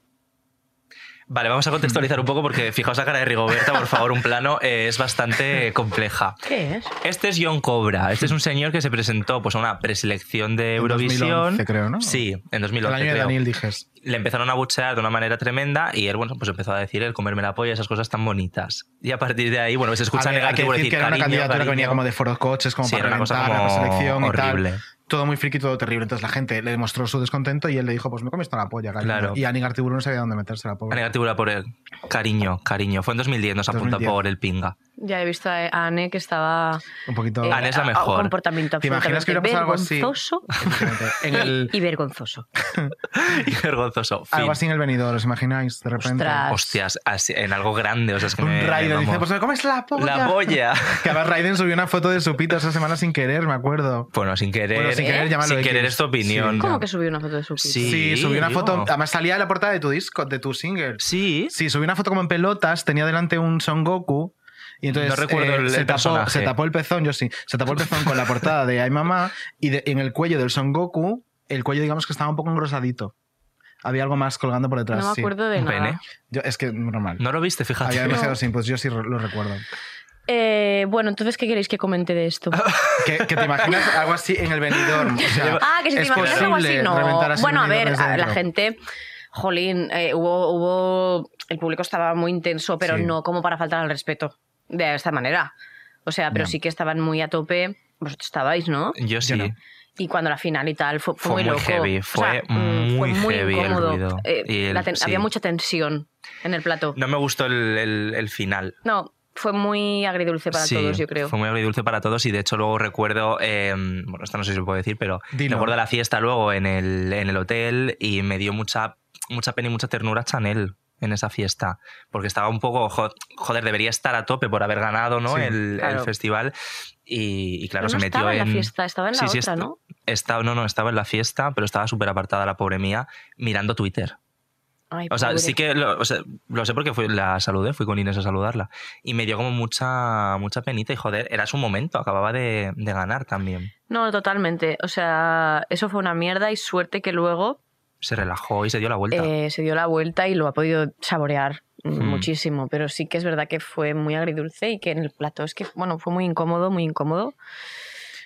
[SPEAKER 1] Vale, vamos a contextualizar un poco porque fijaos la cara de Rigoberta, por favor, un plano, eh, es bastante compleja.
[SPEAKER 7] ¿Qué es?
[SPEAKER 1] Este es John Cobra. Este es un señor que se presentó pues, a una preselección de
[SPEAKER 2] En
[SPEAKER 1] Eurovisión.
[SPEAKER 2] 2011, creo, ¿no?
[SPEAKER 1] Sí, en 2011.
[SPEAKER 2] El año de
[SPEAKER 1] creo.
[SPEAKER 2] Daniel Dijes.
[SPEAKER 1] Le empezaron a buchear de una manera tremenda y él, bueno, pues empezó a decir el comerme la polla, esas cosas tan bonitas. Y a partir de ahí, bueno, se escucha
[SPEAKER 2] A ver, hay que
[SPEAKER 1] negativo
[SPEAKER 2] decir
[SPEAKER 1] decir
[SPEAKER 2] que era una
[SPEAKER 1] cariño,
[SPEAKER 2] candidatura que venía
[SPEAKER 1] cariño.
[SPEAKER 2] como de foros coches, como
[SPEAKER 1] Sí, era
[SPEAKER 2] para
[SPEAKER 1] una cosa
[SPEAKER 2] reventar la
[SPEAKER 1] como
[SPEAKER 2] preselección y
[SPEAKER 1] horrible.
[SPEAKER 2] tal. Todo muy friki, todo terrible. Entonces la gente le demostró su descontento y él le dijo, pues me comiste la polla, cariño.
[SPEAKER 1] Claro.
[SPEAKER 2] Y Ani Gartiburu no sabía dónde meterse la pobre.
[SPEAKER 1] Una negativa por él. Cariño, cariño. Fue en 2010, nos apunta
[SPEAKER 2] 2010.
[SPEAKER 1] por el pinga.
[SPEAKER 7] Ya he visto a a Anne que estaba.
[SPEAKER 2] Un poquito.
[SPEAKER 7] eh,
[SPEAKER 1] Anne es la
[SPEAKER 7] a- a-
[SPEAKER 1] mejor.
[SPEAKER 7] Un comportamiento
[SPEAKER 1] ¿Te
[SPEAKER 7] absolutamente
[SPEAKER 1] imaginas que hubiera pasado algo así?
[SPEAKER 7] vergonzoso
[SPEAKER 2] En el-
[SPEAKER 7] y vergonzoso.
[SPEAKER 1] Y vergonzoso. Fin.
[SPEAKER 2] Algo así en el venidor, ¿os imagináis? De repente.
[SPEAKER 1] Hostias, así, en algo grande. O sea, es que me-
[SPEAKER 2] Un Raiden
[SPEAKER 1] eh, vamos.
[SPEAKER 2] dice, pues me comes la polla.
[SPEAKER 1] La polla.
[SPEAKER 2] que además Raiden subió una foto de su pito esa semana sin querer, me acuerdo.
[SPEAKER 1] Bueno, sin querer. ¿eh?
[SPEAKER 2] Bueno, sin querer, llámalo
[SPEAKER 1] sin
[SPEAKER 2] X.
[SPEAKER 1] querer es tu opinión.
[SPEAKER 7] ¿Cómo que subió una foto de su pito?
[SPEAKER 1] Sí,
[SPEAKER 2] Sí, subí una
[SPEAKER 1] digo.
[SPEAKER 2] foto. Además, salía de la portada de tu disco, de tu single.
[SPEAKER 1] Sí.
[SPEAKER 2] Sí, subí una foto como en pelotas, tenía delante un Son Goku. Y entonces eh,
[SPEAKER 1] No recuerdo el- el
[SPEAKER 2] se, tapó,
[SPEAKER 1] personaje.
[SPEAKER 2] se tapó el pezón, yo sí. Se tapó el pezón con la portada de Ay Mamá y de- en el cuello del Son Goku, el cuello, digamos que estaba un poco engrosadito. Había algo más colgando por detrás.
[SPEAKER 7] No me
[SPEAKER 2] sí.
[SPEAKER 7] acuerdo de Un nada. pene.
[SPEAKER 2] Yo- es que normal.
[SPEAKER 1] No lo viste, fíjate.
[SPEAKER 2] Había demasiados
[SPEAKER 7] No.
[SPEAKER 2] inputs, yo sí lo recuerdo.
[SPEAKER 7] Eh, bueno, entonces, ¿qué queréis que comente de esto?
[SPEAKER 2] Que, que te imaginas algo así en el Benidorm. O sea,
[SPEAKER 7] ah, que si te
[SPEAKER 2] es
[SPEAKER 7] imaginas algo así,
[SPEAKER 2] posible
[SPEAKER 7] no.
[SPEAKER 2] reventar así
[SPEAKER 7] Bueno, a
[SPEAKER 2] un
[SPEAKER 7] ver,
[SPEAKER 2] Benidorm desde
[SPEAKER 7] a
[SPEAKER 2] dentro.
[SPEAKER 7] la gente, jolín, eh, hubo, hubo. El público estaba muy intenso, pero
[SPEAKER 2] Sí.
[SPEAKER 7] no como para faltar al respeto de esta manera. O sea, pero
[SPEAKER 1] Ya.
[SPEAKER 7] sí que estaban muy a tope. Vosotros estabais, ¿no?
[SPEAKER 1] Yo sí.
[SPEAKER 7] Y cuando la final y tal, fue, fue
[SPEAKER 1] Fue
[SPEAKER 7] muy,
[SPEAKER 1] muy
[SPEAKER 7] loco.
[SPEAKER 1] heavy,
[SPEAKER 7] O
[SPEAKER 1] fue
[SPEAKER 7] mm,
[SPEAKER 1] muy heavy el
[SPEAKER 7] incómodo. Eh,
[SPEAKER 1] ruido. Y el-
[SPEAKER 7] la ten-
[SPEAKER 1] sí.
[SPEAKER 7] Había mucha tensión en el plato.
[SPEAKER 1] No me gustó el, el- el final.
[SPEAKER 7] No, fue muy agridulce para
[SPEAKER 1] Sí,
[SPEAKER 7] todos, yo creo.
[SPEAKER 1] Fue muy agridulce para todos y de hecho luego recuerdo, eh, bueno, esto no sé si lo puedo decir, pero
[SPEAKER 2] Dilo.
[SPEAKER 1] recuerdo la fiesta luego en el, en el hotel y me dio mucha, mucha pena y mucha ternura Chanel en esa fiesta, porque estaba un poco, jo- joder, debería estar a tope por haber ganado ¿no?
[SPEAKER 7] Sí,
[SPEAKER 1] el,
[SPEAKER 7] claro.
[SPEAKER 1] el festival y, y claro,
[SPEAKER 7] Pero
[SPEAKER 1] se
[SPEAKER 7] no
[SPEAKER 1] metió
[SPEAKER 7] estaba en la fiesta, estaba en la otra,
[SPEAKER 1] est-
[SPEAKER 7] ¿no?
[SPEAKER 1] estaba- no, no, estaba en la fiesta, pero estaba súper apartada la pobre mía mirando Twitter.
[SPEAKER 7] Ay,
[SPEAKER 1] O sea,
[SPEAKER 7] pobre.
[SPEAKER 1] sí que lo, o sea, lo sé porque fui, la saludé, fui con Inés a saludarla. Y me dio como mucha, mucha penita y joder, era su momento, acababa de, de ganar también.
[SPEAKER 7] No, totalmente. O sea, eso fue una mierda y suerte que luego
[SPEAKER 1] Se relajó y se dio la vuelta.
[SPEAKER 7] eh, se dio la vuelta y lo ha podido saborear mm,
[SPEAKER 1] Hmm.
[SPEAKER 7] muchísimo. Pero sí que es verdad que fue muy agridulce y que en el plato es que, bueno, fue muy incómodo, muy incómodo.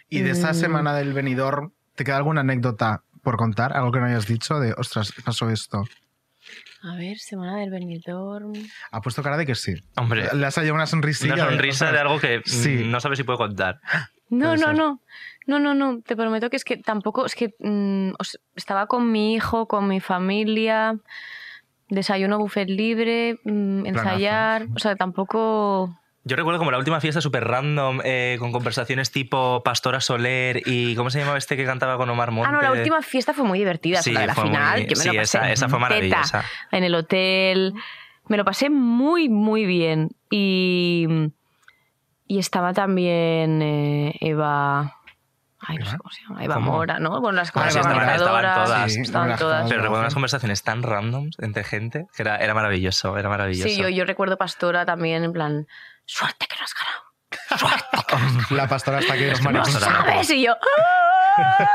[SPEAKER 2] Y de esa
[SPEAKER 7] Mm.
[SPEAKER 2] semana del Benidorm, ¿te queda alguna anécdota por contar? Algo que no hayas dicho de, ostras, pasó esto.
[SPEAKER 7] A ver, semana del Benidorm.
[SPEAKER 2] Ha puesto cara de que sí.
[SPEAKER 1] Hombre.
[SPEAKER 2] Le has salido una sonrisilla.
[SPEAKER 1] una sonrisa
[SPEAKER 2] o sea,
[SPEAKER 1] de algo que mm,
[SPEAKER 2] Sí.
[SPEAKER 1] no sabes si puedo contar.
[SPEAKER 7] No,
[SPEAKER 1] Puede
[SPEAKER 7] no,
[SPEAKER 1] ser.
[SPEAKER 7] no. No, no, no. Te prometo que es que tampoco. Es que mm, os- estaba con mi hijo, con mi familia. Desayuno buffet libre, mm,
[SPEAKER 1] Planazo.
[SPEAKER 7] ensayar. O sea, tampoco.
[SPEAKER 1] Yo recuerdo como la última fiesta súper random, eh, con conversaciones tipo Pastora Soler y ¿cómo se llamaba este que cantaba con Omar Monte?
[SPEAKER 7] Ah, no, la última fiesta fue muy divertida.
[SPEAKER 1] Sí,
[SPEAKER 7] fue la de la
[SPEAKER 1] fue muy-
[SPEAKER 7] final. que me lo
[SPEAKER 1] sí,
[SPEAKER 7] pasé
[SPEAKER 1] esa- esa fue
[SPEAKER 7] teta
[SPEAKER 1] maravillosa.
[SPEAKER 7] En el hotel. Me lo pasé muy, muy bien. Y. Y estaba también eh, Eva. Ay, no sé cómo se llama. Eva
[SPEAKER 1] ¿Cómo?
[SPEAKER 7] Mora, ¿no? Con las
[SPEAKER 1] Ah, sí, estaban,
[SPEAKER 7] organizadoras.
[SPEAKER 1] estaban todas.
[SPEAKER 7] estaban todas.
[SPEAKER 1] Pero recuerdo unas conversaciones tan randoms entre gente que era, era maravilloso, era maravilloso.
[SPEAKER 7] Sí, yo, yo recuerdo Pastora también, en plan, suerte que no has ganado.
[SPEAKER 2] La pastora hasta que
[SPEAKER 1] Es
[SPEAKER 2] los
[SPEAKER 1] que
[SPEAKER 2] maricones-
[SPEAKER 1] pastora no
[SPEAKER 7] ¿Sabes? Y yo. "Ah,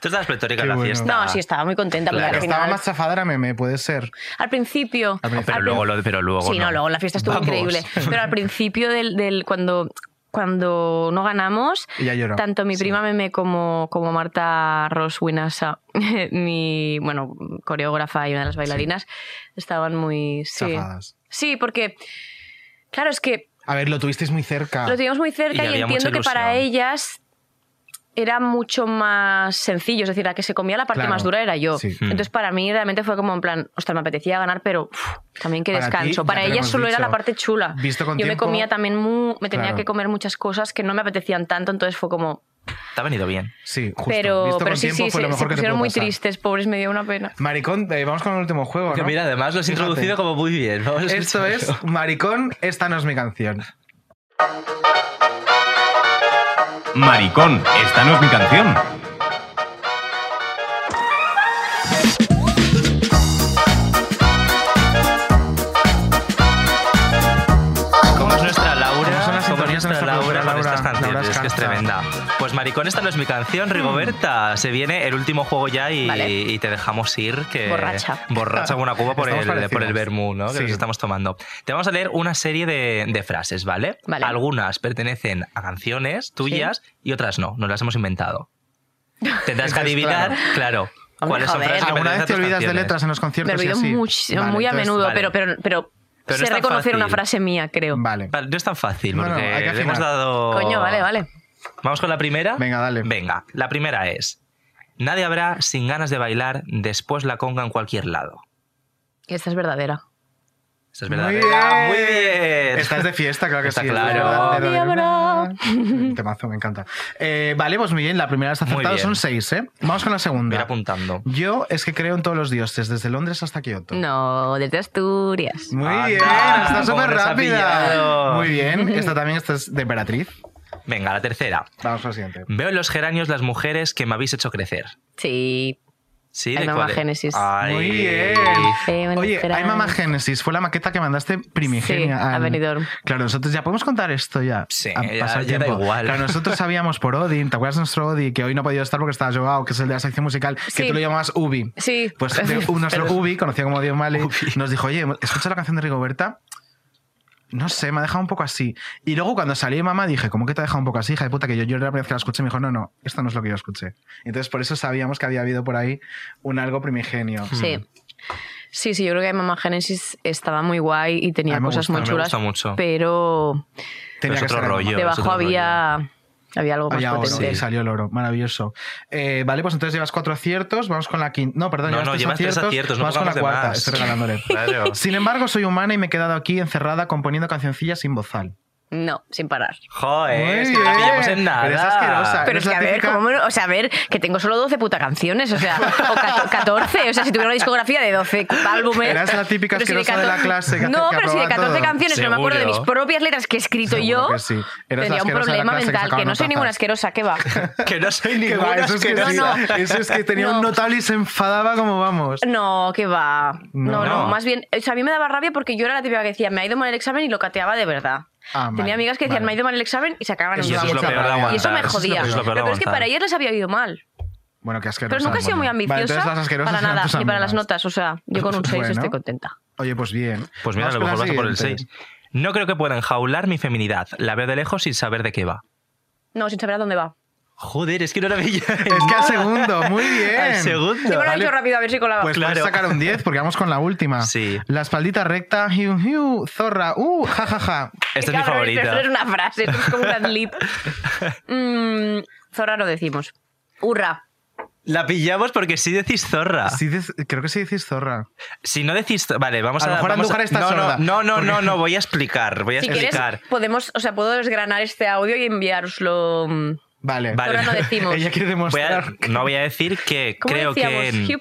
[SPEAKER 1] Tú estabas pletórica en la
[SPEAKER 2] bueno.
[SPEAKER 1] fiesta.
[SPEAKER 7] No, sí, estaba muy contenta. porque
[SPEAKER 2] La que
[SPEAKER 7] al,
[SPEAKER 2] estaba
[SPEAKER 7] final,
[SPEAKER 2] más chafada era Meme, puede ser.
[SPEAKER 7] al principio.
[SPEAKER 2] Al
[SPEAKER 1] Pero
[SPEAKER 7] al
[SPEAKER 1] luego, lo- pero luego
[SPEAKER 7] sí, no. luego la fiesta estuvo
[SPEAKER 1] Vamos.
[SPEAKER 7] increíble. Pero al principio del, del- cuando, cuando no ganamos,
[SPEAKER 2] Ella lloró.
[SPEAKER 7] tanto mi prima Meme como, como Marta Ross Winasa, mi bueno, coreógrafa y una de las bailarinas, estaban muy. Sí.
[SPEAKER 2] Chafadas.
[SPEAKER 7] sí, porque. Claro, es que
[SPEAKER 2] A ver, lo tuvisteis muy cerca.
[SPEAKER 7] Lo teníamos muy cerca y, entiendo que para ellas era mucho más sencillo, es decir, la que se comía la parte
[SPEAKER 2] Claro,
[SPEAKER 7] más dura era yo.
[SPEAKER 2] sí. Hmm.
[SPEAKER 7] Entonces para mí realmente fue como en plan, ostras, me apetecía ganar, pero uf, también que
[SPEAKER 2] Para ti,
[SPEAKER 7] descanso.
[SPEAKER 2] ya
[SPEAKER 7] para
[SPEAKER 2] te lo
[SPEAKER 7] ellas
[SPEAKER 2] hemos
[SPEAKER 7] solo era la
[SPEAKER 2] dicho.
[SPEAKER 7] parte chula.
[SPEAKER 2] Visto con
[SPEAKER 7] yo
[SPEAKER 2] tiempo-
[SPEAKER 7] me comía también mu- me tenía
[SPEAKER 1] Claro.
[SPEAKER 7] que comer muchas cosas que no me apetecían tanto, entonces fue como,
[SPEAKER 1] Te ha venido bien.
[SPEAKER 2] Sí,
[SPEAKER 7] pero,
[SPEAKER 2] Visto
[SPEAKER 7] pero
[SPEAKER 2] con
[SPEAKER 7] sí,
[SPEAKER 2] tiempo fue
[SPEAKER 7] sí, se,
[SPEAKER 2] lo
[SPEAKER 7] se
[SPEAKER 2] mejor que te
[SPEAKER 7] pusieron
[SPEAKER 2] pudo
[SPEAKER 7] muy
[SPEAKER 2] pasar.
[SPEAKER 7] tristes, pobres, me dio una pena.
[SPEAKER 2] Maricón, eh, vamos con el último juego.
[SPEAKER 1] Que
[SPEAKER 2] ¿no?
[SPEAKER 1] mira, además lo has
[SPEAKER 2] Fíjate.
[SPEAKER 1] introducido como muy bien. Vamos a
[SPEAKER 2] Esto
[SPEAKER 1] escucharlo.
[SPEAKER 2] es Maricón, esta no es mi canción.
[SPEAKER 5] Maricón, esta no es mi canción.
[SPEAKER 1] ¿Cómo es nuestra Laura? ¿Cómo es nuestra Laura, con esta las canciones,
[SPEAKER 2] Laura Mm.
[SPEAKER 1] es que es
[SPEAKER 2] Escanza.
[SPEAKER 1] tremenda. Pues Maricón, esta no es mi canción, Rigoberta. Se viene el último juego ya y, y te dejamos ir. Que
[SPEAKER 7] Borracha.
[SPEAKER 1] Borracha como una cuba por
[SPEAKER 2] Estamos
[SPEAKER 1] el, por
[SPEAKER 2] parecidos.
[SPEAKER 1] el vermú, ¿no? Que
[SPEAKER 2] Sí.
[SPEAKER 1] nos estamos tomando. Te vamos a leer una serie de, de frases, ¿vale?
[SPEAKER 7] Vale.
[SPEAKER 1] Algunas pertenecen a canciones tuyas y otras no, nos las hemos inventado. Tendrás que
[SPEAKER 2] Entonces,
[SPEAKER 1] adivinar,
[SPEAKER 2] claro.
[SPEAKER 1] claro.
[SPEAKER 2] Hombre,
[SPEAKER 1] ¿Cuáles son
[SPEAKER 2] joder.
[SPEAKER 1] frases que
[SPEAKER 2] ¿Alguna
[SPEAKER 1] pertenecen
[SPEAKER 2] vez
[SPEAKER 1] a
[SPEAKER 2] te
[SPEAKER 1] tus
[SPEAKER 2] olvidas de
[SPEAKER 1] canciones?
[SPEAKER 2] letras en los
[SPEAKER 7] Me
[SPEAKER 2] conciertos y
[SPEAKER 7] olvido
[SPEAKER 2] así?
[SPEAKER 7] much-
[SPEAKER 1] Vale,
[SPEAKER 7] muy a
[SPEAKER 1] entonces,
[SPEAKER 7] menudo,
[SPEAKER 1] vale.
[SPEAKER 7] pero, pero, pero,
[SPEAKER 1] Pero
[SPEAKER 7] sé
[SPEAKER 1] no es tan
[SPEAKER 7] reconocer una
[SPEAKER 1] fácil.
[SPEAKER 7] frase mía, creo.
[SPEAKER 2] Vale.
[SPEAKER 1] No es tan fácil,
[SPEAKER 7] No, no,
[SPEAKER 1] porque
[SPEAKER 7] hay que
[SPEAKER 1] le hemos
[SPEAKER 7] afinar.
[SPEAKER 1] dado.
[SPEAKER 7] Coño, vale, vale.
[SPEAKER 1] Vamos con la primera. Venga, dale. Venga, la primera es. Nadie habrá sin ganas de bailar después la conga en cualquier lado.
[SPEAKER 7] Esta es verdadera.
[SPEAKER 1] Esta es verdadera. Muy bien.
[SPEAKER 2] Estás de fiesta, claro que
[SPEAKER 1] Está
[SPEAKER 2] sí.
[SPEAKER 1] claro.
[SPEAKER 2] es verdad, Un Temazo, me encanta. Eh, vale, pues muy bien, la primera está acertada,
[SPEAKER 1] bien.
[SPEAKER 2] son seis, ¿eh? Vamos con la segunda.
[SPEAKER 1] Voy apuntando.
[SPEAKER 2] Yo es que creo en todos los dioses, desde Londres hasta Kioto.
[SPEAKER 7] No, desde Asturias.
[SPEAKER 2] Muy bien, está súper rápida. Muy bien, esta también esta es de Emperatriz.
[SPEAKER 1] Venga, la tercera.
[SPEAKER 2] Vamos a la siguiente.
[SPEAKER 1] Veo en los geranios las mujeres que me habéis hecho crecer.
[SPEAKER 7] Sí.
[SPEAKER 1] Sí,
[SPEAKER 7] Hay
[SPEAKER 1] ¿de
[SPEAKER 7] mamá
[SPEAKER 1] cuál es?
[SPEAKER 7] Génesis.
[SPEAKER 1] Ay.
[SPEAKER 2] Muy bien. Oye, hay mamá Génesis, fue la maqueta que mandaste primigenia.
[SPEAKER 7] Sí, a
[SPEAKER 2] al-
[SPEAKER 7] Benidorm.
[SPEAKER 2] Claro, nosotros ya podemos contar esto ya. Sí,
[SPEAKER 1] ya- ya da igual.
[SPEAKER 2] Claro, nosotros sabíamos por Odin, ¿te acuerdas de nuestro Odi? Que hoy no ha podido estar porque estaba llevado, que es el de la sección musical,
[SPEAKER 7] Sí.
[SPEAKER 2] que tú lo llamabas Ubi.
[SPEAKER 7] Sí.
[SPEAKER 2] Pues de- un- nuestro
[SPEAKER 7] Pero-
[SPEAKER 2] Ubi, conocido como Dios Mali, nos dijo, oye, escucha la canción de Rigoberta. No sé, me ha dejado un poco así. Y luego cuando salí mamá dije, ¿cómo que te ha dejado un poco así, hija de puta? Que yo, yo la primera vez que la escuché me dijo, no, no, esto no es lo que yo escuché. Entonces por eso sabíamos que había habido por ahí un algo primigenio.
[SPEAKER 7] Sí. Sí, sí, yo creo que Mamá Génesis estaba muy guay y
[SPEAKER 2] A
[SPEAKER 7] tenía
[SPEAKER 2] mí me
[SPEAKER 7] cosas
[SPEAKER 2] gusta, a
[SPEAKER 7] muy
[SPEAKER 2] mí me
[SPEAKER 7] chulas.
[SPEAKER 2] gusta mucho.
[SPEAKER 7] Pero.
[SPEAKER 2] Tenía
[SPEAKER 1] es
[SPEAKER 2] que
[SPEAKER 1] otro
[SPEAKER 2] ser
[SPEAKER 1] rollo, es
[SPEAKER 7] Debajo
[SPEAKER 1] otro
[SPEAKER 7] había. Había algo más
[SPEAKER 2] Había oro,
[SPEAKER 7] potente.
[SPEAKER 2] y salió el oro, maravilloso. Eh, vale, pues entonces llevas cuatro aciertos, vamos con la quinta. No, perdón,
[SPEAKER 1] No,
[SPEAKER 2] llevas,
[SPEAKER 1] no,
[SPEAKER 2] tres,
[SPEAKER 1] llevas tres
[SPEAKER 2] aciertos,
[SPEAKER 1] aciertos, no
[SPEAKER 2] vamos con la
[SPEAKER 1] pongamos de
[SPEAKER 2] cuarta,
[SPEAKER 1] más.
[SPEAKER 2] estoy regalándole.
[SPEAKER 1] Claro.
[SPEAKER 2] Sin embargo, soy humana y me he quedado aquí encerrada componiendo cancioncillas sin bozal.
[SPEAKER 7] No, sin parar.
[SPEAKER 1] Joder,
[SPEAKER 2] Muy
[SPEAKER 1] es que no
[SPEAKER 2] bien.
[SPEAKER 1] pillamos en nada.
[SPEAKER 2] Pero es asquerosa.
[SPEAKER 7] Pero
[SPEAKER 2] eres
[SPEAKER 7] es que,
[SPEAKER 2] la
[SPEAKER 7] a ver,
[SPEAKER 2] típica-
[SPEAKER 7] ¿cómo no? o sea, a ver, que tengo solo 12 puta canciones, o sea, o cato- 14, o sea, si tuviera una discografía de 12 álbumes.
[SPEAKER 2] Eras la típica
[SPEAKER 7] pero si
[SPEAKER 2] asquerosa de
[SPEAKER 7] 14
[SPEAKER 2] la clase que
[SPEAKER 7] No,
[SPEAKER 2] hace- que
[SPEAKER 7] pero si de
[SPEAKER 2] aprueba
[SPEAKER 7] 14
[SPEAKER 2] todo.
[SPEAKER 7] canciones no me acuerdo de mis
[SPEAKER 2] Seguro.
[SPEAKER 7] propias letras que he escrito yo,
[SPEAKER 2] Seguro que sí. Eras la
[SPEAKER 7] tendría un
[SPEAKER 2] asquerosa de la
[SPEAKER 7] problema
[SPEAKER 2] clase que
[SPEAKER 7] mental,
[SPEAKER 2] sacaba
[SPEAKER 7] que, no soy
[SPEAKER 2] notazas.
[SPEAKER 7] ninguna asquerosa, que va.
[SPEAKER 1] Que no soy
[SPEAKER 2] Que va,
[SPEAKER 1] ninguna
[SPEAKER 2] eso, es que sí,
[SPEAKER 1] asquerosa.
[SPEAKER 2] eso es que tenía un notable y se enfadaba como vamos.
[SPEAKER 7] No, que va. No,
[SPEAKER 2] No.
[SPEAKER 7] no, más bien, o sea, a mí me daba rabia porque yo era la típica que decía, me ha ido mal el examen y lo cateaba de verdad.
[SPEAKER 2] Ah,
[SPEAKER 7] Tenía
[SPEAKER 2] vale,
[SPEAKER 7] amigas que decían,
[SPEAKER 2] vale.
[SPEAKER 7] me ha ido mal el examen y se acababan en
[SPEAKER 2] Eso
[SPEAKER 7] un
[SPEAKER 2] es lo
[SPEAKER 7] siete.
[SPEAKER 2] peor de aguantar,
[SPEAKER 7] Y eso me
[SPEAKER 2] eso es lo
[SPEAKER 7] jodía.
[SPEAKER 2] peor de
[SPEAKER 7] Lo peor es que
[SPEAKER 2] aguantar.
[SPEAKER 7] para ellas les había ido mal.
[SPEAKER 2] Bueno, qué asquerosa.
[SPEAKER 7] Pero nunca he sido muy
[SPEAKER 2] bueno. Vale,
[SPEAKER 7] ambiciosa
[SPEAKER 2] entonces las asquerosas
[SPEAKER 7] para
[SPEAKER 2] eran
[SPEAKER 7] nada,
[SPEAKER 2] tus
[SPEAKER 7] ni para las
[SPEAKER 2] amigas.
[SPEAKER 7] notas. O sea, yo con un 6
[SPEAKER 1] Bueno.
[SPEAKER 7] estoy contenta.
[SPEAKER 2] Oye, pues bien.
[SPEAKER 1] Pues mira, a lo
[SPEAKER 2] Vamos
[SPEAKER 1] mejor
[SPEAKER 2] con
[SPEAKER 1] vas a
[SPEAKER 2] la
[SPEAKER 1] por el
[SPEAKER 2] siguiente.
[SPEAKER 1] 6. No creo que pueda enjaular mi feminidad. La veo de lejos sin saber de qué va.
[SPEAKER 7] No, sin saber a dónde va.
[SPEAKER 1] Joder, es que no la veía.
[SPEAKER 2] Es que al segundo, muy bien.
[SPEAKER 1] Al segundo.
[SPEAKER 7] Yo me lo he
[SPEAKER 2] Vale.
[SPEAKER 7] hecho rápido a ver si colaba.
[SPEAKER 2] Pues puedes sacar un 10 porque vamos con la última. Sí. La espaldita recta, hiu, hiu, zorra, uh, ja, ja, ja.
[SPEAKER 1] Esta
[SPEAKER 7] Cabrón, Eso no es una frase, eso es como un adlib. Mm, zorra lo decimos. Hurra.
[SPEAKER 1] La pillamos porque si decís zorra.
[SPEAKER 2] creo que sí decís zorra.
[SPEAKER 1] Si no decís. zo- Vale, vamos
[SPEAKER 2] A
[SPEAKER 1] a.
[SPEAKER 2] lo mejor
[SPEAKER 1] vamos
[SPEAKER 2] Andújar está
[SPEAKER 1] no,
[SPEAKER 2] sorda.
[SPEAKER 1] No, no, no,
[SPEAKER 2] Porque-
[SPEAKER 1] no, no, voy a explicar. Voy a
[SPEAKER 7] Si quieres,
[SPEAKER 1] explicar.
[SPEAKER 7] podemos, o sea, puedo desgranar este audio y enviároslo. mm,
[SPEAKER 2] Vale.
[SPEAKER 7] Zorra no decimos.
[SPEAKER 2] Ella quiere
[SPEAKER 1] Voy a- no voy a decir que
[SPEAKER 7] ¿Cómo
[SPEAKER 1] creo
[SPEAKER 7] decíamos?
[SPEAKER 1] que.
[SPEAKER 7] Hiu,
[SPEAKER 1] en-
[SPEAKER 7] hiu,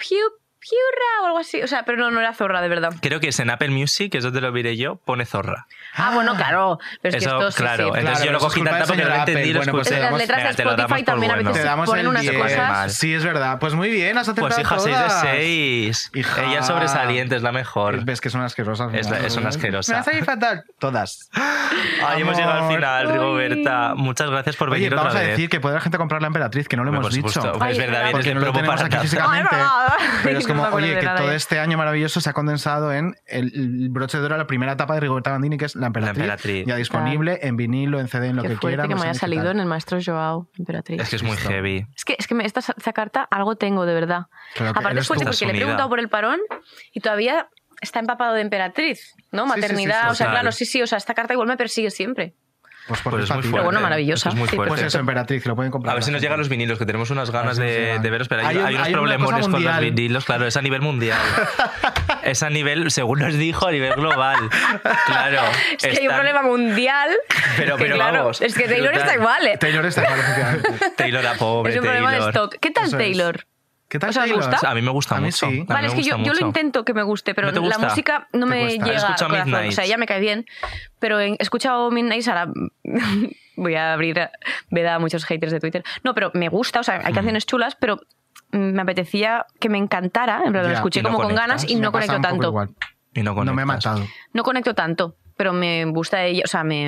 [SPEAKER 7] hiurra o algo así. O sea, pero no, no era zorra, de verdad.
[SPEAKER 1] Creo que es en Apple Music, eso te lo diré yo, pone zorra.
[SPEAKER 7] Ah, bueno, claro. Pero es
[SPEAKER 1] Eso,
[SPEAKER 7] que esto sí,
[SPEAKER 1] claro,
[SPEAKER 7] sí,
[SPEAKER 1] entonces
[SPEAKER 7] claro.
[SPEAKER 1] yo lo
[SPEAKER 2] eso es
[SPEAKER 1] cogí
[SPEAKER 2] culpa
[SPEAKER 1] tanta
[SPEAKER 2] del
[SPEAKER 1] porque no lo
[SPEAKER 2] señor Apple.
[SPEAKER 1] entendí. lo
[SPEAKER 2] Bueno, pues
[SPEAKER 1] escuché.
[SPEAKER 2] te damos-
[SPEAKER 7] Las letras
[SPEAKER 1] Venga,
[SPEAKER 7] de
[SPEAKER 1] te lo damos
[SPEAKER 7] Spotify
[SPEAKER 1] por
[SPEAKER 7] también a
[SPEAKER 1] bueno.
[SPEAKER 7] veces
[SPEAKER 2] Te damos
[SPEAKER 7] ponen
[SPEAKER 2] el
[SPEAKER 7] unas
[SPEAKER 2] 10.
[SPEAKER 7] cosas.
[SPEAKER 2] Sí, es verdad. Pues muy bien, has acertado
[SPEAKER 1] Pues hija, 6 de
[SPEAKER 2] todas.
[SPEAKER 1] 6.
[SPEAKER 2] Hija.
[SPEAKER 1] Ella es sobresaliente, es la mejor.
[SPEAKER 2] Ves que son asquerosas.
[SPEAKER 1] Es, la- es una
[SPEAKER 2] Me
[SPEAKER 1] asquerosa.
[SPEAKER 2] vas a ir fatal. Todas.
[SPEAKER 1] Ay, hemos llegado al
[SPEAKER 2] Amor.
[SPEAKER 1] final, Rigoberta. Muchas gracias por
[SPEAKER 2] Oye,
[SPEAKER 1] venir
[SPEAKER 2] vamos
[SPEAKER 1] otra
[SPEAKER 2] a
[SPEAKER 1] vez.
[SPEAKER 2] decir que puede la gente comprar la emperatriz, que no lo
[SPEAKER 1] Hombre, por
[SPEAKER 2] hemos dicho.
[SPEAKER 1] supuesto. Hombre, es verdad, vienes
[SPEAKER 2] porque
[SPEAKER 1] de
[SPEAKER 2] no lo
[SPEAKER 1] promo
[SPEAKER 2] tenemos
[SPEAKER 1] para
[SPEAKER 2] aquí
[SPEAKER 1] nada.
[SPEAKER 2] físicamente.
[SPEAKER 7] Ay, verdad.
[SPEAKER 2] Pero es
[SPEAKER 7] Que no
[SPEAKER 2] como,
[SPEAKER 7] me acuerdo
[SPEAKER 2] oye,
[SPEAKER 7] de
[SPEAKER 2] que
[SPEAKER 7] nada eh.
[SPEAKER 2] todo
[SPEAKER 7] de-
[SPEAKER 2] este año maravilloso se ha condensado en el, el broche de oro a la primera etapa de Rigoberta Bandini, que es la emperatriz.
[SPEAKER 1] Emperatriz.
[SPEAKER 2] Ya disponible en vinilo, en CD, en lo
[SPEAKER 7] Qué
[SPEAKER 2] que
[SPEAKER 7] fuerte
[SPEAKER 2] quieran.
[SPEAKER 7] que me haya
[SPEAKER 2] versión
[SPEAKER 7] salido
[SPEAKER 2] digital.
[SPEAKER 7] en el maestro Joao, Emperatriz.
[SPEAKER 1] pues Es que es muy
[SPEAKER 2] Listo.
[SPEAKER 1] heavy.
[SPEAKER 7] Es que, es que me, esta, esta carta algo tengo, de verdad.
[SPEAKER 1] Claro que
[SPEAKER 7] Aparte
[SPEAKER 1] eres
[SPEAKER 7] es fuerte
[SPEAKER 1] tú.
[SPEAKER 7] porque le he
[SPEAKER 1] Unida.
[SPEAKER 7] preguntado por el parón y todavía está empapado de emperatriz, ¿no?
[SPEAKER 1] Sí, sí, sí,
[SPEAKER 7] Maternidad,
[SPEAKER 1] sí.
[SPEAKER 7] o sea,
[SPEAKER 1] Total.
[SPEAKER 7] claro, sí, sí, o sea, esta carta igual me persigue siempre.
[SPEAKER 2] Pues,
[SPEAKER 1] Pues es muy fuerte.
[SPEAKER 7] Pero bueno, maravillosa.
[SPEAKER 1] Es muy
[SPEAKER 7] Sí.
[SPEAKER 1] fuerte.
[SPEAKER 2] Pues eso, Emperatriz, lo pueden comprar.
[SPEAKER 1] A ver si nos llegan los vinilos, que tenemos unas ganas
[SPEAKER 2] A ver si nos
[SPEAKER 1] de,
[SPEAKER 2] llegan.
[SPEAKER 1] de veros, pero hay,
[SPEAKER 2] Hay un-
[SPEAKER 1] hay unos
[SPEAKER 2] hay una cosa
[SPEAKER 1] problemones con los
[SPEAKER 2] mundial.
[SPEAKER 1] vinilos, claro, es a nivel mundial. es a nivel, según nos dijo, a nivel global. Claro.
[SPEAKER 7] Es que hay un
[SPEAKER 1] están-
[SPEAKER 7] problema mundial.
[SPEAKER 1] Pero-
[SPEAKER 7] que
[SPEAKER 1] pero
[SPEAKER 7] claro,
[SPEAKER 1] vamos,
[SPEAKER 7] Es que Taylor
[SPEAKER 1] brutal.
[SPEAKER 7] está igual, ¿eh?
[SPEAKER 2] Taylor está mal, efectivamente.
[SPEAKER 1] Taylor, la pobre.
[SPEAKER 7] es un problema de
[SPEAKER 1] Taylor.
[SPEAKER 7] stock. ¿Qué tal
[SPEAKER 1] Eso es.
[SPEAKER 7] Taylor?
[SPEAKER 2] ¿Qué tal
[SPEAKER 7] ¿Os ha
[SPEAKER 2] Taylor?
[SPEAKER 7] gustado?
[SPEAKER 1] A mí me gusta
[SPEAKER 2] A mí
[SPEAKER 1] mucho.
[SPEAKER 2] sí.
[SPEAKER 1] A mí
[SPEAKER 7] Vale, es
[SPEAKER 1] me
[SPEAKER 7] que yo,
[SPEAKER 1] gusta
[SPEAKER 7] yo lo
[SPEAKER 1] mucho.
[SPEAKER 7] intento que me guste, pero
[SPEAKER 1] ¿No te
[SPEAKER 7] la
[SPEAKER 1] gusta?
[SPEAKER 7] música no
[SPEAKER 1] ¿Te
[SPEAKER 7] me
[SPEAKER 1] cuesta?
[SPEAKER 7] llega al
[SPEAKER 1] Escucha
[SPEAKER 7] corazón. O sea,
[SPEAKER 1] Midnights.
[SPEAKER 7] ella me cae bien, pero en- he escuchado Midnight, ahora voy a abrir veda a muchos haters de Twitter. No, pero me gusta, o sea, hay canciones chulas, pero mm, me apetecía que me encantara, en plan, lo
[SPEAKER 1] Ya,
[SPEAKER 7] escuché
[SPEAKER 1] y no
[SPEAKER 7] como con
[SPEAKER 1] conectas.
[SPEAKER 7] ganas y
[SPEAKER 1] Me
[SPEAKER 7] no
[SPEAKER 1] pasa
[SPEAKER 7] conecto
[SPEAKER 1] un poco
[SPEAKER 7] tanto.
[SPEAKER 1] igual. Y no,
[SPEAKER 2] No me ha
[SPEAKER 1] conectas.
[SPEAKER 2] matado.
[SPEAKER 7] No conecto tanto, pero me gusta ella, o sea, me...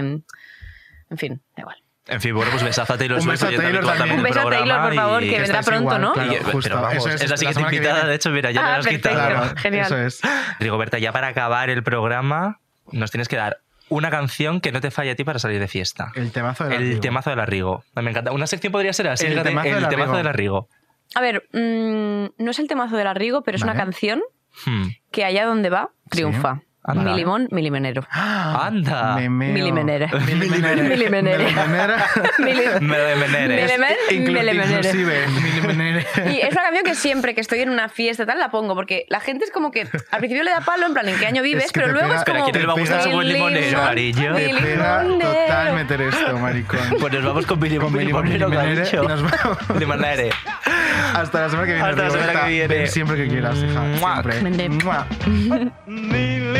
[SPEAKER 7] En fin, da igual.
[SPEAKER 1] En fin, bueno, pues besazo a Taylor
[SPEAKER 2] Un
[SPEAKER 1] Swift.
[SPEAKER 2] beso a
[SPEAKER 1] oyente
[SPEAKER 2] Taylor
[SPEAKER 1] habitual
[SPEAKER 2] también.
[SPEAKER 1] del
[SPEAKER 2] Un beso a
[SPEAKER 7] Taylor,
[SPEAKER 1] programa
[SPEAKER 7] por favor,
[SPEAKER 2] Este
[SPEAKER 7] que vendrá
[SPEAKER 1] estáis
[SPEAKER 7] pronto, ¿no?
[SPEAKER 1] claro,
[SPEAKER 7] Y-
[SPEAKER 1] eh, pero
[SPEAKER 2] justo,
[SPEAKER 1] vamos,
[SPEAKER 2] eso es,
[SPEAKER 1] es, la
[SPEAKER 2] la
[SPEAKER 1] siguiente
[SPEAKER 2] semana que
[SPEAKER 1] invitada,
[SPEAKER 2] viene.
[SPEAKER 1] de hecho, mira, ya
[SPEAKER 7] Ah,
[SPEAKER 1] te la has
[SPEAKER 7] perfecto,
[SPEAKER 1] quitado.
[SPEAKER 7] genial. eso
[SPEAKER 2] es.
[SPEAKER 1] Rigoberta, ya para acabar el programa, nos tienes que dar una canción que no te falle a ti para salir de fiesta.
[SPEAKER 2] El temazo de la
[SPEAKER 1] El
[SPEAKER 2] Rigo.
[SPEAKER 1] temazo de la Rigo. Me encanta. Una sección podría ser así,
[SPEAKER 2] El
[SPEAKER 1] fíjate,
[SPEAKER 2] temazo de la Rigo.
[SPEAKER 1] de la Rigo.
[SPEAKER 7] A ver, mm, no es el temazo del Arrigo, pero es
[SPEAKER 1] Vale.
[SPEAKER 7] una canción
[SPEAKER 1] Hmm.
[SPEAKER 7] que allá donde va, triunfa.
[SPEAKER 1] Anda.
[SPEAKER 7] Mi limón, mi limonero.
[SPEAKER 1] ¡Anda!
[SPEAKER 7] Milimenera.
[SPEAKER 2] ¡Ah! Milimenera.
[SPEAKER 7] Milimenera. Mili-
[SPEAKER 1] Milimenera.
[SPEAKER 7] Milimen-
[SPEAKER 2] Inclu-
[SPEAKER 7] milimenera.
[SPEAKER 2] Este, Inclusive. Milimenera.
[SPEAKER 7] Y es una canción que siempre que estoy en una fiesta y tal la pongo, porque la gente es como que al principio le da palo, en plan, ¿en qué año vives?
[SPEAKER 2] Es que
[SPEAKER 7] pero
[SPEAKER 2] te
[SPEAKER 7] luego
[SPEAKER 2] pega-
[SPEAKER 7] es
[SPEAKER 2] Pero
[SPEAKER 7] como.
[SPEAKER 2] ¿a quién le va a gustar
[SPEAKER 1] su buen
[SPEAKER 7] "Mi
[SPEAKER 1] limonero,
[SPEAKER 7] limón,
[SPEAKER 1] cariño?"
[SPEAKER 7] mi
[SPEAKER 1] Te
[SPEAKER 2] Me pega
[SPEAKER 7] limonero.
[SPEAKER 2] total meter esto, maricón.
[SPEAKER 1] Pues nos vamos con Billy Billy
[SPEAKER 2] Billy
[SPEAKER 1] Bob,
[SPEAKER 2] Bob,
[SPEAKER 1] lo que ha
[SPEAKER 2] Billy Bob.
[SPEAKER 1] dicho. De manera.
[SPEAKER 2] Hasta la semana que viene.
[SPEAKER 1] Hasta la semana
[SPEAKER 2] Rigoberta.
[SPEAKER 1] que viene.
[SPEAKER 2] Ven siempre que quieras, hija. Siempre. Mua.
[SPEAKER 14] Mi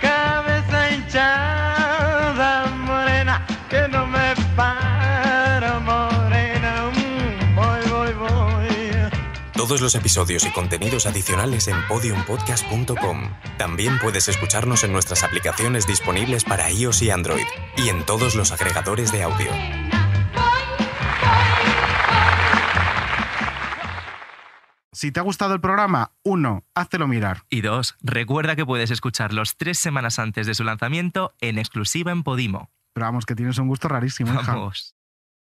[SPEAKER 14] cabeza hinchada morena, que no me paro morena, Mm, voy, voy, voy.
[SPEAKER 5] Todos los episodios y contenidos adicionales en podiumpodcast.com. También puedes escucharnos en nuestras aplicaciones disponibles para iOS y Android y en todos los agregadores de audio.
[SPEAKER 2] Si te ha gustado el programa, uno, háztelo mirar.
[SPEAKER 1] Y dos, recuerda que puedes escucharlos tres semanas antes de su lanzamiento en exclusiva en Podimo.
[SPEAKER 2] Pero vamos, que tienes un gusto rarísimo, hija.
[SPEAKER 1] Vamos.